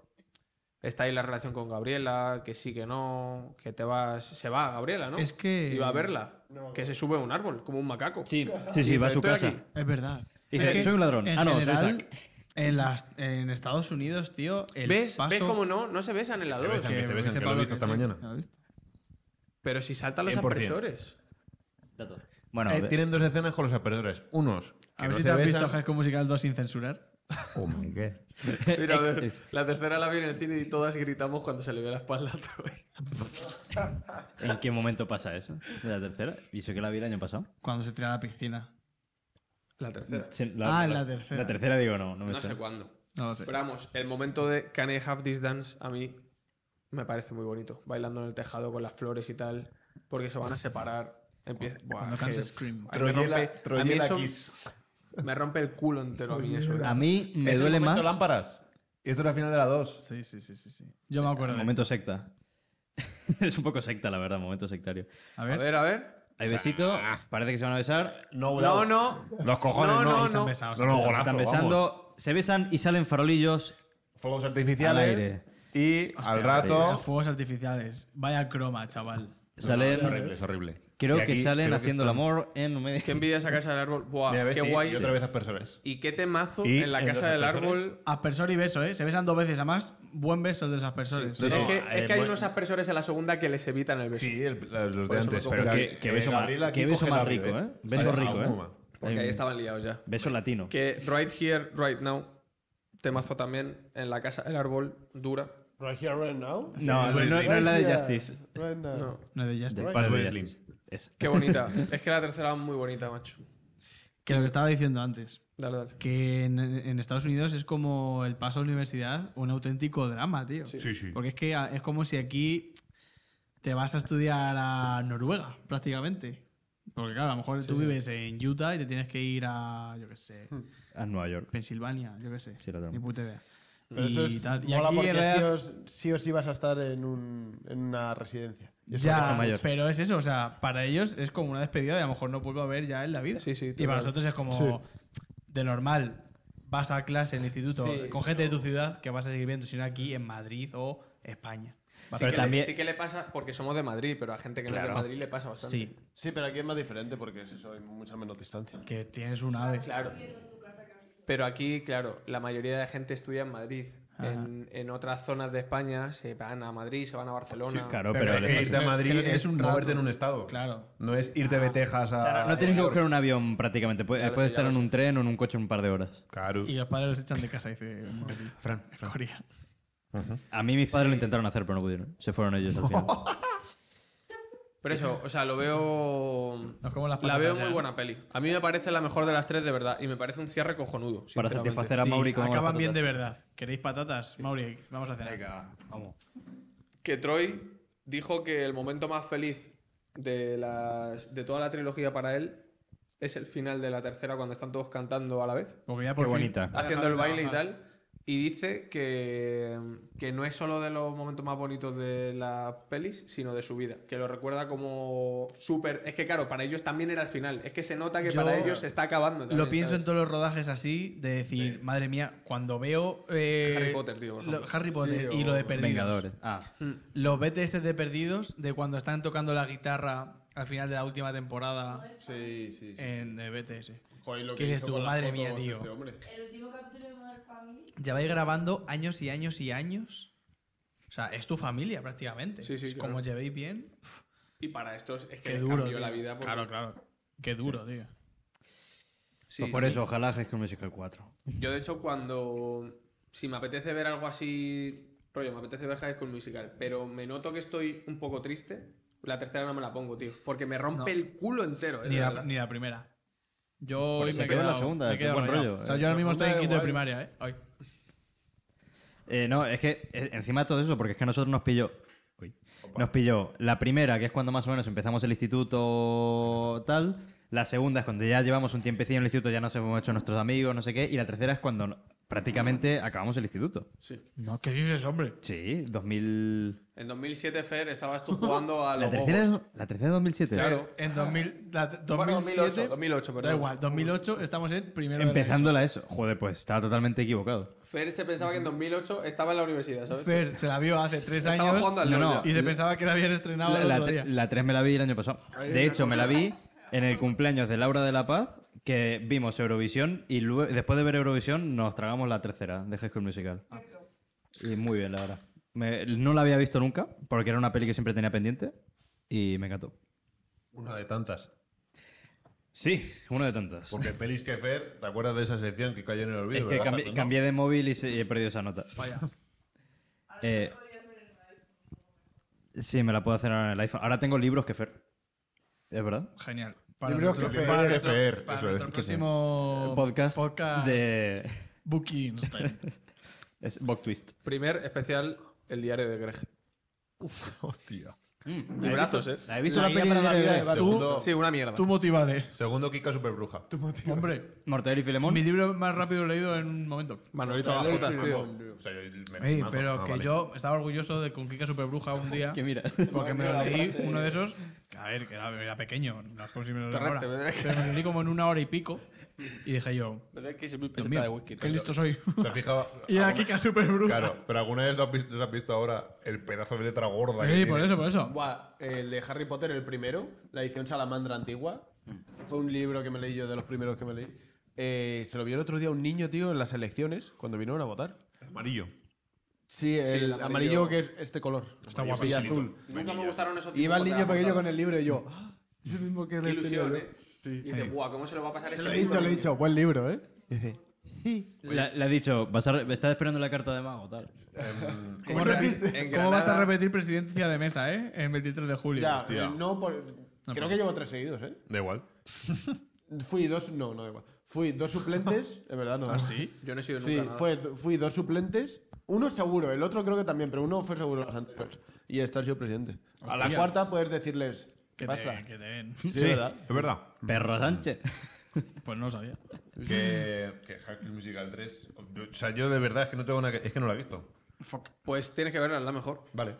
Está ahí la relación con Gabriela, que sí, que no, que te vas. Se va Gabriela, ¿no? Es que- Iba a verla. que se sube a un árbol, como un macaco. Sí, sí, sí, Dice, va a su "Estoy casa. aquí". Es verdad. Y Es dice, que, "Soy un ladrón". En Ah, no, soy general, Zack. en, las, en Estados Unidos, tío, el ¿Ves? paso... ¿Ves cómo no? No se besan en la Se 2. besan. Que se besan, dice que lo he Pablo visto esta sí, mañana. ¿lo has visto? Pero si saltan los 100%. apresores. Dato. Bueno, Eh, de- *laughs* tienen dos escenas con los aspersores. Unos. Que A ver no si se te has besan. visto High School Musical 2 sin censurar. Oh my god. Mira, a ver, Exes. la tercera la vi en el cine y todas gritamos cuando se le ve la espalda a Troy. ¿en qué momento pasa eso? De la tercera. Y eso que la vi el año pasado. Cuando se tira a la piscina. La tercera. Sí, Ah, la tercera. La tercera digo no, no me No sé suena. cuándo. No lo sé. Pero vamos, el momento de Can I Have This Dance a mí me parece muy bonito. Bailando en el tejado con las flores y tal. Porque se van a separar. Empieza... Buah, Cuando es canta que- Scream. Ay, me Troyela- rompe- a mí Troyela eso Kiss. Me rompe el culo entero a mí eso. A mí me Es el duele momento más. lámparas. Y esto es la final de la 2. Sí, sí, sí, sí, sí. Yo me acuerdo de Momento secta. *laughs* es un poco secta, la verdad, momento sectario. esto. A A ver, ver, a ver. Hay besito, ah. parece que se van a besar. No, No, no. Los cojones, No, no, no. Y se han no. besado, Se no, no, se golazo, están vamos. besando, se besan y salen farolillos. Fuegos Al aire. artificiales. Y al rato. fuegos artificiales. Vaya croma, chaval. Salen, Es horrible, es horrible. creo Y que aquí salen creo que haciendo el están- amor en un *laughs* Qué envidia esa casa del árbol. Buah, Mira, a ver qué si- guay. Y otra vez aspersores. Y qué temazo Y en la en casa los del aspersores. árbol. Aspersor y beso, ¿eh? Se besan dos veces. Además, buen beso el de los aspersores. Sí, sí. es que, No, es eh, que hay muy- unos aspersores en la segunda que les evitan el beso. Sí, el- los Por de eso me antes. confundí. pero Qué- qué beso más- Gabriela aquí qué beso coge más la rico, bebé. ¿eh? Beso Sí, rico, ¿eh? goma. Porque Hay ahí un estaban liados ya. beso latino. Que Right Here, Right Now. Temazo también en la casa del árbol. Dura. Right here, right now. No, no, no, no es la de Justice. Right now. No. No de Justin. No es la de Bad Boy Justice. Es. Qué bonita. es que la tercera es muy bonita, macho. Que lo que estaba diciendo antes. Dale, dale. Que en, en Estados Unidos es como el paso a la universidad, un auténtico drama, tío. Sí, sí. Porque es que a- es como si aquí te vas a estudiar a Noruega, prácticamente. Porque claro, a lo mejor tú vives en Utah y te tienes que ir a, yo qué sé, Hmm. A Nueva York. Pensilvania, yo qué sé. Sí, lo tengo. Ni puta idea. Pero eso es, tal. mola aquí porque en realidad- sí, os, sí o sí vas a estar en, un, en una residencia. Y eso Ya, deja mayor. pero es eso, o sea, para ellos es como una despedida de a lo mejor no vuelvo a ver ya en la vida. Sí, sí, y para total. nosotros es como de normal, vas a clase en el instituto Sí, con gente de tu ciudad que vas a seguir viendo, sino aquí en Madrid o España. Pero que también- le, sí que le pasa, porque somos de Madrid, pero a gente que no es Claro. de Madrid le pasa bastante. Sí, Sí, pero aquí es más diferente porque es eso, hay mucha menos distancia. que tienes un ave. Claro. Pero aquí, claro, la mayoría de gente estudia en Madrid. Ah. En, en otras zonas de España se van a Madrid, se van a Barcelona. Claro, Pero, pero... es que irte a Madrid que lo tienes es un rato. moverte en un estado. Claro. No es irte de Texas a. No tienes que coger un avión prácticamente. Puedes, Ya lo puedes sé, ya estar lo en sé. un tren o en un coche en un par de horas. Claro. Y los padres los echan de casa y dicen, "Madrid, Fran, Corea. A mí mis padres lo intentaron hacer, pero no pudieron. Se fueron ellos *laughs* al final. Pero eso, o sea, lo veo. Nos comemos las La patatas veo ya, muy ¿no? buena peli. A mí me parece la mejor de las tres, de verdad. Y me parece un cierre cojonudo. Para sinceramente. satisfacer a Sí. Mauri con Acaban bien las de verdad. ¿Queréis patatas? Mauri, vamos a cenar. patatas. Vamos. Que Troy dijo que el momento más feliz de, las, de toda la trilogía para él es el final de la tercera, cuando están todos cantando a la vez, Porque ya Qué por fin- bonita. Ajá, haciendo el baile y ajá. tal. Y dice que, que no es solo de los momentos más bonitos de las pelis, sino de su vida. Que lo recuerda como súper. Es que, claro, para ellos también era el final. Es que se nota que Yo para ellos se está acabando. Lo también, pienso ¿sabes? en todos los rodajes así, de decir, madre mía, cuando veo... eh, Harry Potter, tío, por lo- ejemplo. Harry Potter Sí, y o lo de Perdidos. Vengadores. Ah. Los BTS de Perdidos, de cuando están tocando la guitarra al final de la última temporada Sí, sí. sí. en eh, BTS. Joder, lo ¿Qué dices hizo tú? con las Madre fotos mía, tío. este hombre. El último capítulo de Modern Family. Ya vais grabando años y años y años. O sea, es tu familia prácticamente. Sí, sí, Es claro. Como os llevéis bien. Y para estos es que Qué les duro. cambió tío. la vida. porque- Claro, claro. Qué duro, tío. Sí, Pues por sí. eso, ojalá High School Musical 4. Yo, de hecho, cuando. Si me apetece ver algo así. Rollo, me apetece ver High School Musical. Pero me noto que estoy un poco triste. La tercera no me la pongo, tío. Porque me rompe No. el culo entero. eh, Ni de la, verdad. ni la primera. Yo hoy eso me he quedó en la quedado- segunda, me he qué quedado buen rayado. rollo, O sea, eh. yo ahora mismo La estoy segunda en da quinto de igual. primaria, ¿eh? Ay. Eh, no, es que eh, encima de todo eso, porque es que a nosotros nos pilló. uy, nos pilló la primera, que es cuando más o menos empezamos el instituto tal. La segunda es cuando ya llevamos un tiempecillo en el instituto, ya nos hemos hecho nuestros amigos, no sé qué. Y la tercera es cuando no- prácticamente acabamos el instituto. No, ¿qué dices, hombre? Sí, 2000. En 2007, Fer, estabas tú jugando a los La tercera, es, bobos. la tercera es 2007. Claro. En 2000, la- Bueno, 2007. 2008, 2008, perdón. Da igual, 2008 estamos en primero. de Empezándola eso. Joder, pues estaba totalmente equivocado. Fer se pensaba que en 2008 estaba en la universidad, la- ¿sabes? Fer se la vio hace tres estaba años jugando al No, LoL no. ya. y se pensaba que la habían estrenado La, el la otro tre- día. la 3 me la vi el año pasado. De hecho, me la vi en el cumpleaños de Laura de la Paz, que vimos Eurovisión y lue- después de ver Eurovisión nos tragamos la tercera de High School Musical. Y muy bien, la verdad. Me- no la había visto nunca, porque era una peli que siempre tenía pendiente y me encantó. Una de tantas. Sí, uno de tantas. Porque Pelis que Fer, ¿te acuerdas de esa sección que cayó en el olvido? Es que ¿verdad, cambié, Fernando? cambié de móvil y, se- y he perdido esa nota. Vaya. Eh, sí, me la puedo hacer ahora en el iPhone. Ahora tengo libros que Fer. Es verdad. Genial. Para Libros que Fer- para que nuestro- Fer, para eso nuestro es. próximo Podcast, Oh, podcast de. Bookings. Es Bog Twist. Primer especial, el diario de Greg. Hostia. Y brazos, ¿eh? ¿La he visto La la, guía peli para de la vida de Greg? Batman. Segundo, Sí, una mierda. Tú motivade. segundo Kika Superbruja. Hombre, Mortadelo y Filemón. mi libro más rápido leído en un momento. Manolito Bajotas, tío. O sea, el- me- Ey, mazo. pero Ah, que vale. yo estaba orgulloso de con Kika Superbruja un día. Ah, Que *laughs* mira. Porque me lo leí uno de esos. A ver, que era, era pequeño, no es como si me lo leo ahora. Torrente, ¿verdad? Pero me lo leí como en una hora y pico. Y dije yo, ¿Verdad que es mi Dios peseta de mío, whisky? qué listo soy. ¿Te has fijado? *laughs* y era Alguna- Kika Superbruja. Claro, pero alguna vez lo has vis- lo has visto, ahora el pedazo de letra gorda. que Sí, por tiene? eso, por eso. Buah, el de Harry Potter, el primero, la edición Salamandra antigua, Mm. fue un libro que me leí yo, de los primeros que me leí. Eh, se lo vio el otro día un niño, tío, en las elecciones, cuando vinieron a votar. Amarillo. Sí, el, el amarillo, amarillo que es este color. Está guapo, Y sí, azul. Nunca me gustaron esos Y iba tipos el niño de pequeño las con el libro y yo, ¡ah! Es el mismo que Qué me tenía ilusión, yo". ¿eh? Y dices, guau, ¿cómo se lo va a pasar este Se ese lo he libro dicho, al le he niño?". dicho, buen libro, ¿eh? Y dice, sí. Le, le ha dicho, vas a re- me estás esperando la carta de mago, tal. ¿Cómo, Gran- repi- en cómo vas a Granada- repetir presidencia de mesa, eh? El 23 de julio. Ya, Hostia. eh, no por... Creo que llevo tres seguidos, ¿eh? Da igual. Fui dos... No, no da igual. Fui dos suplentes, es verdad, no. ¿Ah, Sí. Yo no he sido nunca. Sí, nada. fue, fui dos suplentes. Uno seguro, el otro creo que también, pero uno fue seguro las anteriores. Y esta ha sido presidente. A la Hostia. cuarta puedes decirles, ¿qué Que pasa? te, que te den. Sí, ¿verdad? Es verdad. Perro Sánchez. Pues no lo sabía. Que, que High School Musical 3. O sea, yo de verdad es que no tengo una. que- Es que no la he visto. Pues tienes que verla, es la mejor. Vale.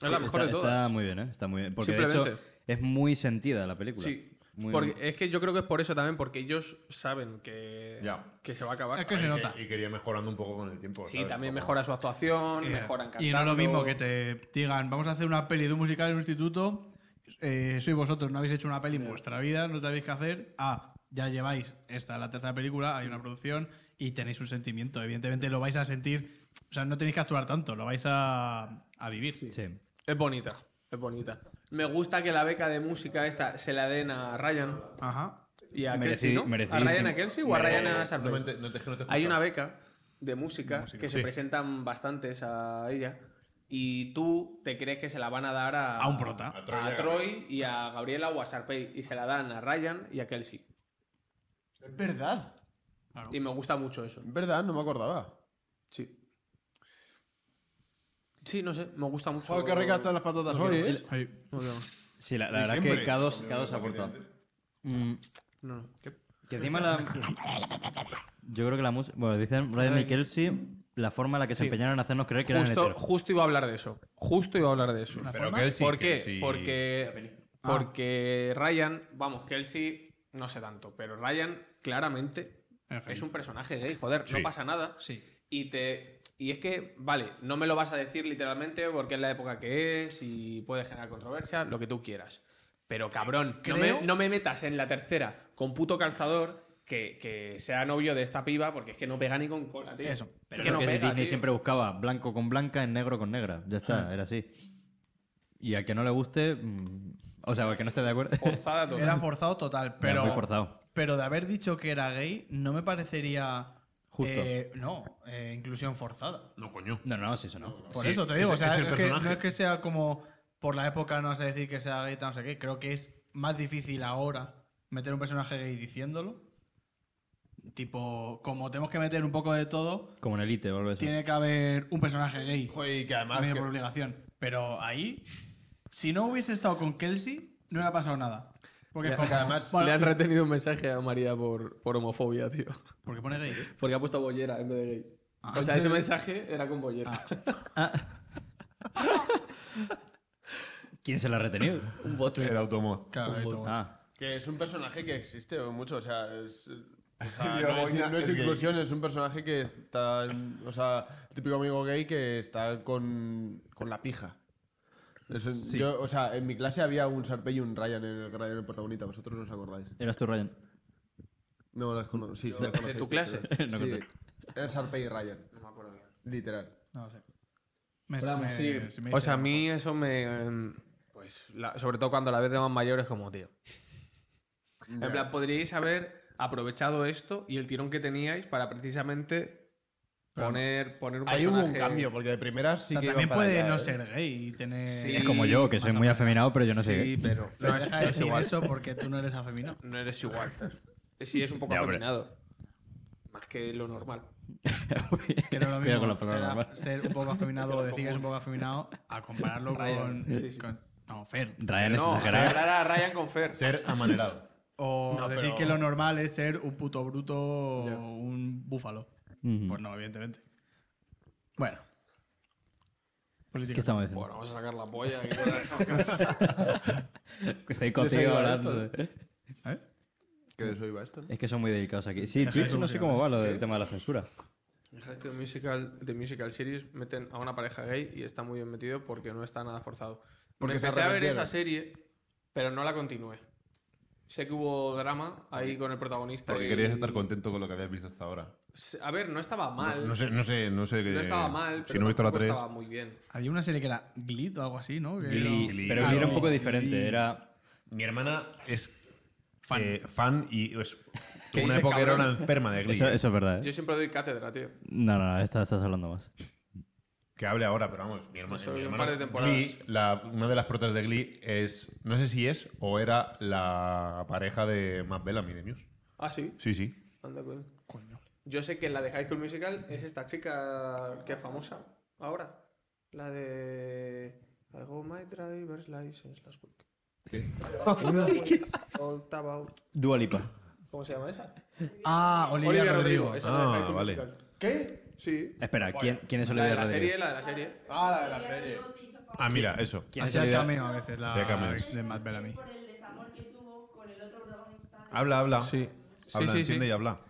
Es la mejor está, de Está todas. muy bien, ¿eh? Está muy bien. Porque de hecho Simplemente. es muy sentida la película. Sí. Muy Porque es que yo creo que es por eso también, porque ellos saben que, Ya. que se va a acabar. Es que se Y que- nota. Y quería mejorando un poco con el tiempo. Sí, ¿sabes? también Como- mejora su actuación, mejoran cantando. Y no es lo mismo que te digan, vamos a hacer una peli de un musical en un instituto, eh, sois vosotros, no habéis hecho una peli en vuestra vida, no sabéis qué hacer. Ah, ya lleváis esta, la tercera película, hay una producción y tenéis un sentimiento. Evidentemente lo vais a sentir O sea, no tenéis que actuar tanto, lo vais a, a vivir. Sí. Es bonita, es bonita. Me gusta que la beca de música esta se la den a Ryan Ajá. y a Mereci- Kelsey, ¿no? ¿A merecidísimo. Ryan a Kelsey o a Ryan a Sharpay? No, me ente- eh, no, es que no te he Hay escuchado. una beca de música, que se sí. presentan bastantes a ella y tú te crees que se la van a dar a, A un prota. a A Troy y Troy, a y a Gabriela o a Sharpay y se la dan a Ryan y a Kelsey. Es verdad. Y me gusta mucho eso. Es verdad, no me acordaba. Sí. Sí, no sé, me gusta mucho. Joder, qué ricas están las patatas hoy, ¿eh? Ay, No, no, Sí, la, la verdad es que cada eh, dos, cada dos aporta. Mm, no, no. que encima la... Yo creo que la música... Bueno, dicen Ryan y Kelsey la forma en la que se Sí. empeñaron en hacernos creer que eran Justo, heteros. justo iba a hablar de eso. Justo iba a hablar de eso. Pero Kelsey, ¿Por qué? Kelsey- Porque, porque Ryan, vamos, Kelsey, no sé tanto, pero Ryan claramente Ajá. es un personaje gay, joder, Sí. no pasa nada. sí. Y te. Y es que, vale, no me lo vas a decir literalmente porque es la época que es y puede generar controversia, lo que tú quieras. Pero cabrón, no me, Creo- no me metas en la tercera con puto calzador que, que sea novio de esta piba porque es que no pega ni con cola, tío. Eso. Es Pero que que no pega, Disney tío. siempre buscaba blanco con blanca, en negro con negra. Ya está, era así. Y al que no le guste... mm, o sea, o al que no esté de acuerdo... *laughs* Forzada total. Era forzado total, Era pero. muy forzado. Pero de haber dicho que era gay, no me parecería. Justo. eh, no, eh, inclusión forzada. No, coño. No, no, sí, eso no. Por Sí, eso te digo, es- o sea, es el es que- personaje. no es que sea como por la época no vas a decir que sea gay, tal, no sé qué. Creo que es más difícil ahora meter un personaje gay diciéndolo. Tipo, como tenemos que meter un poco de todo, Como en Elite o algo así. tiene que haber un personaje gay. Joder, y que además... medio que- por obligación. Pero ahí, si no hubiese estado con Kelsey, no hubiera pasado nada. Porque, es como- Bueno, Le han retenido un mensaje a María por, por homofobia, tío. *laughs* porque pone gay. Porque ha puesto bollera en vez de gay. Ah. o sea, ese mensaje era con bollera. ¿Quién se la ha retenido? Un bot. El automóvil. Claro, ahí todo. Ah, Que es un personaje que existe o mucho, o sea, es... o *laughs* sea, Diego no es, Boina no es es gay. inclusión, es un personaje que está... en- o sea, el típico amigo gay que está con, con la pija. Eso- yo, o sea, en mi clase había un Sarpey y un Ryan en el, en el protagonista, vosotros no os acordáis. eras tú, Ryan. No, las cono- sí, sí, las ¿De conocéis, tu clase? pero- No sí, conté. eran Sarpey y Ryan. No me acuerdo Literal. No lo sé. Me, Vamos, me- sí. se me o dice sea, a algo. mí eso me. em, Pues, la- sobre todo cuando la ves de más mayor es como, tío. En plan, podríais haber aprovechado esto y el tirón que teníais para precisamente poner, poner un Ahí hubo un personaje- cambio, porque de primeras O sí sea, que iban también para puede allá, no ¿eh? ser gay y tener. Sí. Es como yo, que soy Más muy o menos. afeminado, pero yo no sí, soy gay. *laughs* pero. ¿eh? Pero No, deja de es, decir igual. eso porque tú no eres afeminado. No eres *laughs* igual. pero- Sí, es un poco Ya, hombre. afeminado. Más que lo normal. Que no es lo Cuidado mismo con la palabra ser, normal. ser un poco afeminado o decir que es un poco afeminado a compararlo Ryan, con, sí, sí. con- No, Fer. Ryan es No, exagerado. comparar a Ryan con Fer. *laughs* Ser amanerado. O No, decir pero- que lo normal es ser un puto bruto o un búfalo. Ujú. Pues no, evidentemente. Bueno. ¿Qué estamos diciendo? Bueno, vamos a sacar la polla. que- Estoy contigo iba hablando. Que de eso iba esto, ¿no? Es que son muy delicados aquí. Sí, Deja Twitch de no sé solucionar. cómo va lo del tema de la censura. Fíjate que musical, de musical series meten a una pareja gay y está muy bien metido porque no está nada forzado. Porque Me se empecé a ver arrepintieron. esa serie, pero no la continué. Sé que hubo drama ahí con el protagonista. Porque y- querías estar contento con lo que habías visto hasta ahora. A ver, no estaba mal. No, no sé, no sé, no sé. No que- estaba mal, Si pero no he visto la tampoco 3. estaba muy bien. Había una serie que era Glit o algo así, ¿no? Que Glee. era- Glee. Pero Claro. era un poco diferente. Era. Mi hermana es Fan. fan, fan y es, ¿Qué tuvo una dices, época era cabrón? una enferma de Glee. Eso, eso es verdad. Yo ¿eh? siempre doy cátedra, tío. No, no, no, esta estás hablando más. Que hable ahora, pero vamos, mi hermana. Eso, mi un hermana- par de temporadas. Glee, la- una de las protas de Glee es. No sé si es o era la pareja de Matt Bellamy de Muse. Ah, sí. Sí, sí. Anda pues. con Yo sé que la de High School Musical es esta chica que es famosa ahora. La de... I got my driver's license last week. All about... Dualipa. ¿Cómo se llama esa? Ah, Olivia, Olivia Rodrigo. Rodrigo. esa es la de Ah, High School vale. Musical. ¿Qué? Sí. Espera, ¿quién, ¿quién es La de Olivia la serie, Rodrigo? la de la serie. Ah, la de la serie. Ah, mira, eso. ¿Quién es Hacía Olivia- cameo a veces la Hacía cameo. ex de Matt Bellamy. Es por el desamor que tuvo con el otro protagonista. Habla, habla. Sí. Habla, sí, sí, entiende sí. y habla.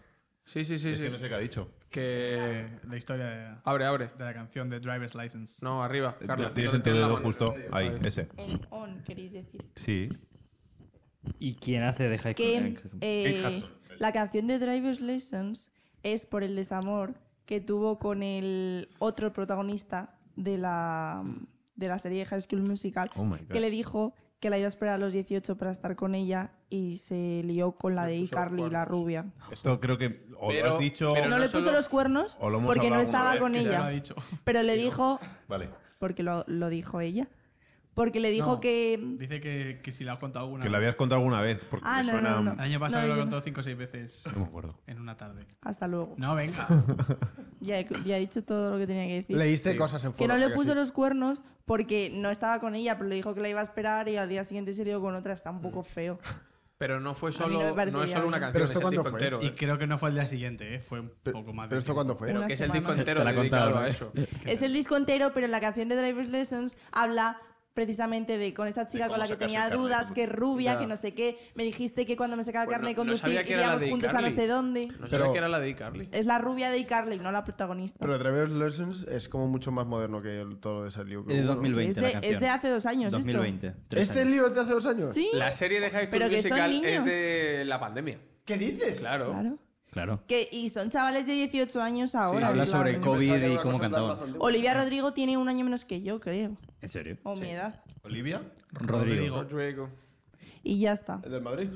Sí, sí, sí, Es sí. que no sé qué ha dicho. Que... La historia de, Abre, abre. de la canción de Driver's License. No, arriba, Carla. Tienes donde entre la dedo mano. justo. Ahí, Vale. ese. En on, queréis decir. Sí. ¿Y quién hace de High Que School? eh, Hudson. la canción de Driver's License es por el desamor que tuvo con el otro protagonista de la, de la serie High School Musical, Oh my God. que le dijo que la iba a esperar a los 18 para estar con ella y se lió con la Le de puso iCarly, la cuernos. rubia. Esto creo que o lo Pero- has dicho. pero No, No le puso solo- los cuernos o lo hemos porque no hablado alguna estaba vez, con que se lo ha ella, dicho. *laughs* pero le dijo, Vale. porque lo, lo dijo ella, porque le dijo No. que... Dice que, que si la has contado alguna Que lo habías contado alguna vez, porque Ah, me no, suena. no, No, El año pasado lo No, yo he no. contado cinco o seis veces me acuerdo. en una tarde. Hasta luego. No, venga. Ya he, ya he dicho todo lo que tenía que decir. Leíste cosas en que no foros, le que puso sí. los cuernos porque no estaba con ella, pero le dijo que la iba a esperar y al día siguiente se lió con otra. Está un poco feo. Pero no fue mí no me solo, no, parecería es solo una canción, bien. ¿Pero es esto el cuándo disco fue? entero. Y ¿eh? creo que no fue el día siguiente, ¿eh? fue un poco más. ¿Pero esto cuándo fue? Una Pero que es el semana. disco entero Te la he dedicado contado, ¿no? a eso. Es el disco entero, pero en la canción de Driver's Lessons habla precisamente de con esa chica cómo con la que sacarse tenía el carnet de dudas, que es rubia, Ya. que no sé qué. Me dijiste que cuando me sacaba el Pues no- carnet de no conducir sabía que era la iríamos de juntos a no iCarly. sé dónde. No sé Pero- que era la de iCarly. Es la rubia de iCarly, no la protagonista. Pero Driver's Lessons es como mucho más moderno que el- todo lo de Salio. Es de 2020 es, la de, canción. es de hace dos años 2020. tres ¿Este es años. lío es de hace dos años? esto. Sí, La serie de High Pero School que son Musical niños. es de la pandemia. ¿Qué dices? Claro. claro. Claro. Que, y son chavales de 18 años ahora. Habla claro. sobre COVID y cómo cantaba. Olivia Rodrigo tiene un año menos que yo, creo. ¿En serio? O mi edad. ¿Olivia? Rodrigo. Rodrigo. Y ya está. ¿El del Madrid?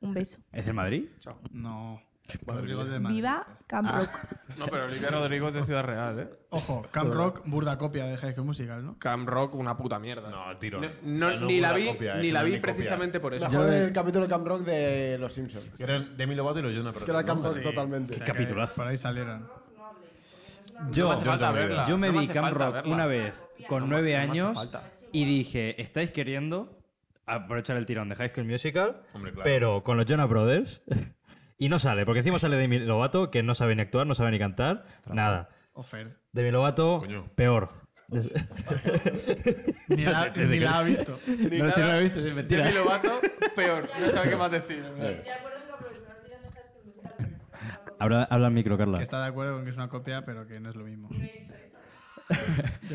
Un beso. ¿Es del Madrid? Chao. No. Rodrigo de Madrid. Viva Camp Rock. No, pero Olivia Rodrigo es de Ciudad Real, ¿eh? Ojo, Camp Rock, burda copia de High School Musical, ¿no? Cam Rock, una puta mierda. No, tiro. No, O sea, no ni hubo la una vi, copia, ni es la una vi copia. precisamente por eso. Mejor el capítulo Camp Rock de Los Simpsons. Que eran Demi Lovato y los Jonah Que era Brothers. Camp ¿no? Rock totalmente. sea, que Capitulazo. Por ahí salieron. No Yo, me hace falta verla. yo me No me vi hace Camp falta Rock verla. una vez con nueve no me hace años falta. y dije, estáis queriendo aprovechar el tirón de High School Musical, Hombre, claro. pero con los Jonas Brothers. *laughs* y no sale, porque encima sale Demi Lovato, que no sabe ni actuar, no sabe ni cantar, nada. Ofer. Demi Lovato, Coño. *laughs* peor. No Ni la, ni la ha visto. sé si lo he visto, es mentira. Demi Lovato, peor. No sabe qué *laughs* más decir. en verdad. Habla, habla al micro, Carla. Que está de acuerdo con que es una copia, pero que no es lo mismo.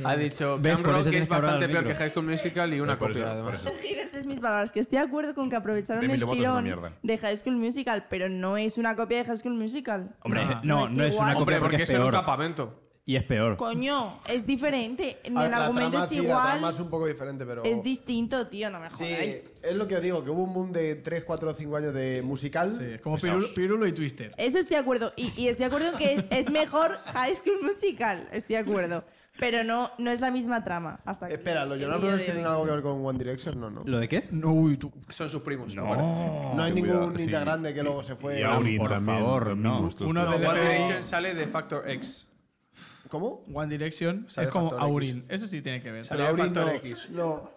Ha dicho ¿Ves? Cam Por eso Rock que tienes es que hablar al bastante peor que micro. High School Musical y una Eh, Por eso, copia, por además. eso. Diversas mis palabras. Que estoy de acuerdo con que aprovecharon Demi el Lovato es una tirón mierda. de High School Musical, pero no es una copia de High School Musical. Hombre, Ah. no, No es no es igual. una copia Hombre, porque, porque es eso era un peor. campamento. y es peor. Coño, es diferente. En A ver, el la argumento trama es sí, La igual. trama es un poco diferente, pero... Es distinto, tío, no me Sí, jodáis. es lo que os digo, que hubo un boom de 3, 4, 5 años de musical. Sí, es como Pirulo, Pirulo y Twister. Eso estoy de acuerdo. Y, y estoy de acuerdo en que es, es mejor High School Musical. Estoy de acuerdo. Pero no, no es la misma trama. Hasta Espera, ¿los el Jonas día Brothers de tienen hoy. algo que ver con One Direction? No, no. ¿Lo de qué? No, uy, tú. Son sus primos. me parece. No. No hay Ten ningún cuidado, sí. integrante que luego se fue. Y Aurin Por también, favor, los no. mismos tú. Uno No, de One DFO. Direction sale de Factor X. ¿Cómo? One Direction sea, es de como Factor X. Aurin. Eso sí tiene que ver. Sale de Aurin Factor no, X. no.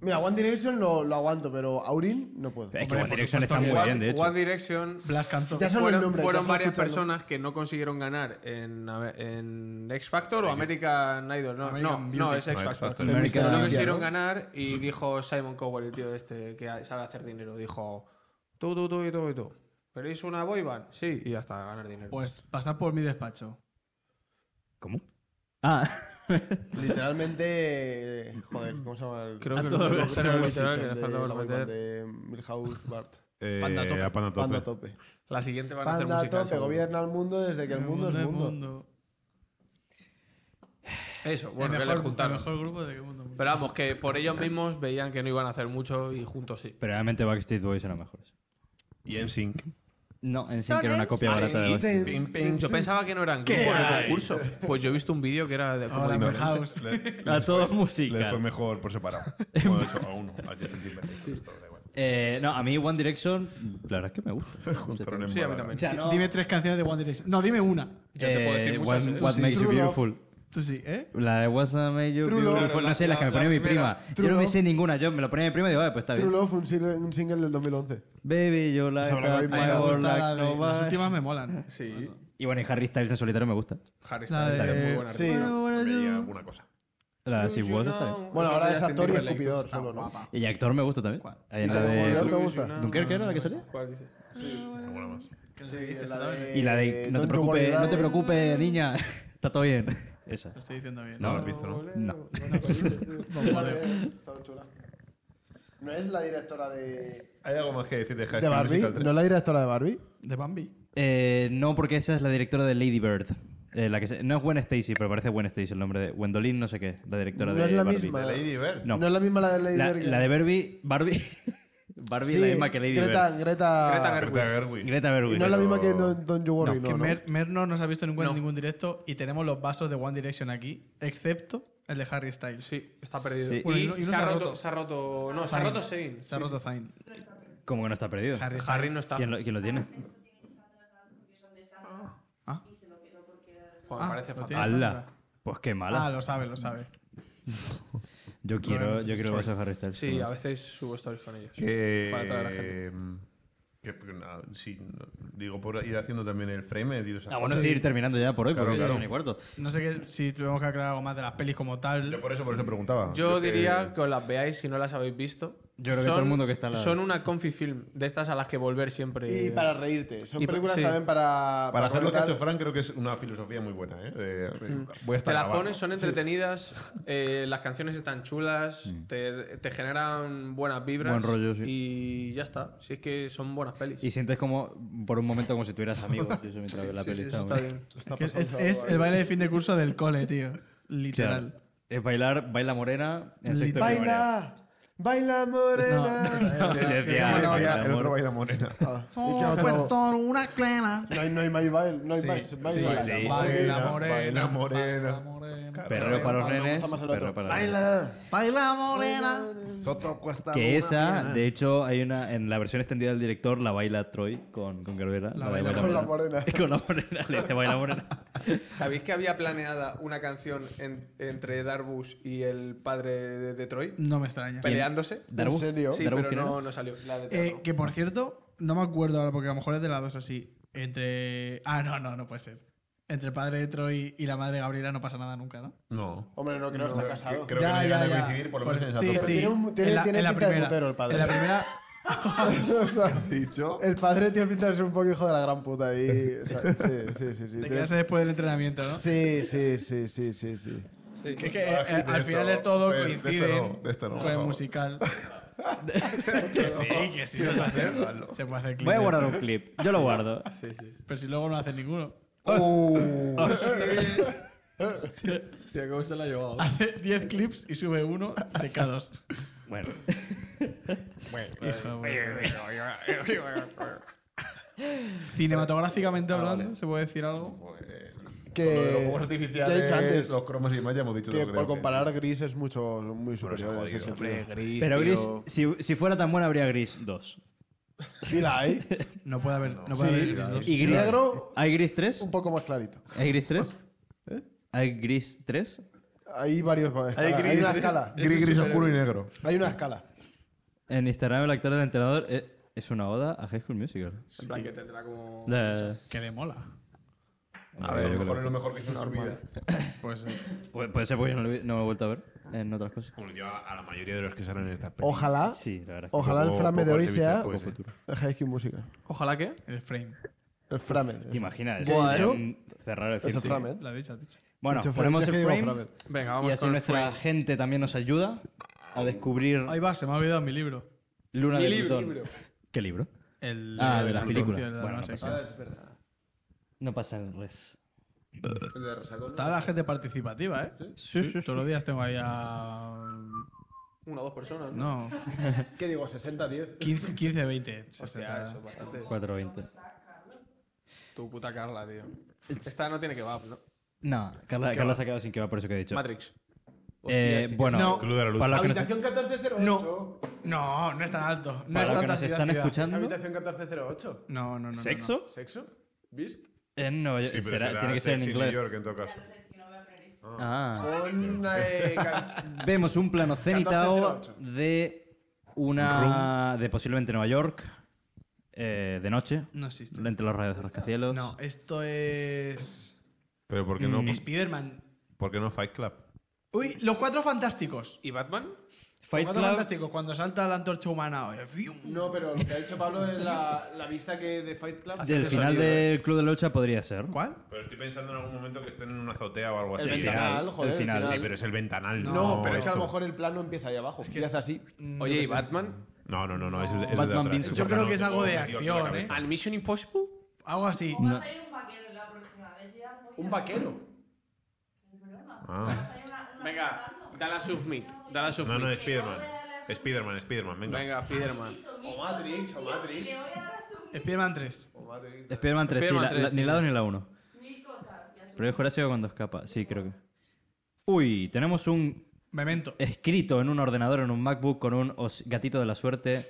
Mira, One Direction lo, lo aguanto, pero Aurin no puedo. Es que Hombre, One por Direction supuesto está muy que- bien, de hecho. One Direction Blas cantó. Ya solo fueron, el nombre. fueron ya solo varias escucharlo. personas que no consiguieron ganar en, a ver, en X Factor o American Idol. No, American no, no, Beauty. es X No, X Factor. Factor. American no Idol, consiguieron ¿no? ganar y dijo Simon Cowell, el tío este que sabe hacer dinero, dijo tú, tú, tú y tú y tú. ¿Queréis una boy band? Sí, y hasta ganar dinero. Pues pasad por mi despacho. ¿Cómo? Ah, Literalmente. eh, Joder, ¿cómo se llama? el- Creo a que todo lo único ver. que Creo que tenemos sí, que son hacer es de que falta la por boy band meter. de Milhouse Bart. Eh, Panda tope. a Panda Panda tope. tope. La siguiente van a hacer Panda musical. tope, seguro. gobierna el mundo desde que el mundo es mundo. Eso, El bueno, que mejor, les el juntaron. mejor grupo de qué mundo. Pero vamos, que por ellos mismos veían que no iban a hacer mucho y juntos sí. pero realmente Backstreet Boys eran mejores. Y en Sync. No, en sí que era una copia barata de Backstreet Yo pensaba que no eran grupo en el concurso. Pues yo he visto un vídeo que era de como Ahora diferente. House. *laughs* Les- A les todos fue- musical. Les fue mejor por *laughs* separado. Bueno, de hecho, a uno. A Justin Timberlake. pero esto da igual. Eh, no, a mí One Direction, la verdad es que me *laughs* gusta. Juntaron en Sí, a mí Málaga. también. sea, no- Dime tres canciones de One Direction. No, dime una. Yo te puedo decir Eh, muchas, What, ¿eh? What Sí, Makes You True Love. Beautiful. Tú sí, ¿eh? La de What's That Made You True Love. Beautiful. No sé, La- las que me la- ponía la mi primera. prima. Yo no me Love. sé ninguna. Yo me la ponía mi prima y digo, vale, pues está True bien. Love, un single, un single del 2011. Baby, you like Sabrá that, que me I Me gusta would gusta like la de- las nobody. últimas me molan. Sí. Y bueno, y Harry Styles en solitario me gusta. Harry La Styles de- es muy buena Sí. Veía alguna cosa. La de She Was está bien. Bueno, ahora es actor y escupidor está solo, ¿no? guapa. Y actor me gusta también. Hay la ¿Te de... gusta? ¿Dunkerque era la que salía? ¿Cuál dices? Alguna más. Sí, la de... Y la Eh, de... No te Don't You preocupes, Worry no te Darling. Ah. preocupes, niña. *laughs* Está todo bien. Esa. Lo estoy diciendo bien. pues, *laughs* No, la has visto, ¿no? No. Buena película, tío. Vale, Estaba chula. No es la directora de. ¿Hay algo más que decir de High ¿De School Barbie? Musical 3? ¿No es la directora de Barbie? De Bambi. Eh, no, porque esa es la directora de Lady Bird. Eh, la que se- no es Gwen Stacy, pero parece Gwen Stacy el nombre de Gwendolyn, no sé qué, la directora No de es la Barbie. misma. De Lady Bird. No. No es la misma la de Lady La, Bird. la de Barbie. Barbie. *laughs* Barbie es la misma que Lady Greta, Bird. Greta. Greta Gerwig. Greta Gerwig. Greta Gerwig. No es la misma que Pero- Don, Don You Worry, que no, no. Mer, Mer no nos ha visto nunca en ningún directo y tenemos los vasos de One Direction aquí, excepto el de Harry Styles. Sí, está perdido. Sí. Y, Bueno, y no- y no se, ha roto, Ah, se ha roto. No, se ha Zayn. roto Zayn. Se ha roto Zayn. Como que no está perdido. Harry, Harry no está. ¿Quién lo, quién lo Ah, tiene? Joder, Ah, parece lo fatal. tiene. ¡Hala! Pues qué Ah, mala. lo sabe, lo sabe. Yo quiero, yo quiero vas a Harry Styles. Sí, a veces subo stories con ellos. Que, em, Para atraer a la gente. que, que, na- sí, no, digo, por ir haciendo también el frame. digo, o sea, Ah, bueno, es ir terminando ya por hoy, porque ya claro. son y cuarto. No sé qué- si tuvimos que aclarar algo más de las pelis como tal. Yo por eso, por eso preguntaba. Yo que- diría que os las veáis si no las habéis visto. Yo creo que todo el mundo que está la- Son una confi film, de estas a las que volver siempre. Y para reírte. Son Y pa- películas sí. también para. Para hacer lo que ha comentar. hecho Frank, creo que es una filosofía muy buena. ¿eh? De- voy a estar Te las grabando. pones, son entretenidas, eh, las canciones están chulas, te, te generan buenas vibras. Buen rollo, sí. Y ya está. Si es que son buenas pelis. Y sientes como, por un momento, como si tuvieras amigos. tío, eso mientras ves la Sí, peli sí, está eso muy- está bien. Que es, es el baile de fin de curso del cole, *laughs* tío. Claro. Literal. Es bailar, baila morena en sexto de primaria. ¡Baila! ¡Baila morena! Yo decía, El, baila, baila- el amor. otro baila morena. ¿Y qué Oh. otro? una clena. No hay, no hay más baile, no hay más. Baila. sí. Baila Baila morena. morena. Perreo para los nenes. gusta más el otro. perreo para los nenes. Baila. Baila morena. Soto cuesta Que esa, de hecho, hay una en la versión extendida del director la baila Troy con, con Gerbera. La de baila con la morena. *laughs* con la morena, le dice baila morena. ¿Sabéis que había planeada una canción en- entre Darbus y el padre de Detroit? No me extraña. Peleándose. Darbu- ¿En serio? Sí, Darbus, pero ¿quién no, era? no salió. La de Eh, Darbus. que por cierto, no me acuerdo ahora porque a lo mejor es de las dos así. Entre. Ah, no, no, no puede ser. Entre el padre de Troy y la madre de Gabriela no pasa nada nunca, ¿no? No. Hombre, no creo que está casado. Creo que no llegan a coincidir, por lo menos en esa sí, tope. sí. Tiene un- tiene- En la- tiene en la pinta de primera- putero el padre. En la primera. *laughs* dicho? El padre tiene pinta de ser un poco hijo de la gran puta ahí. o sea, sí, sí, sí. sí, Te tiene- quedas después del entrenamiento, ¿no? sí, sí, sí, sí, sí, sí. Sí. Que es que eh, Ah, eh, de al esto- final de todo de esto coinciden no, de esto no, con por el favor. *laughs* musical. que sí, que sí. Se puede hacer, se puede hacer clip. Voy a guardar un clip, yo lo guardo. Pero si luego no hacen ninguno. Oh. *laughs* Tío, ¿cómo se la ha llevado? Ah, Hace 10 clips y sube uno de cada dos. Bueno, Hijo, bueno. Cinematográficamente hablando, ¿se puede decir algo? Con lo de los Que. juegos ya he dicho artificiales, antes. los cromas y demás, ya hemos dicho Que lo que por creo comparar Gris es mucho, muy superior en ese sentido. pero Gris, si, si fuera tan buena, habría Gris 2. Y la *laughs* hay. No puede haber. No puede haber Gris dos. ¿Y Gris? Negro, ¿Hay Gris 3? un poco más clarito. ¿Hay Gris 3? ¿Hay Gris 3? Hay varios. escalas. Hay, gris, una gris. escala. Gris, gris, oscuro y negro. Hay una escala. En Instagram, el actor del entrenador eh, es una oda a High School Musical. En plan que tendrá como. La- Que le mola. A ver, lo mejor es lo mejor que hizo en su vida. Pues eh, Pu- Puede ser porque yo no lo he- no lo he vuelto a ver en otras cosas. Bueno, yo a, a la mayoría de los que salen en esta película. Ojalá. Sí, la verdad. es que- Ojalá el Poco- frame de poco hoy artificial sea. puede ser. El High School Musical. Ojalá que. el frame. El frame. ¿Te imaginas? ¿Qué he eso? dicho? Mm, Cerrar el Es el círculo. frame. La dicha, dicho. Bueno, Dicho frame, ponemos yo es el que digo frame frame. Venga, y vamos así con el nuestra frame. gente también nos ayuda a descubrir Ahí va, se me ha olvidado mi libro. Luna Mi de libro, Plutón. libro. ¿Qué libro? El, Ah, el de las anuncio películas. de la pues Bueno, nueva no sección. pasa. No pasa en res. Está la gente participativa, ¿eh? Sí, sí, Todos los días tengo ahí a. Una o dos personas. ¿no? No, ¿Qué digo? ¿60, 10? 15, 15 20. Hostia, eso es bastante. 4.20. Tu puta Carla, tío. Esta no tiene que va, ¿no? No, Carla, Carla se ha quedado sin que va por eso que he dicho. Matrix. Eh, sí que- bueno, No. Club de la Lucha. para los que nos, Habitación 1408. No. No, no es tan alto. No para es los que tanta nos ciudad, están ciudad. ¿Es escuchando, habitación 1408? No, no, no. no, ¿sexo? ¿Sexo? ¿Vist? En Nueva York. Sí, pero será- será tiene que ser en Sexy inglés. New York en todo caso. Ah. Con eh, ca- Vemos un plano cenitado 1408. de una. de posiblemente Nueva York. eh, de noche. No, no existe. Entre los rayos de rascacielos. No, esto es. Pero ¿por qué Mm. no, Spider-Man. por qué no Fight Club? Uy, los cuatro fantásticos. ¿Y Batman? Fight Cuatro Club. Fantásticos, cuando salta la antorcha humana. oye, ¡fium! No, pero lo que ha dicho Pablo es la, la vista que de Fight Club. Del final del Club de la Lucha podría ser. ¿Cuál? Pero estoy pensando en algún momento que estén en una azotea o algo El así. ventanal, Sí, joder, el el final. Sí, final. pero es el ventanal. No, No, pero es que a lo esto. mejor el plano empieza ahí abajo. que empieza así. Mm, Oye, ¿y Batman? No, no, no, no. Es, es de Batman atrás, Bin es de Yo creo atrás, que es no, algo de tengo metido aquí la ¿eh? acción, cabeza. ¿Al Mission Impossible? Algo así. No. Va a salir un vaquero la próxima vez. ya, voy Un a- vaquero. Ah. Va a salir una- una Venga, cantando. Dallas of Meat. Dallas of No, no, Meat. Spiderman. Spiderman, Spiderman, venga. Venga, Spiderman. Mil O Matrix, o cosas, tío, Matrix. que voy a dar a su- Spiderman 3. O Matrix. Spider-Man 3, sí, Spider-Man la- 3, la- sí, ni sí. la 2 ni la 1. Mil cosas. que a su- Pero es Horacio cuando escapa, sí, creo que. Uy, tenemos un Memento. escrito en un ordenador, en un MacBook, con un os- gatito de la suerte,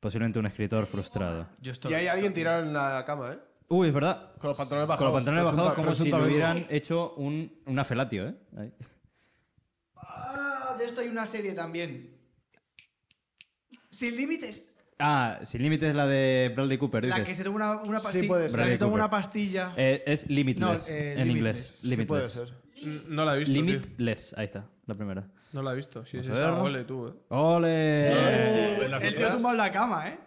posiblemente un escritor frustrado. Yo estoy. Y hay alguien tirado en la cama, ¿eh? Uy, es verdad. Con los pantalones bajados. Con los pantalones Ah, Resulta- bajados, como si resulta le vivo. hubieran hecho un, una felatio, ¿eh? Ahí. Ah, de esto hay una serie también. Sin límites. Ah, Sin Límites la de Bradley Cooper, La dices. que se toma una, una, pa- Sí, sí, puede la ser. que Bradley toma Cooper. una pastilla. Eh, es Limitless eh, en Limitless. inglés. Sí, Sí, puede Limitless. ser. No la he visto. tío. Limitless, ahí está, la primera. No la he visto. Si es Vamos a esa, verlo. ole tú, eh. ¡Ole! Eh, El tío tumbado en la cama, ¿eh?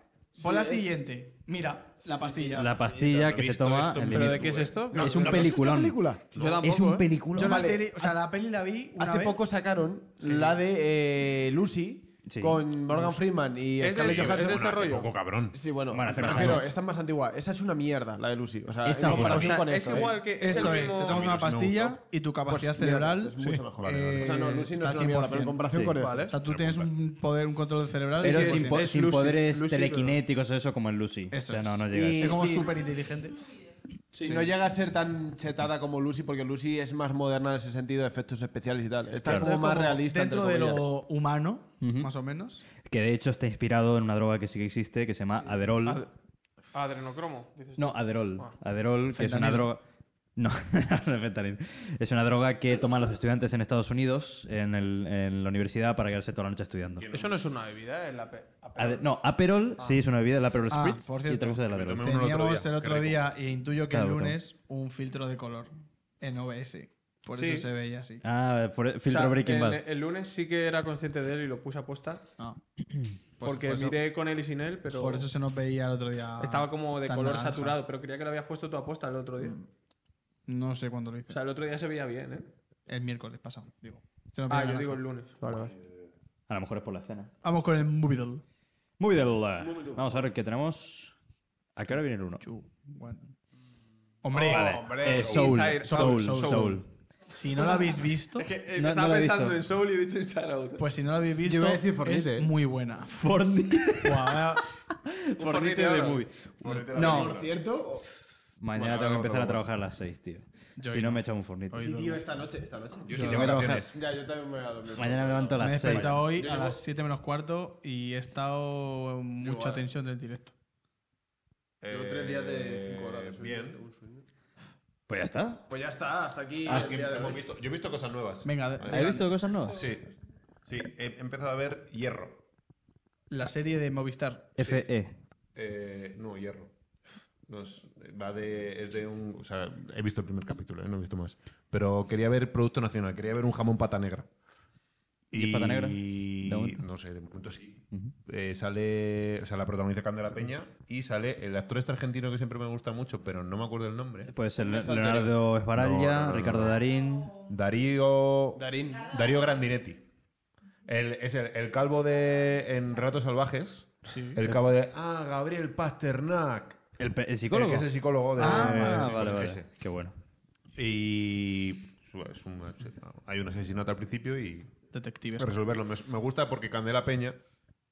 Pon la siguiente. Mira, la pastilla. La pastilla he que se visto toma esto, en ¿Pero de qué Limitless. es esto? Es un ¿La viste esta peliculón. película? Yo tampoco, Es un eh. peliculón. Yo Vale. la serie, o sea, la peli la vi una Hace vez. poco sacaron la de eh, Lucy Sí. con Morgan Freeman y Es Scarlett del- es Johansson. de este Bueno, hace rollo. poco, cabrón. Sí, bueno, Bueno, me hace refiero, poco. esta es más antigua. Esa es una mierda, la de Lucy. O sea, Esta en es buena. comparación O con sea, es esto. ¿eh? igual que. Es el Esto es, mismo- te tomas A una mí no me pastilla gustó. y tu Pues capacidad mira, cerebral. esto es mucho mejor. eh, O sea, no, Lucy no está es una mierda, pero en 100%. comparación Sí, con esto. vale. O sea, tú tienes un poder, un control cerebral. Pero de sin, 100%. po- es sin Lucy. poderes Lucy, pero- telequinéticos o eso como en Lucy. Eso o sea, no, es. no llega. a Y- eso. es como sí. súper inteligente. Si no llega a ser tan chetada como Lucy, porque Lucy es más moderna en ese sentido de efectos especiales y tal. Esta es como más realista. Dentro entre de comillas. lo humano, más o menos. Que de hecho está inspirado en una droga que sí que existe que se llama Aderol. Adrenocromo. dices. no, Aderol. Aderol, que es una Fentanilo. droga. No, *laughs* no es fentanil. Es una droga que toman los estudiantes en Estados Unidos, en, el- en la universidad, para quedarse toda la noche estudiando. Eso no es una bebida, es la pe- Ade- no, Aperol, sí, es una bebida, el Aperol Ah, Spritz. por y otra cierto, cosa es la me Aderol. tomé uno el otro Teníamos el día, qué otro rico. día, e intuyo que el Claro, lunes, un filtro de color en OBS. Por Sí. eso se veía así. Ah, for- filtro O sea, Breaking el, Bad. el lunes sí que era consciente de él y lo puse a posta. *clears throat* Ah. Pues Porque por eso- miré con él y sin él, pero. Por eso se nos veía el otro día. Estaba como de tan color naranja. saturado, pero creía que lo habías puesto tú a posta el otro día. No sé cuándo lo hice. O sea, el otro día se veía bien, ¿eh? el miércoles pasado, digo. Se nos veía Ah, yo naranja. digo el lunes. Vale, vale. A lo mejor es por la escena. Vamos con el movie doll. Muy del. eh, Vamos a ver qué tenemos. ¿A qué hora viene el uno? Bueno. Hombre, Eh, Soul, Inside Soul, Out, Soul, Soul. si no lo habéis visto, Es que eh, No- estaba no lo he pensando visto. en Soul y he dicho Inside Out. pues si no lo habéis visto, iba a decir Fortnite, es eh. muy buena. Fornite. Guau, vaya- Fornite Fornite de ahora. movie. Por No, cierto, mañana tengo que empezar a trabajar a las 6, tío. Si no me echa un fornite. Hoy sí, tío, esta noche. Esta noche. Yo Yo sí tengo voy a trabajar. vacaciones. Ya, yo también me voy a dormir. Mañana me levanto a me he las 6. despertado hoy Yo a llevo- las 7 menos cuarto y he estado en mucha igual. tensión del directo. Llevo tres días de cinco horas de sueño, Eh, bien. tengo un sueño. Pues ya está. Pues ya está, hasta aquí. Ah, es el que día de hemos hoy. visto- Yo he visto cosas nuevas. Venga, de- Vale. ¿Has visto cosas nuevas? Sí. Sí, he empezado a ver Hierro. La serie de Movistar. FE. Eh, no, Hierro. No es- va de, es de un. O sea, he visto el primer capítulo, eh, no he visto más. Pero quería ver Producto Nacional, quería ver un jamón pata negra. ¿Y es pata negra? Y ¿De momento? no sé, de momento sí. Eh, sale. O sea, la protagoniza Candela Peña y sale el actor este argentino que siempre me gusta mucho, pero no me acuerdo el nombre. Pues el Está Leonardo No, no, Esbaralla, no, Ricardo no. Darín. Darío. Darín. Darío Grandinetti. El, es el, el calvo de. En Relatos Salvajes. El calvo de. Ah, Gabriel Pasternak. ¿El, pe- el El psicólogo? Eh, que es el psicólogo de. Ah, sí, vale, sí, vale. ese. Qué bueno. Y. pues, es un- hay un asesinato al principio y. Detectives. Resolverlo. Me, me gusta porque Candela Peña.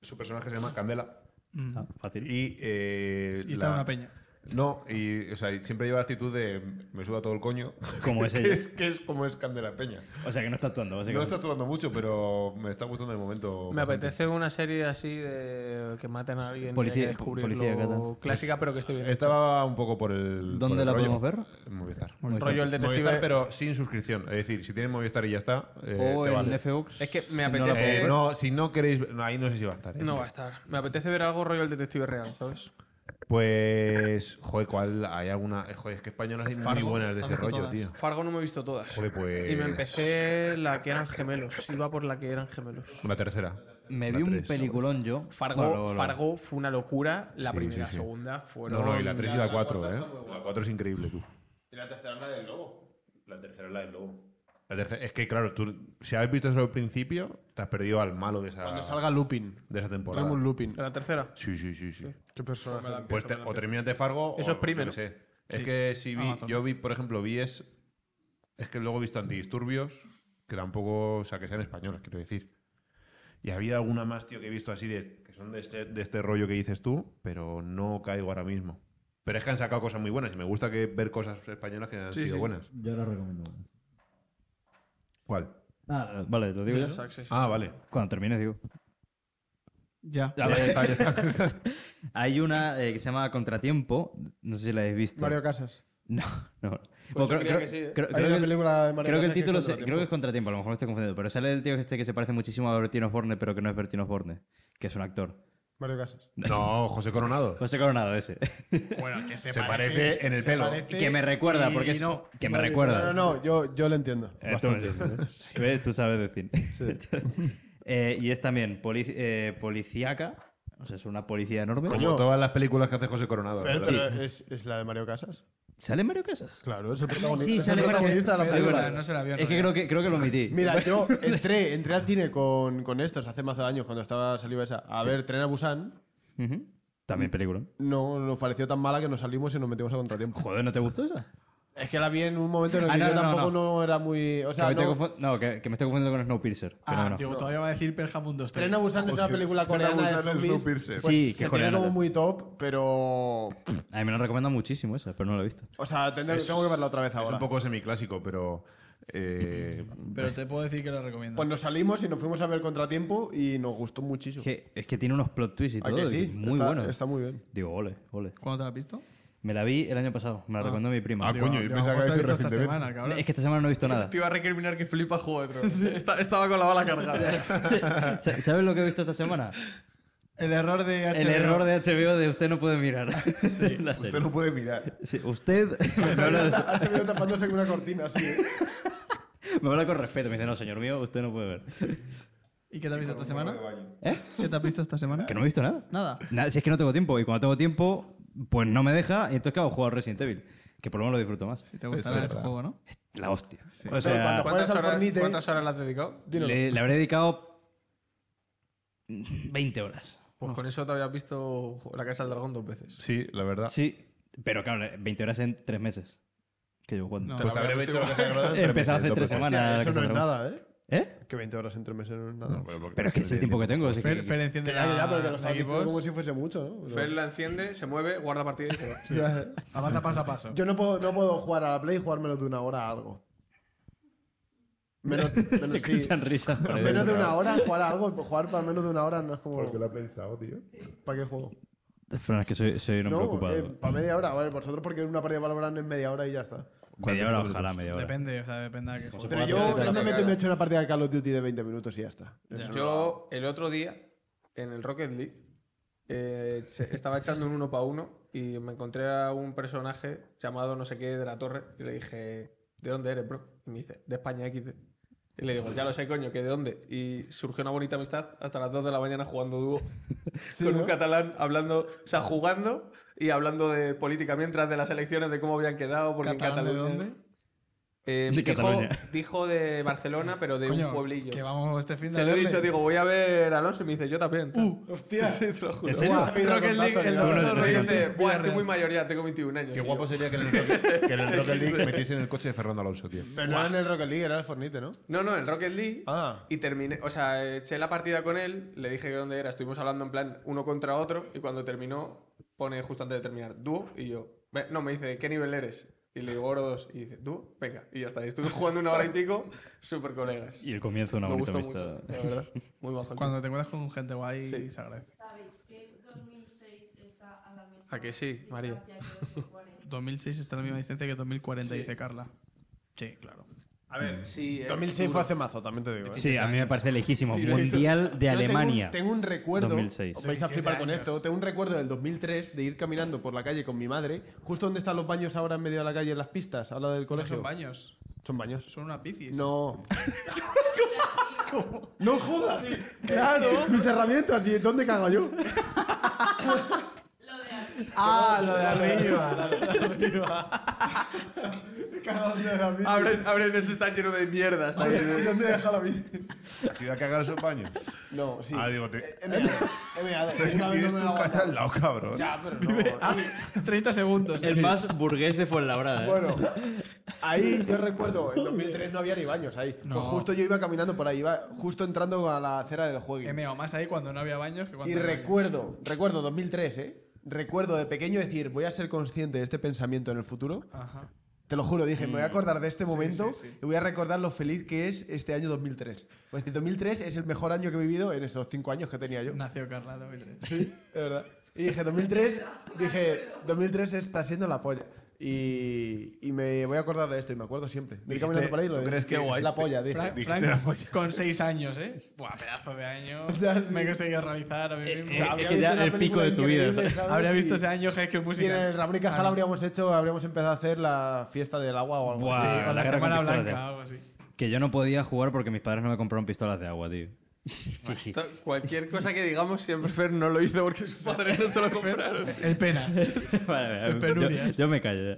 Su personaje se llama Candela. Mm. Ah, fácil. Y. eh, Y está en la- una peña. No, y o sea, y siempre lleva la actitud de. Me suda todo el coño. *laughs* Como es que ella. es, que es como es Candela Peña. O sea que no está actuando, No básicamente. está actuando mucho, pero me está gustando el momento. Me bastante. apetece una serie así de que maten a alguien Policía- y hay que descubrirlo. policía catalán. clásica, pero que esté bien. Estaba un poco por el. ¿Dónde por el la rollo. podemos ver? En Movistar. hecho. rollo el detective. Movistar, pero sin suscripción. Es decir, si tienes Movistar y ya está. eh, O te en vale. FX. Es que me no la puedo apetece- ver. Eh, no, si no queréis. no, ahí no sé si va a estar. eh. No va a estar. Me apetece ver algo rollo el detective real, ¿sabes? Pues, joder, ¿cuál? Hay alguna. eh, Joder, es que españolas hay muy Fargo, buenas de ese también rollo, todas. tío. Fargo no me he visto todas. Joder, pues. Y me empecé la que eran gemelos. Iba por la que eran gemelos. La tercera. Me La vi un tres. peliculón yo. Fargo, Bueno, luego- Fargo fue una locura. La Sí, primera y sí, sí. segunda fueron. No, no, y la 3 y la 4, cuarta ¿eh? está muy guapa. La 4 es increíble, tú. Y la tercera es la del lobo. La tercera es la del lobo. La tercera, es que, claro, tú, si habéis visto eso al principio, te has perdido al malo de esa. Cuando salga Lupin. De esa temporada. Raymond Lupin. ¿La tercera? Sí, sí, sí. sí. ¿Qué personaje? Me la Pues empiezo, te- me la o empiezo. terminaste Fargo. Eso o es primero. yo qué sé. Es Sí. que si vi. Amazon. Yo vi, por ejemplo, vi es. Es que luego he visto Antidisturbios, que tampoco. O sea, que sean españolas, quiero decir. Y había alguna más, tío, que he visto así de. Que son de este, de este rollo que dices tú, pero no caigo ahora mismo. Pero es que han sacado cosas muy buenas y me gusta que ver cosas españolas que han Sí, sido sí. buenas. Yo lo recomiendo. ¿Cuál? Ah, vale, lo digo De yo. los Access. Ah, vale. Cuando termines, digo. Ya. Ya, vale. está, ya está. *laughs* Hay una eh, que se llama Contratiempo. No sé si la habéis visto. Mario Casas. No, no. Pues creo, mira creo- que sí. creo- Hay creo una que- película de Mario creo que el Casas que es título se- Contratiempo. creo que es Contratiempo, a lo mejor me estoy confundiendo, pero sale el tío este que se parece muchísimo a Bertino Osborne, pero que no es Bertino Osborne, que es un actor. Mario Casas. No, *laughs* José Coronado. José Coronado ese. Bueno, que se, Se parece en el pelo. Que me recuerda, y- porque y es- no. que me recuerda. No, no, no, yo, yo lo *laughs* entiendo. Eh, tú, bastante. *laughs* ¿ves? ¿Ves? Tú sabes decir. *laughs* Eh, y es también polici- eh, policíaca. O sea, es una policía enorme. Como todas las películas que hace José Coronado. Fer, ¿verdad? pero ¿es, es la de Mario Casas? ¿Sale Mario Casas? Claro, es el Ay, protagonista, sí, es el sale Mario protagonista de la Casas. película. verdad, no se la vio en Es que realidad. creo que, creo que lo omití. Mira, yo entré, entré al cine con, con estos hace más de años, cuando estaba saliva esa, a ver Tren a Busan. Ujú. También película. No, nos pareció tan mala que nos salimos y nos metimos a contratiempo. Joder, ¿no te gustó esa? Es que la vi en un momento en el Ah, que no, yo no, tampoco no. era muy... O sea, que me no- estoy confun- no, que, que me estoy confundiendo con Snowpiercer. que Ah, no, no. tío, todavía va a decir Perjamund 2. Tren a Busan es una película Tren a coreana de Busan es zombies. Snowpiercer. pues, Sí, que es se tiene coreana, como ¿no? muy top, pero... A mí me lo recomiendan muchísimo esa, pero no la he visto. O sea, tendré- tengo que verla otra vez Es ahora. un poco semiclásico, pero. eh, Pero te puedo decir que lo recomiendo. Pues nos salimos y nos fuimos a ver Contratiempo y nos gustó muchísimo. Es que, es que tiene unos plot twists y ¿A todo. Ah, que y sí? Muy Está- bueno. Está muy bien. Digo, ole, ole. ¿Cuándo te la has visto? Me la vi el año pasado. Me la recomendó mi prima. Ah, coño, yo Digo, pensaba ¿vos la has que había sido visto esta recientemente. semana, cabrón? Es que esta semana no he visto nada. *laughs* *laughs* Te iba a recriminar que flipa Juego de Tronos. *laughs* Esta- Estaba con la bala *laughs* cargada. Sa- ¿Sabes lo que he visto esta semana? El error de El HBO. error de HBO de usted no puede mirar. *laughs* La serie. Usted no puede *laughs* mirar. Sí, usted me habla, Ha venido tapándose con una *laughs* cortina así. ¿eh? me habla con respeto. Me dice, no, señor mío, usted no puede ver. ¿Y qué te has visto esta semana? ¿Eh? ¿Qué te has visto esta semana? Que no he visto nada. Nada. Nada, si es que no tengo tiempo. Y cuando tengo tiempo, pues no me deja. Y entonces, claro, juego al Resident Evil. Que por lo menos lo disfruto más. Te gustará es ese verdad. juego, ¿no? La hostia. O Pero sea, cuando juegas al Fornite, ¿Cuántas horas le has dedicado? dilo. le, le habré dedicado 20 horas. Pues con eso te habías visto La Casa del Dragón dos veces. Sí, la verdad. Sí, pero claro, 20 horas en 3 meses. Que yo jugando. No. Pues te habré hecho la Casa Grande He en tres empezado meses, hace dos tres veces. semanas. Ana, eso que no es se nada, ¿eh? ¿eh? Que 20 horas entre meses no es nada. Pero, porque- Pero es que es el tiempo que tengo. así que- Fer, Fer enciende Que ya, que ya, pero que la- lo la estás diciendo Xbox. como si fuese mucho, ¿no? Pero- Fer la enciende, se mueve, guarda partida y se va. Avanza paso a paso. Yo no puedo, no puedo jugar a la Play y jugármelo de una hora a algo. *laughs* Menos, menos, *laughs* se sí. escuchan risas. por ahí. menos de una hora jugar a algo, jugar para menos de una hora no es como... ¿Por qué lo ha pensado, tío? ¿Para qué juego? eh, Fran, es que soy, soy un hombre ocupado. para media hora. Vale, vosotros porque una partida de Valorant es media hora y ya está. media hora, ojalá, media hora. Depende, o sea, depende a qué juego. Pero Una partida yo de Valorant. normalmente me he hecho una partida de Call of Duty de 20 minutos y ya está. Yo el otro día, en el Rocket League, eh, se- estaba echando un uno para uno y me encontré a un personaje llamado no sé qué de la torre y le dije, ¿de dónde eres, bro? Y me dice, de España XD. Y le digo, ya lo sé, coño, que de dónde. Y surgió una bonita amistad hasta las 2 de la mañana jugando *laughs* dúo con un catalán, hablando, o sea, jugando y hablando de política mientras de las elecciones, de cómo habían quedado, porque en ¿Catalán de Cataluña. dónde? Eh, De dijo, Cataluña. dijo de Barcelona, pero de Coño, un pueblillo. Que vamos este fin de Se lo he verle. dicho, digo, voy a ver a Alonso y me dice, yo también. tal. *laughs* Hostia. Sí, te lo juro. ¿En serio? Buah, Mira, Rocket League, contacto, el ya. doctor No, no, me no, dice, no. "Buah, estoy muy mayor ya, tengo 21 años. Qué Y guapo yo, sería que en el Rocket, que en el Rocket League metiesen el coche de Fernando Alonso, tío. Pero no era en el Rocket League, era el Fornite, ¿no? No, no, el Rocket League. Ah. Y terminé, o sea, eché la partida con él, le dije que dónde era, estuvimos hablando en plan uno contra otro y cuando terminó pone justo antes de terminar, dúo y yo, "Ve- no, me dice, ¿qué nivel eres? Y le digo, oro 2 y dice, dúo, venga, y ya está. Y estuve *laughs* jugando una hora y pico, súper colegas. Y el comienzo de una me bonita gustó amistad. mucho, la *laughs* verdad. Muy bajo. Cuando te encuentras con gente guay, se agradece. Sabéis que 2006 está a la misma ¿A que sí, distancia Mario? que 2040. 2006 está a la misma distancia que 2040, dice Carla. Sí, claro. A ver, Mm. sí. eh, 2006 duro. fue hace mazo, también te digo. ¿eh? Sí, a mí me parece lejísimo. Sí, Mundial de Yo tengo un- Alemania. Tengo un, recuerdo. 2006. Os vais a flipar con 17 esto. Tengo un recuerdo del 2003 de ir caminando por la calle con mi madre, justo donde están los baños ahora en medio de la calle, en las pistas, al lado del No colegio. son baños, Son baños. son unas bicis. *laughs* No. ¡No jodas! Claro. Mis herramientas y ¿dónde cago yo? Ah, lo de arriba. lo de arriba. Abren, abren eso, está lleno de mierdas. ¿Y dónde he dejado la vida? ¿Has ido a cagar esos baños? No, sí. Eh, Ah, digo, te... He meado, he meado. eh, Una vez Tienes no me tu la casa al lado, cabrón. Ya, pero no. Ah, 30 segundos. El más burgués de Fuenlabrada. ¿eh? Bueno, ahí yo recuerdo, en 2003 no había ni baños ahí. No. Pues justo yo iba caminando por ahí, iba justo entrando a la acera del He juego. meado más ahí cuando no había baños que cuando Y había baños. recuerdo, recuerdo 2003, ¿eh? Recuerdo de pequeño decir, voy a ser consciente de este pensamiento en el futuro. Ajá. Te lo juro, dije, me voy a acordar de este momento Mm. sí, sí. y voy a recordar lo feliz que es este año 2003. Pues decir, 2003 es el mejor año que he vivido en esos cinco años que tenía yo. Nació Carla 2003. Sí, es verdad. Y dije, 2003, dije, 2003 está siendo la polla. Y, y me voy a acordar de esto y me acuerdo siempre. Me voy Dijiste, caminando por ahí y lo ¿tú dije, crees que "Es guay?" la polla, dije. Frank, Dijiste Frank, la polla. *laughs* con 6 años, ¿eh? Buah, pedazo de año. *laughs* Ya, sí. Me he conseguido realizar a mí eh, mismo. O sea, eh, Habría que visto ya una el pico película de tu vida, increíble, ¿sabes? eh, ¿sabes? Habría visto Y- ese año High School Y en el Musical. Ramón y Cajal habríamos hecho, habríamos empezado a hacer la fiesta del agua o algo Buah, así. Sí, con la la cara Semana con pistola Blanca de- o algo así. Que yo no podía jugar porque mis padres no me compraron pistolas de agua, *laughs* tío. To- Cualquier cosa que digamos, siempre Fer no lo hizo porque sus padres no se lo compraron. El pena. Vale, vale, penurias. *laughs* yo, yo me callo. ya.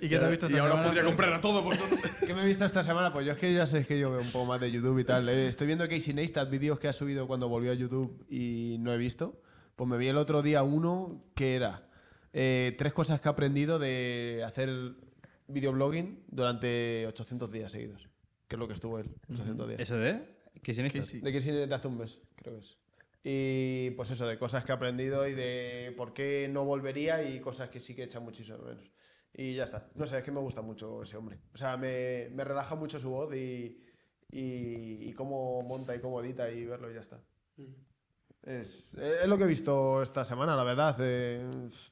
¿Y qué te has visto esta Y ahora semana? podría comprar a todos vosotros. *laughs* ¿Qué me he visto esta semana? Pues yo es que ya sé que yo veo un poco más de YouTube y tal. eh. Estoy viendo Casey Neistat, vídeos que ha subido cuando volvió a YouTube y no he visto. Pues me vi el otro día uno que era eh, tres cosas que he aprendido de hacer videoblogging durante 800 días seguidos. Que es lo que estuvo él, 800 días. ¿Eso de? ¿Qué son estas? De Casey Neistat de hace un mes, creo que es. Y pues eso, de cosas que he aprendido y de por qué no volvería y cosas que sí que echan muchísimo de menos. Y ya está. No sé, es que me gusta mucho ese hombre. O sea, me, me relaja mucho su voz y, y, y cómo monta y cómo edita y verlo y ya está. Es, es lo que he visto esta semana, la verdad. eh,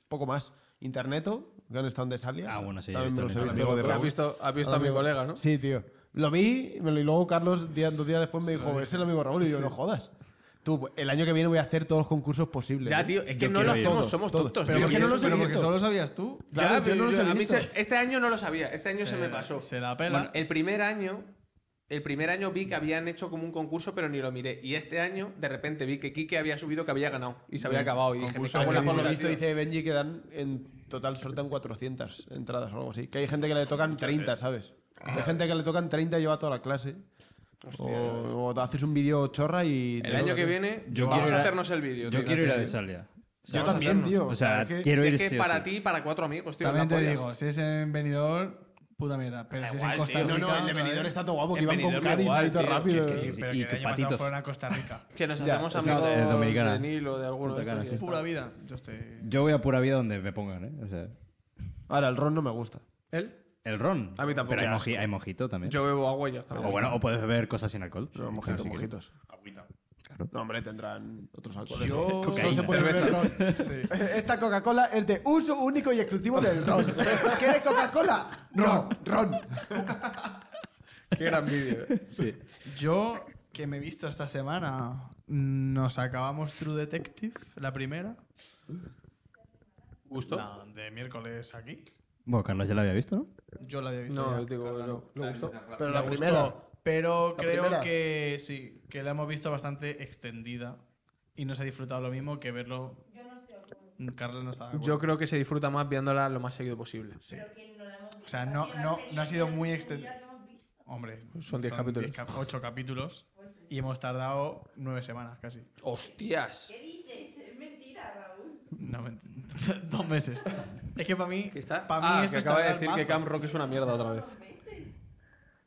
poco más. Interneto, que han estado en Desalia. Ah, bueno, sí, he También me visto los he el visto. Amigo los de dos. Raúl. ¿Has visto, has visto a mi colega, no? Sí, tío. Lo vi me lo- y luego Carlos día- dos días después me dijo, es el amigo Raúl. Y yo, no jodas. Tú, pues, el año que viene voy a hacer todos los concursos posibles. ¿eh? Ya, tío, es que Yo no quiero lo ir. hacemos, Todos, somos todos. tontos. Pero tío. es que no Y los eso- he Pero porque visto. solo lo sabías tú. Ya, Claro, pero yo no los yo- he a mí visto. se- este año no lo sabía, este año se, me pasó. se la pela. Bueno, el primer año, el primer año vi que habían hecho como un concurso, pero ni lo miré. Y este año, de repente vi que Kike había subido, que había ganado y se había acabado. Y dije, me concurso cago en la Porque por lo puta, visto tío. dice Benji que dan en total sortean 400 entradas o algo así. Que hay gente que le tocan 30, ¿sabes? Hay gente que le tocan 30 y lleva toda la clase. O, o te haces un vídeo chorra y... te El año toca, que tío. viene, Yo vamos quiero ir a a- hacernos el vídeo. Yo tío. quiero ir a Desalia. Yo Vamos a también, hacernos. tío. O sea, es que- quiero Si ir es que sí o para sí. ti y para cuatro amigos, tío. También la te polla. digo, si es en Benidorm, puta mierda. Pero Da si es en igual, Costa tío. Rica... No, no, el de otra Benidorm vez. está todo guapo, que En iban con Benidorm Cádiz igual, ahí todo tío, rápido. que sí, Sí, pero Y que el año pasado patitos. fueron a Costa Rica. Que nos Ya, hacemos o sea, amigos es dominicana. de Nilo, de alguno de Dominicana, estos. sí. tío. Pura vida. Yo estoy... Yo voy a pura vida donde me pongan, ¿eh? O sea, Ahora, el ron no me gusta. ¿Él? el ron. A mí tampoco. Pero hay, Qué moji- hay mojito también. Yo bebo agua y ya está. o bueno, o puedes beber cosas sin alcohol. No, Sí, mojitos, claro, sí que- mojitos. No, hombre, tendrán otros alcoholes. Yo... Solo se puede beber ron. Esta Coca-Cola es de uso único y exclusivo del *laughs* ron. ¿Quieres Coca-Cola? No, ron. Qué gran vídeo. *laughs* eh. Yo, que me he visto esta semana, nos acabamos True Detective, la primera. ¿Gusto? La de miércoles aquí. Bueno, Carlos ya lo había visto, ¿no? Yo la había visto. No, ya. digo, Carla, no. no. ¿Le gustó? Pero Me la gustó, primera. Pero ¿La creo primera? que sí, que la hemos visto bastante extendida y nos ha disfrutado lo mismo que verlo. Carlos no está de acuerdo. Yo creo que se disfruta más viéndola lo más seguido posible. Sí. O sea, no, no, no ha sido muy extendida. Hombre, Son 10 capítulos. 8 capítulos y hemos tardado 9 semanas casi. ¡Hostias! dices? Es mentira, Raúl. No, ment- *laughs* dos meses. Es que para mí, Que está... para mí ah, eso que es acaba de tardar decir que mazo. Cam Rock es una mierda otra vez.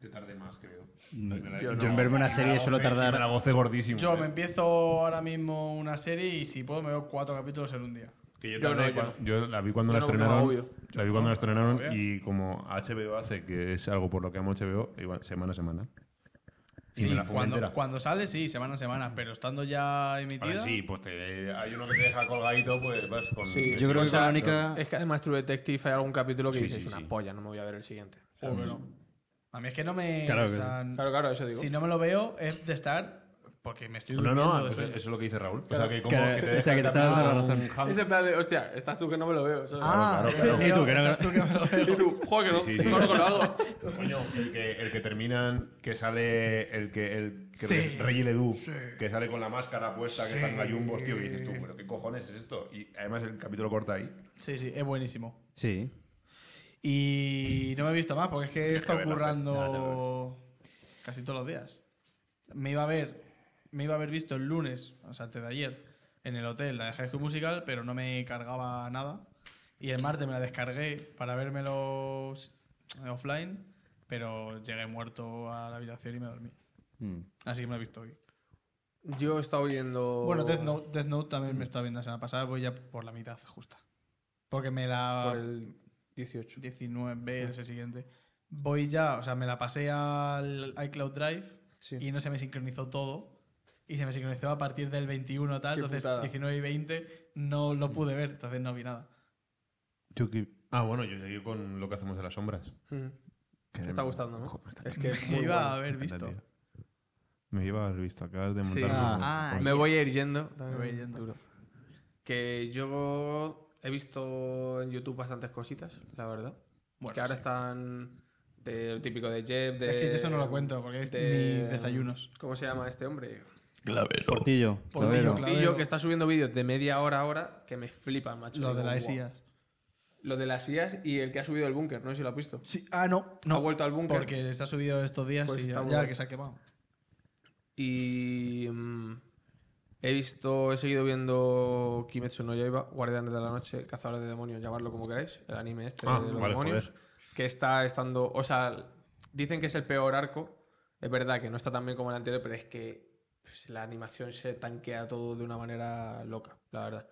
Yo tardé más, creo. No, Yo yo, no. en verme una serie suelo Me la tardar. gocé gordísimo. Yo eh. me empiezo ahora mismo una serie y si puedo me veo cuatro capítulos en un día. Que yo, Yo tardé no, yo cuan- yo la vi cuando Yo la no, no, estrenaron. obvio. La vi cuando la estrenaron obvio. y como HBO hace, que es algo por lo que amo HBO, igual, semana a semana. Y me la fumé cuando, entera. cuando sale, sí, semana a semana, pero estando ya Vale, emitida. sí, pues te- hay uno que te deja colgadito, pues vas con... Sí, Yo creo que O sea, la única. Es que además True Detective hay algún capítulo que Sí, dices sí, una sí. polla, no me voy a ver el siguiente. joder, no. A mí es que no me. Claro, o sea, claro, claro, eso digo. Si no me lo veo, es de estar. Porque me estoy No, no, durmiendo pues eso después. es lo que dice Raúl. Claro. O sea, que como Claro, que o sea, que te dejan estás dando un razón. *laughs* hand- Ese plan de, hostia, estás tú que no me lo veo. ¿sabes? Ah, Claro, claro, Y *laughs* tú, que no- Estás tú que no me lo veo. Y tú, joder, que no, Sí, sí, sí. no, no lo hago. Coño, el que, el que terminan, que sale el que, el que Sí. re- Rey Ledoux, Sí. que sale con la máscara puesta, que Sí. está en la Jumbo, tío, que dices tú, pero qué cojones es esto. Y además el capítulo corta ahí. Sí, sí, es buenísimo. Sí. Y no me he visto más, porque es que he Tienes que estado verla, Fer, tienes que currando casi todos los días. Me iba a ver, me iba a haber visto el lunes, o sea, antes de ayer, en el hotel, la de High School Musical, pero no me cargaba nada. Y el martes me la descargué para vérmelo s- offline, pero llegué muerto a la habitación y me dormí. Mm. Así que me lo he visto hoy. Yo he estado viendo. Bueno, Death Note, Death Note también me estaba viendo la semana pasada, voy ya por la mitad justa. Porque me la... Por el 18. 19 el siguiente. Voy ya, o sea, me la pasé al iCloud Drive Sí. y no se me sincronizó todo. Y se me sincronizó a partir del 21 tal, Qué entonces putada. 19 y 20 no lo pude ver, entonces no vi nada. *laughs* Ah, bueno, yo llegué con lo que hacemos de las sombras. Mm. Que Te está gustando, ¿no? Joder, me está Es *laughs* que es Me muy iba a bueno. haber visto. encantando, tío. Me iba a haber visto, acabas de Sí. montar. un- Ah, Joder. Me voy a ir yendo. Me voy yendo. Duro. Que yo he visto en YouTube bastantes cositas, la verdad. Bueno, que ahora sí. están de lo típico de Jeb, de... Es que eso no lo cuento, porque es mis desayunos. ¿Cómo se llama este hombre? Portillo. Portillo, claro. Clavero. Portillo, que está subiendo vídeos de media hora ahora que me flipan, macho. Lo Digo, de las "Guau". IAS. Lo de las IAS y el que ha subido el búnker, no sé si lo has visto. Sí, ah, no, Ha no. vuelto al búnker. Porque se ha subido estos días Pues y está ya, muy ya bueno. que se ha quemado. Y mm, he visto, he seguido viendo Kimetsu no Yaiba, Guardianes de la Noche, Cazadores de Demonios, llamarlo como queráis, el anime este Ah, de los vale, demonios, que está estando, o sea, dicen que es el peor arco, es verdad que no está tan bien como el anterior, pero es que pues, la animación se tanquea todo de una manera loca, la verdad.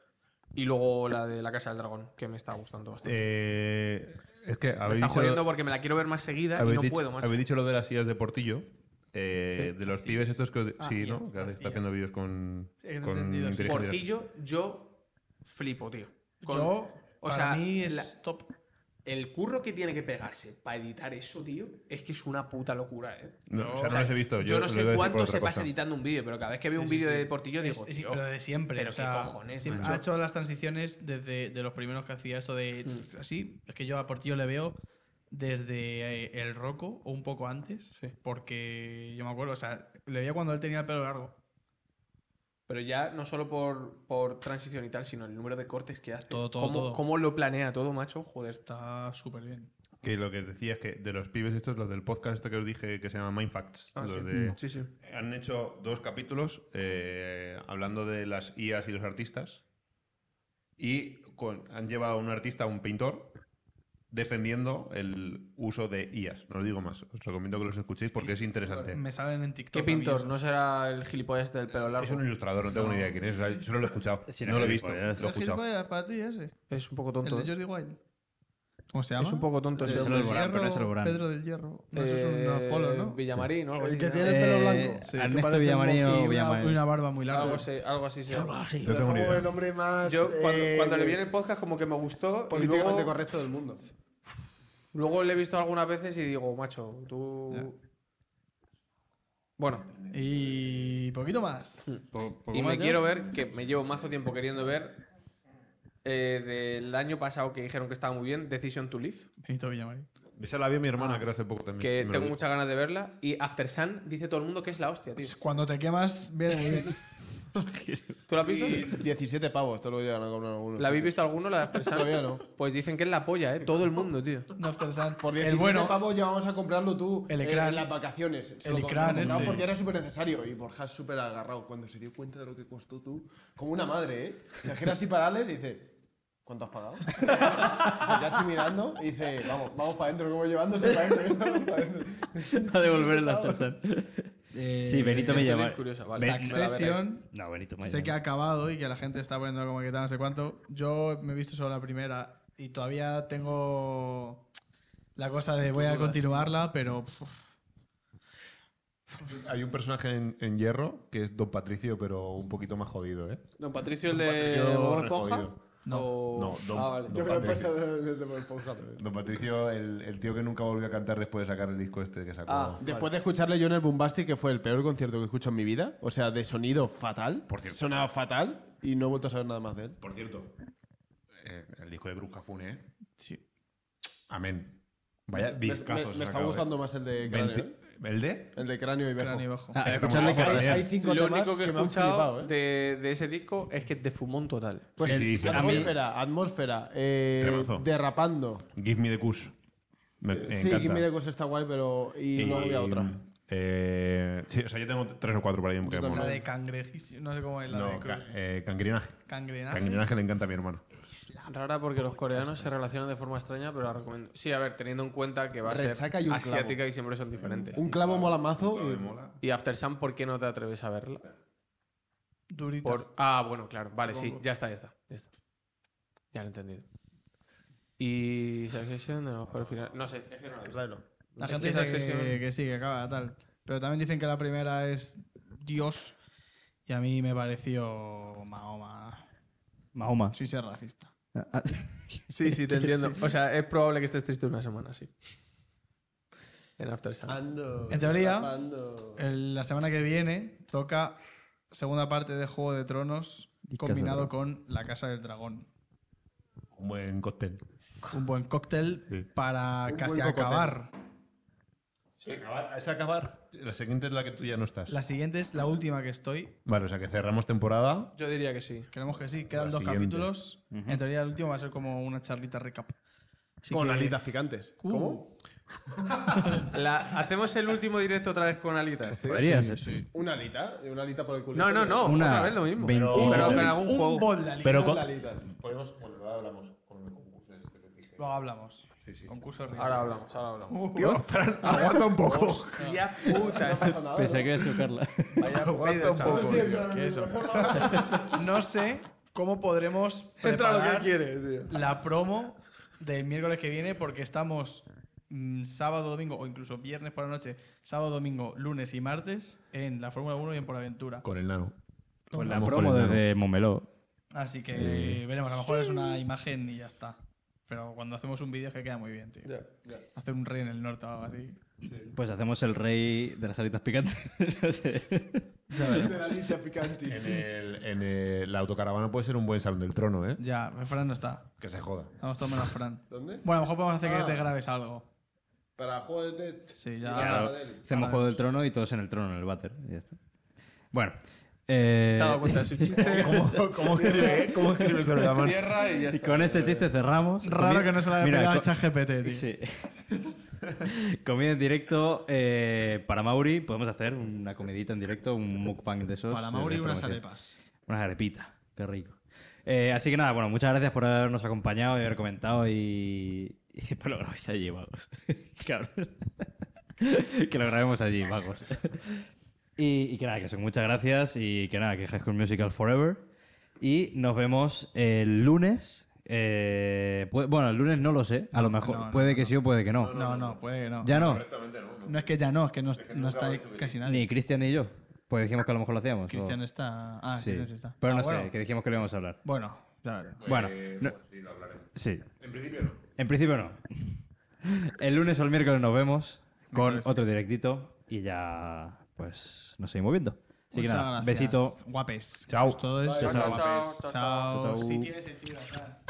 Y luego la de la Casa del Dragón, que me está gustando bastante. Eh, es que me habéis está dicho, jodiendo porque me la quiero ver más seguida y habéis no dicho- puedo, macho. habéis dicho lo de las sillas de Portillo. eh, Sí, de los las pibes sillas. estos que... Ah, sí, ¿no? sillas, Que las está sillas. haciendo vídeos con... Sí, que te he con entendido, sí. inteligencia artificial. Portillo, yo flipo, tío. Con- Yo, o para sea, mí es la- top. El curro que tiene que pegarse para editar eso, tío, es que es una puta locura, ¿eh? No, No, o sea, o no sea, los he visto. Yo, Yo, no lo iba a sé decir cuánto por otra se pasa cosa. editando un vídeo, pero cada vez que veo Sí, un sí, vídeo sí. de Portillo Es- digo, es- tío, pero de siempre. pero o qué sea, cojones, siempre macho. ha hecho las transiciones desde de los primeros que hacía esto de Mm. así. Es que yo a Portillo le veo desde eh, el Roco o un poco antes, Sí. porque yo me acuerdo, o sea, le veía cuando él tenía el pelo largo. pero ya no solo por, por transición y tal, sino el número de cortes que hace. Todo, todo, ¿Cómo, todo. cómo lo planea todo, macho? Joder. Está súper bien. Que lo que os decía es que de los pibes estos, los del podcast este que os dije que se llama Mindfacts, Ah, los sí. de- Mm. Sí, sí. han hecho dos capítulos eh, hablando de las IAs y los artistas y con- han llevado a un artista, a un pintor, defendiendo el uso de IAs. No os digo más, os recomiendo que los escuchéis porque es interesante. Me salen en TikTok. ¿Qué a mí pintor? esos. ¿No será el gilipollas del pelo largo? Es un ilustrador, no tengo ni idea de quién es, o sea, solo lo he escuchado. Sí, no lo he sí, visto, lo he pues, ¿Es escuchado. gilipollas para ti ese? Es un poco El tonto. de ¿eh? Jordi Wild. ¿Cómo se llama? Es un poco tonto Ese ese no hombre. es Borán, pero Hierro, es el Borán. Pedro del Hierro. No, eso es un Eh, Apolo, ¿no? Villamarín o algo así. El que ¿no? tiene el pelo Eh, blanco. Sí, que Ernesto parece un Villamarín o moji y una- Villamarín. Y una barba muy larga. Algo así, algo así se llama. No tengo ni como idea. el hombre más Yo cuando, eh, cuando le vi en el podcast como que me gustó. y políticamente luego- correcto del mundo. Luego le he visto algunas veces y digo, macho, tú. Bueno, Y poquito más. Hmm. Pues y me quiero ver, que me llevo mazo tiempo queriendo ver, eh, del año pasado que dijeron que estaba muy bien, Decision to Live, Benito Villamarín. Esa la vi mi hermana, creo, hace poco también. que Me lo tengo dijo. muchas ganas de verla, y After Sun dice todo el mundo que es la hostia, tío. Cuando te quemas, viene muy bien. *laughs* ¿Tú la has visto? *laughs* Y 17 pavos, esto lo llegan a comprar algunos. ¿La habéis visto alguno, la de After Sun? Todavía no. Pues dicen que es la polla, ¿eh? Todo el mundo, tío. No After Sun. Por 17 el bueno. pavos ya vamos a comprarlo tú El eh, Ecran. en las vacaciones. Se El lo com- lo Ecran compramos este. porque era súper necesario y Borja es súper agarrado. Cuando se dio cuenta de lo que costó tú, como una madre, ¿eh? Se gira así para Alex y dice, ¿cuánto has pagado? *laughs* se queda así mirando y dice, vamos, vamos para adentro, *laughs* como llevándose para adentro. A devolver el After *laughs* Sun. Eh, eh, Sí, Benito me Decision to llama. Live, curiosa, vale. Ven- Me la veré. Succession. No, Benito me Sé que ha llama. acabado y que la gente está poniendo como que tal, no sé cuánto. Yo me he visto solo la primera y todavía tengo la cosa de voy a Dudas. continuarla, pero pff, Hay un personaje en, en hierro que es Don Patricio, pero un poquito más jodido, ¿eh? Don Patricio, el de Yo Bob re Esponja. jodido. No. O- No, Don- Ah, vale. Don Yo me lo he Patrick. pasado Después Don Patricio, el, el tío que nunca volvió a cantar después de sacar el disco este que sacó. Ah, de escucharle yo en el Bombastic, que fue el peor concierto que he escuchado en mi vida, o sea, de sonido fatal, Por cierto. sonaba fatal y no he vuelto a saber nada más de él. Por cierto, eh, el disco de Cruz Cafune, ¿eh? Sí. Amén. Vaya, Me- discazos me- se me está acabó, gustando ¿eh? más el de Veinti- Cráneo, ¿El de? El de cráneo y bajo. Cráneo y bajo. Ah, escucharle Está muy guapo, cráneo. ¿eh? Hay cinco Lo temas único que he que me han escuchado flipado, ¿eh? de, de ese disco es que es de fumón total. Pues Sí, el- sí, pero a mí- atmósfera, atmósfera, eh, Temazo. derrapando. Give Me the Kush. Me sí, encanta. Give Me the Ghost está guay, pero y, luego había otra. eh, sí, o sea, yo tengo tres o cuatro por ahí en Pokémon. La de cangrejísimo. No sé cómo es la de. No, creo- ca- eh, cangrinaje. Cangrenaje. Cangrinaje le encanta a mi hermano. Rara porque los coreanos se relacionan de forma extraña, pero la recomiendo. Sí, a ver, teniendo en cuenta que va a Resaca y ser un clavo. asiática y siempre son diferentes. Un clavo mola mazo. Me eh. y- mola. Y After Sun, ¿por qué no te atreves a verla? Durita. Por- Ah, bueno, claro. Vale, sí, Supongo. ya está, ya está. Ya, está. Ya lo he entendido. Y Succession, a lo mejor al final. No sé, es que no lo he visto. Raro. La Es gente que Eh, dice Succession- que, que sí, que acaba tal. Pero también dicen que la primera es Dios. Y a mí me pareció Mahoma. Mahoma. Sí, ser racista. Ah, *laughs* ah. Sí, *laughs* sí, te entiendo. O sea, es probable que estés triste una semana, sí. En After Sun. Ando, En teoría, derrapando. Eh, El- la semana que viene toca segunda parte de Juego de Tronos Y Casa combinado del con La Casa del Dragón. Un buen cóctel. Un buen cóctel Sí. para Un casi buen cóctel. acabar. Es acabar. La siguiente es la que tú ya no estás. La siguiente es la última que estoy. Vale, o sea que cerramos temporada. Yo diría que sí. Creemos que sí. Quedan La dos siguiente. capítulos. En teoría, el último va a ser como una charlita recap. Así Con que- alitas picantes. Uh. *laughs* ¿Cómo? La- Ah, Hacemos el último directo otra vez con alitas. tío? Podría ser. ¿Una alita? eh, ¿Una alita por el culo? No, no, no. Una Otra vez lo mismo. Pero, 20. pero con algún Un juego. bol de alitas. Pero con- alitas. Podemos, bueno, ahora hablamos con el concurso este que dije. Luego hablamos. Sí, sí. Concurso de Ahora hablamos, ahora hablamos. Aguanta un poco. Hostia puta. esta- Pensé que iba a socarla. Vaya pedo, chaval. ¿Qué *laughs* es eso? No sé cómo podremos Entra lo que preparar quiere, tío. la promo del miércoles que viene porque estamos mm, sábado, domingo o incluso viernes por la noche, sábado, domingo, lunes y martes en la Fórmula 1 y en Por Aventura. Con el nano. Pues la Vamos promo con el nano. desde Momeló. Así que Eh. veremos, a lo mejor es una imagen y ya está. Pero cuando hacemos un vídeo es que queda muy bien, tío. Hacer un rey en el norte o algo así. Pues hacemos el rey de las alitas picantes. *laughs* No sé. De la alita picante. En, el- en el- la autocaravana puede ser un buen salón del trono, ¿eh? Ya, Fran no está. Que se joda. Vamos a tomar a Fran. ¿Dónde? Bueno, a lo mejor podemos hacer Ah. que te grabes algo. Para juego de Dead. Sí, ya. Claro, hacemos juego del trono y todos en el trono, en el váter. y ya está. Bueno. eh, Se ha dado pues, cuenta de su chiste. ¿Cómo, escribe, ¿Cómo *laughs* escribe sobre la marcha? Cierra y ya *laughs* y está. con este chiste cerramos. Raro Comi- que no se la haya Mira, pegado a co- ChatGPT, *laughs* tío. Sí. *laughs* Comida en directo eh, para Mauri. Podemos hacer una comidita en directo, un mukbang de esos. Para Mauri eh, unas promoción. arepas. Unas arepitas, qué rico. Eh, así que nada, bueno, muchas gracias por habernos acompañado y haber comentado y, y *laughs* por lo grabéis allí, vagos. *laughs* Cabrón. que lo grabemos allí, vagos. y, y que nada, que son muchas gracias y que nada, que High School Musical Forever. Y nos vemos el lunes. eh, pu- bueno, el lunes no lo sé, a lo mejor no, no, puede no, que sí o puede que no. No, no, puede que no. ya no, No es que ya no, es que no, no está ahí casi nadie. ni Cristian ni yo. Pues dijimos que a lo mejor lo hacíamos. o- Cristian está. Ah, sí. Cristian sí está. Pero Ah, no bueno. sé, que dijimos que lo íbamos a hablar. Bueno, ya veremos. Bueno, no- sí, lo hablaremos. sí. eh, En principio no. En principio no. El lunes o el miércoles nos vemos con otro directito y ya pues nos seguimos viendo. Así que Muchas nada, gracias. besito. Guapes. Chao. Todo eso. Chao, chao. guapes. Chao, chao, Chao. chao. Sí tiene sentido, claro.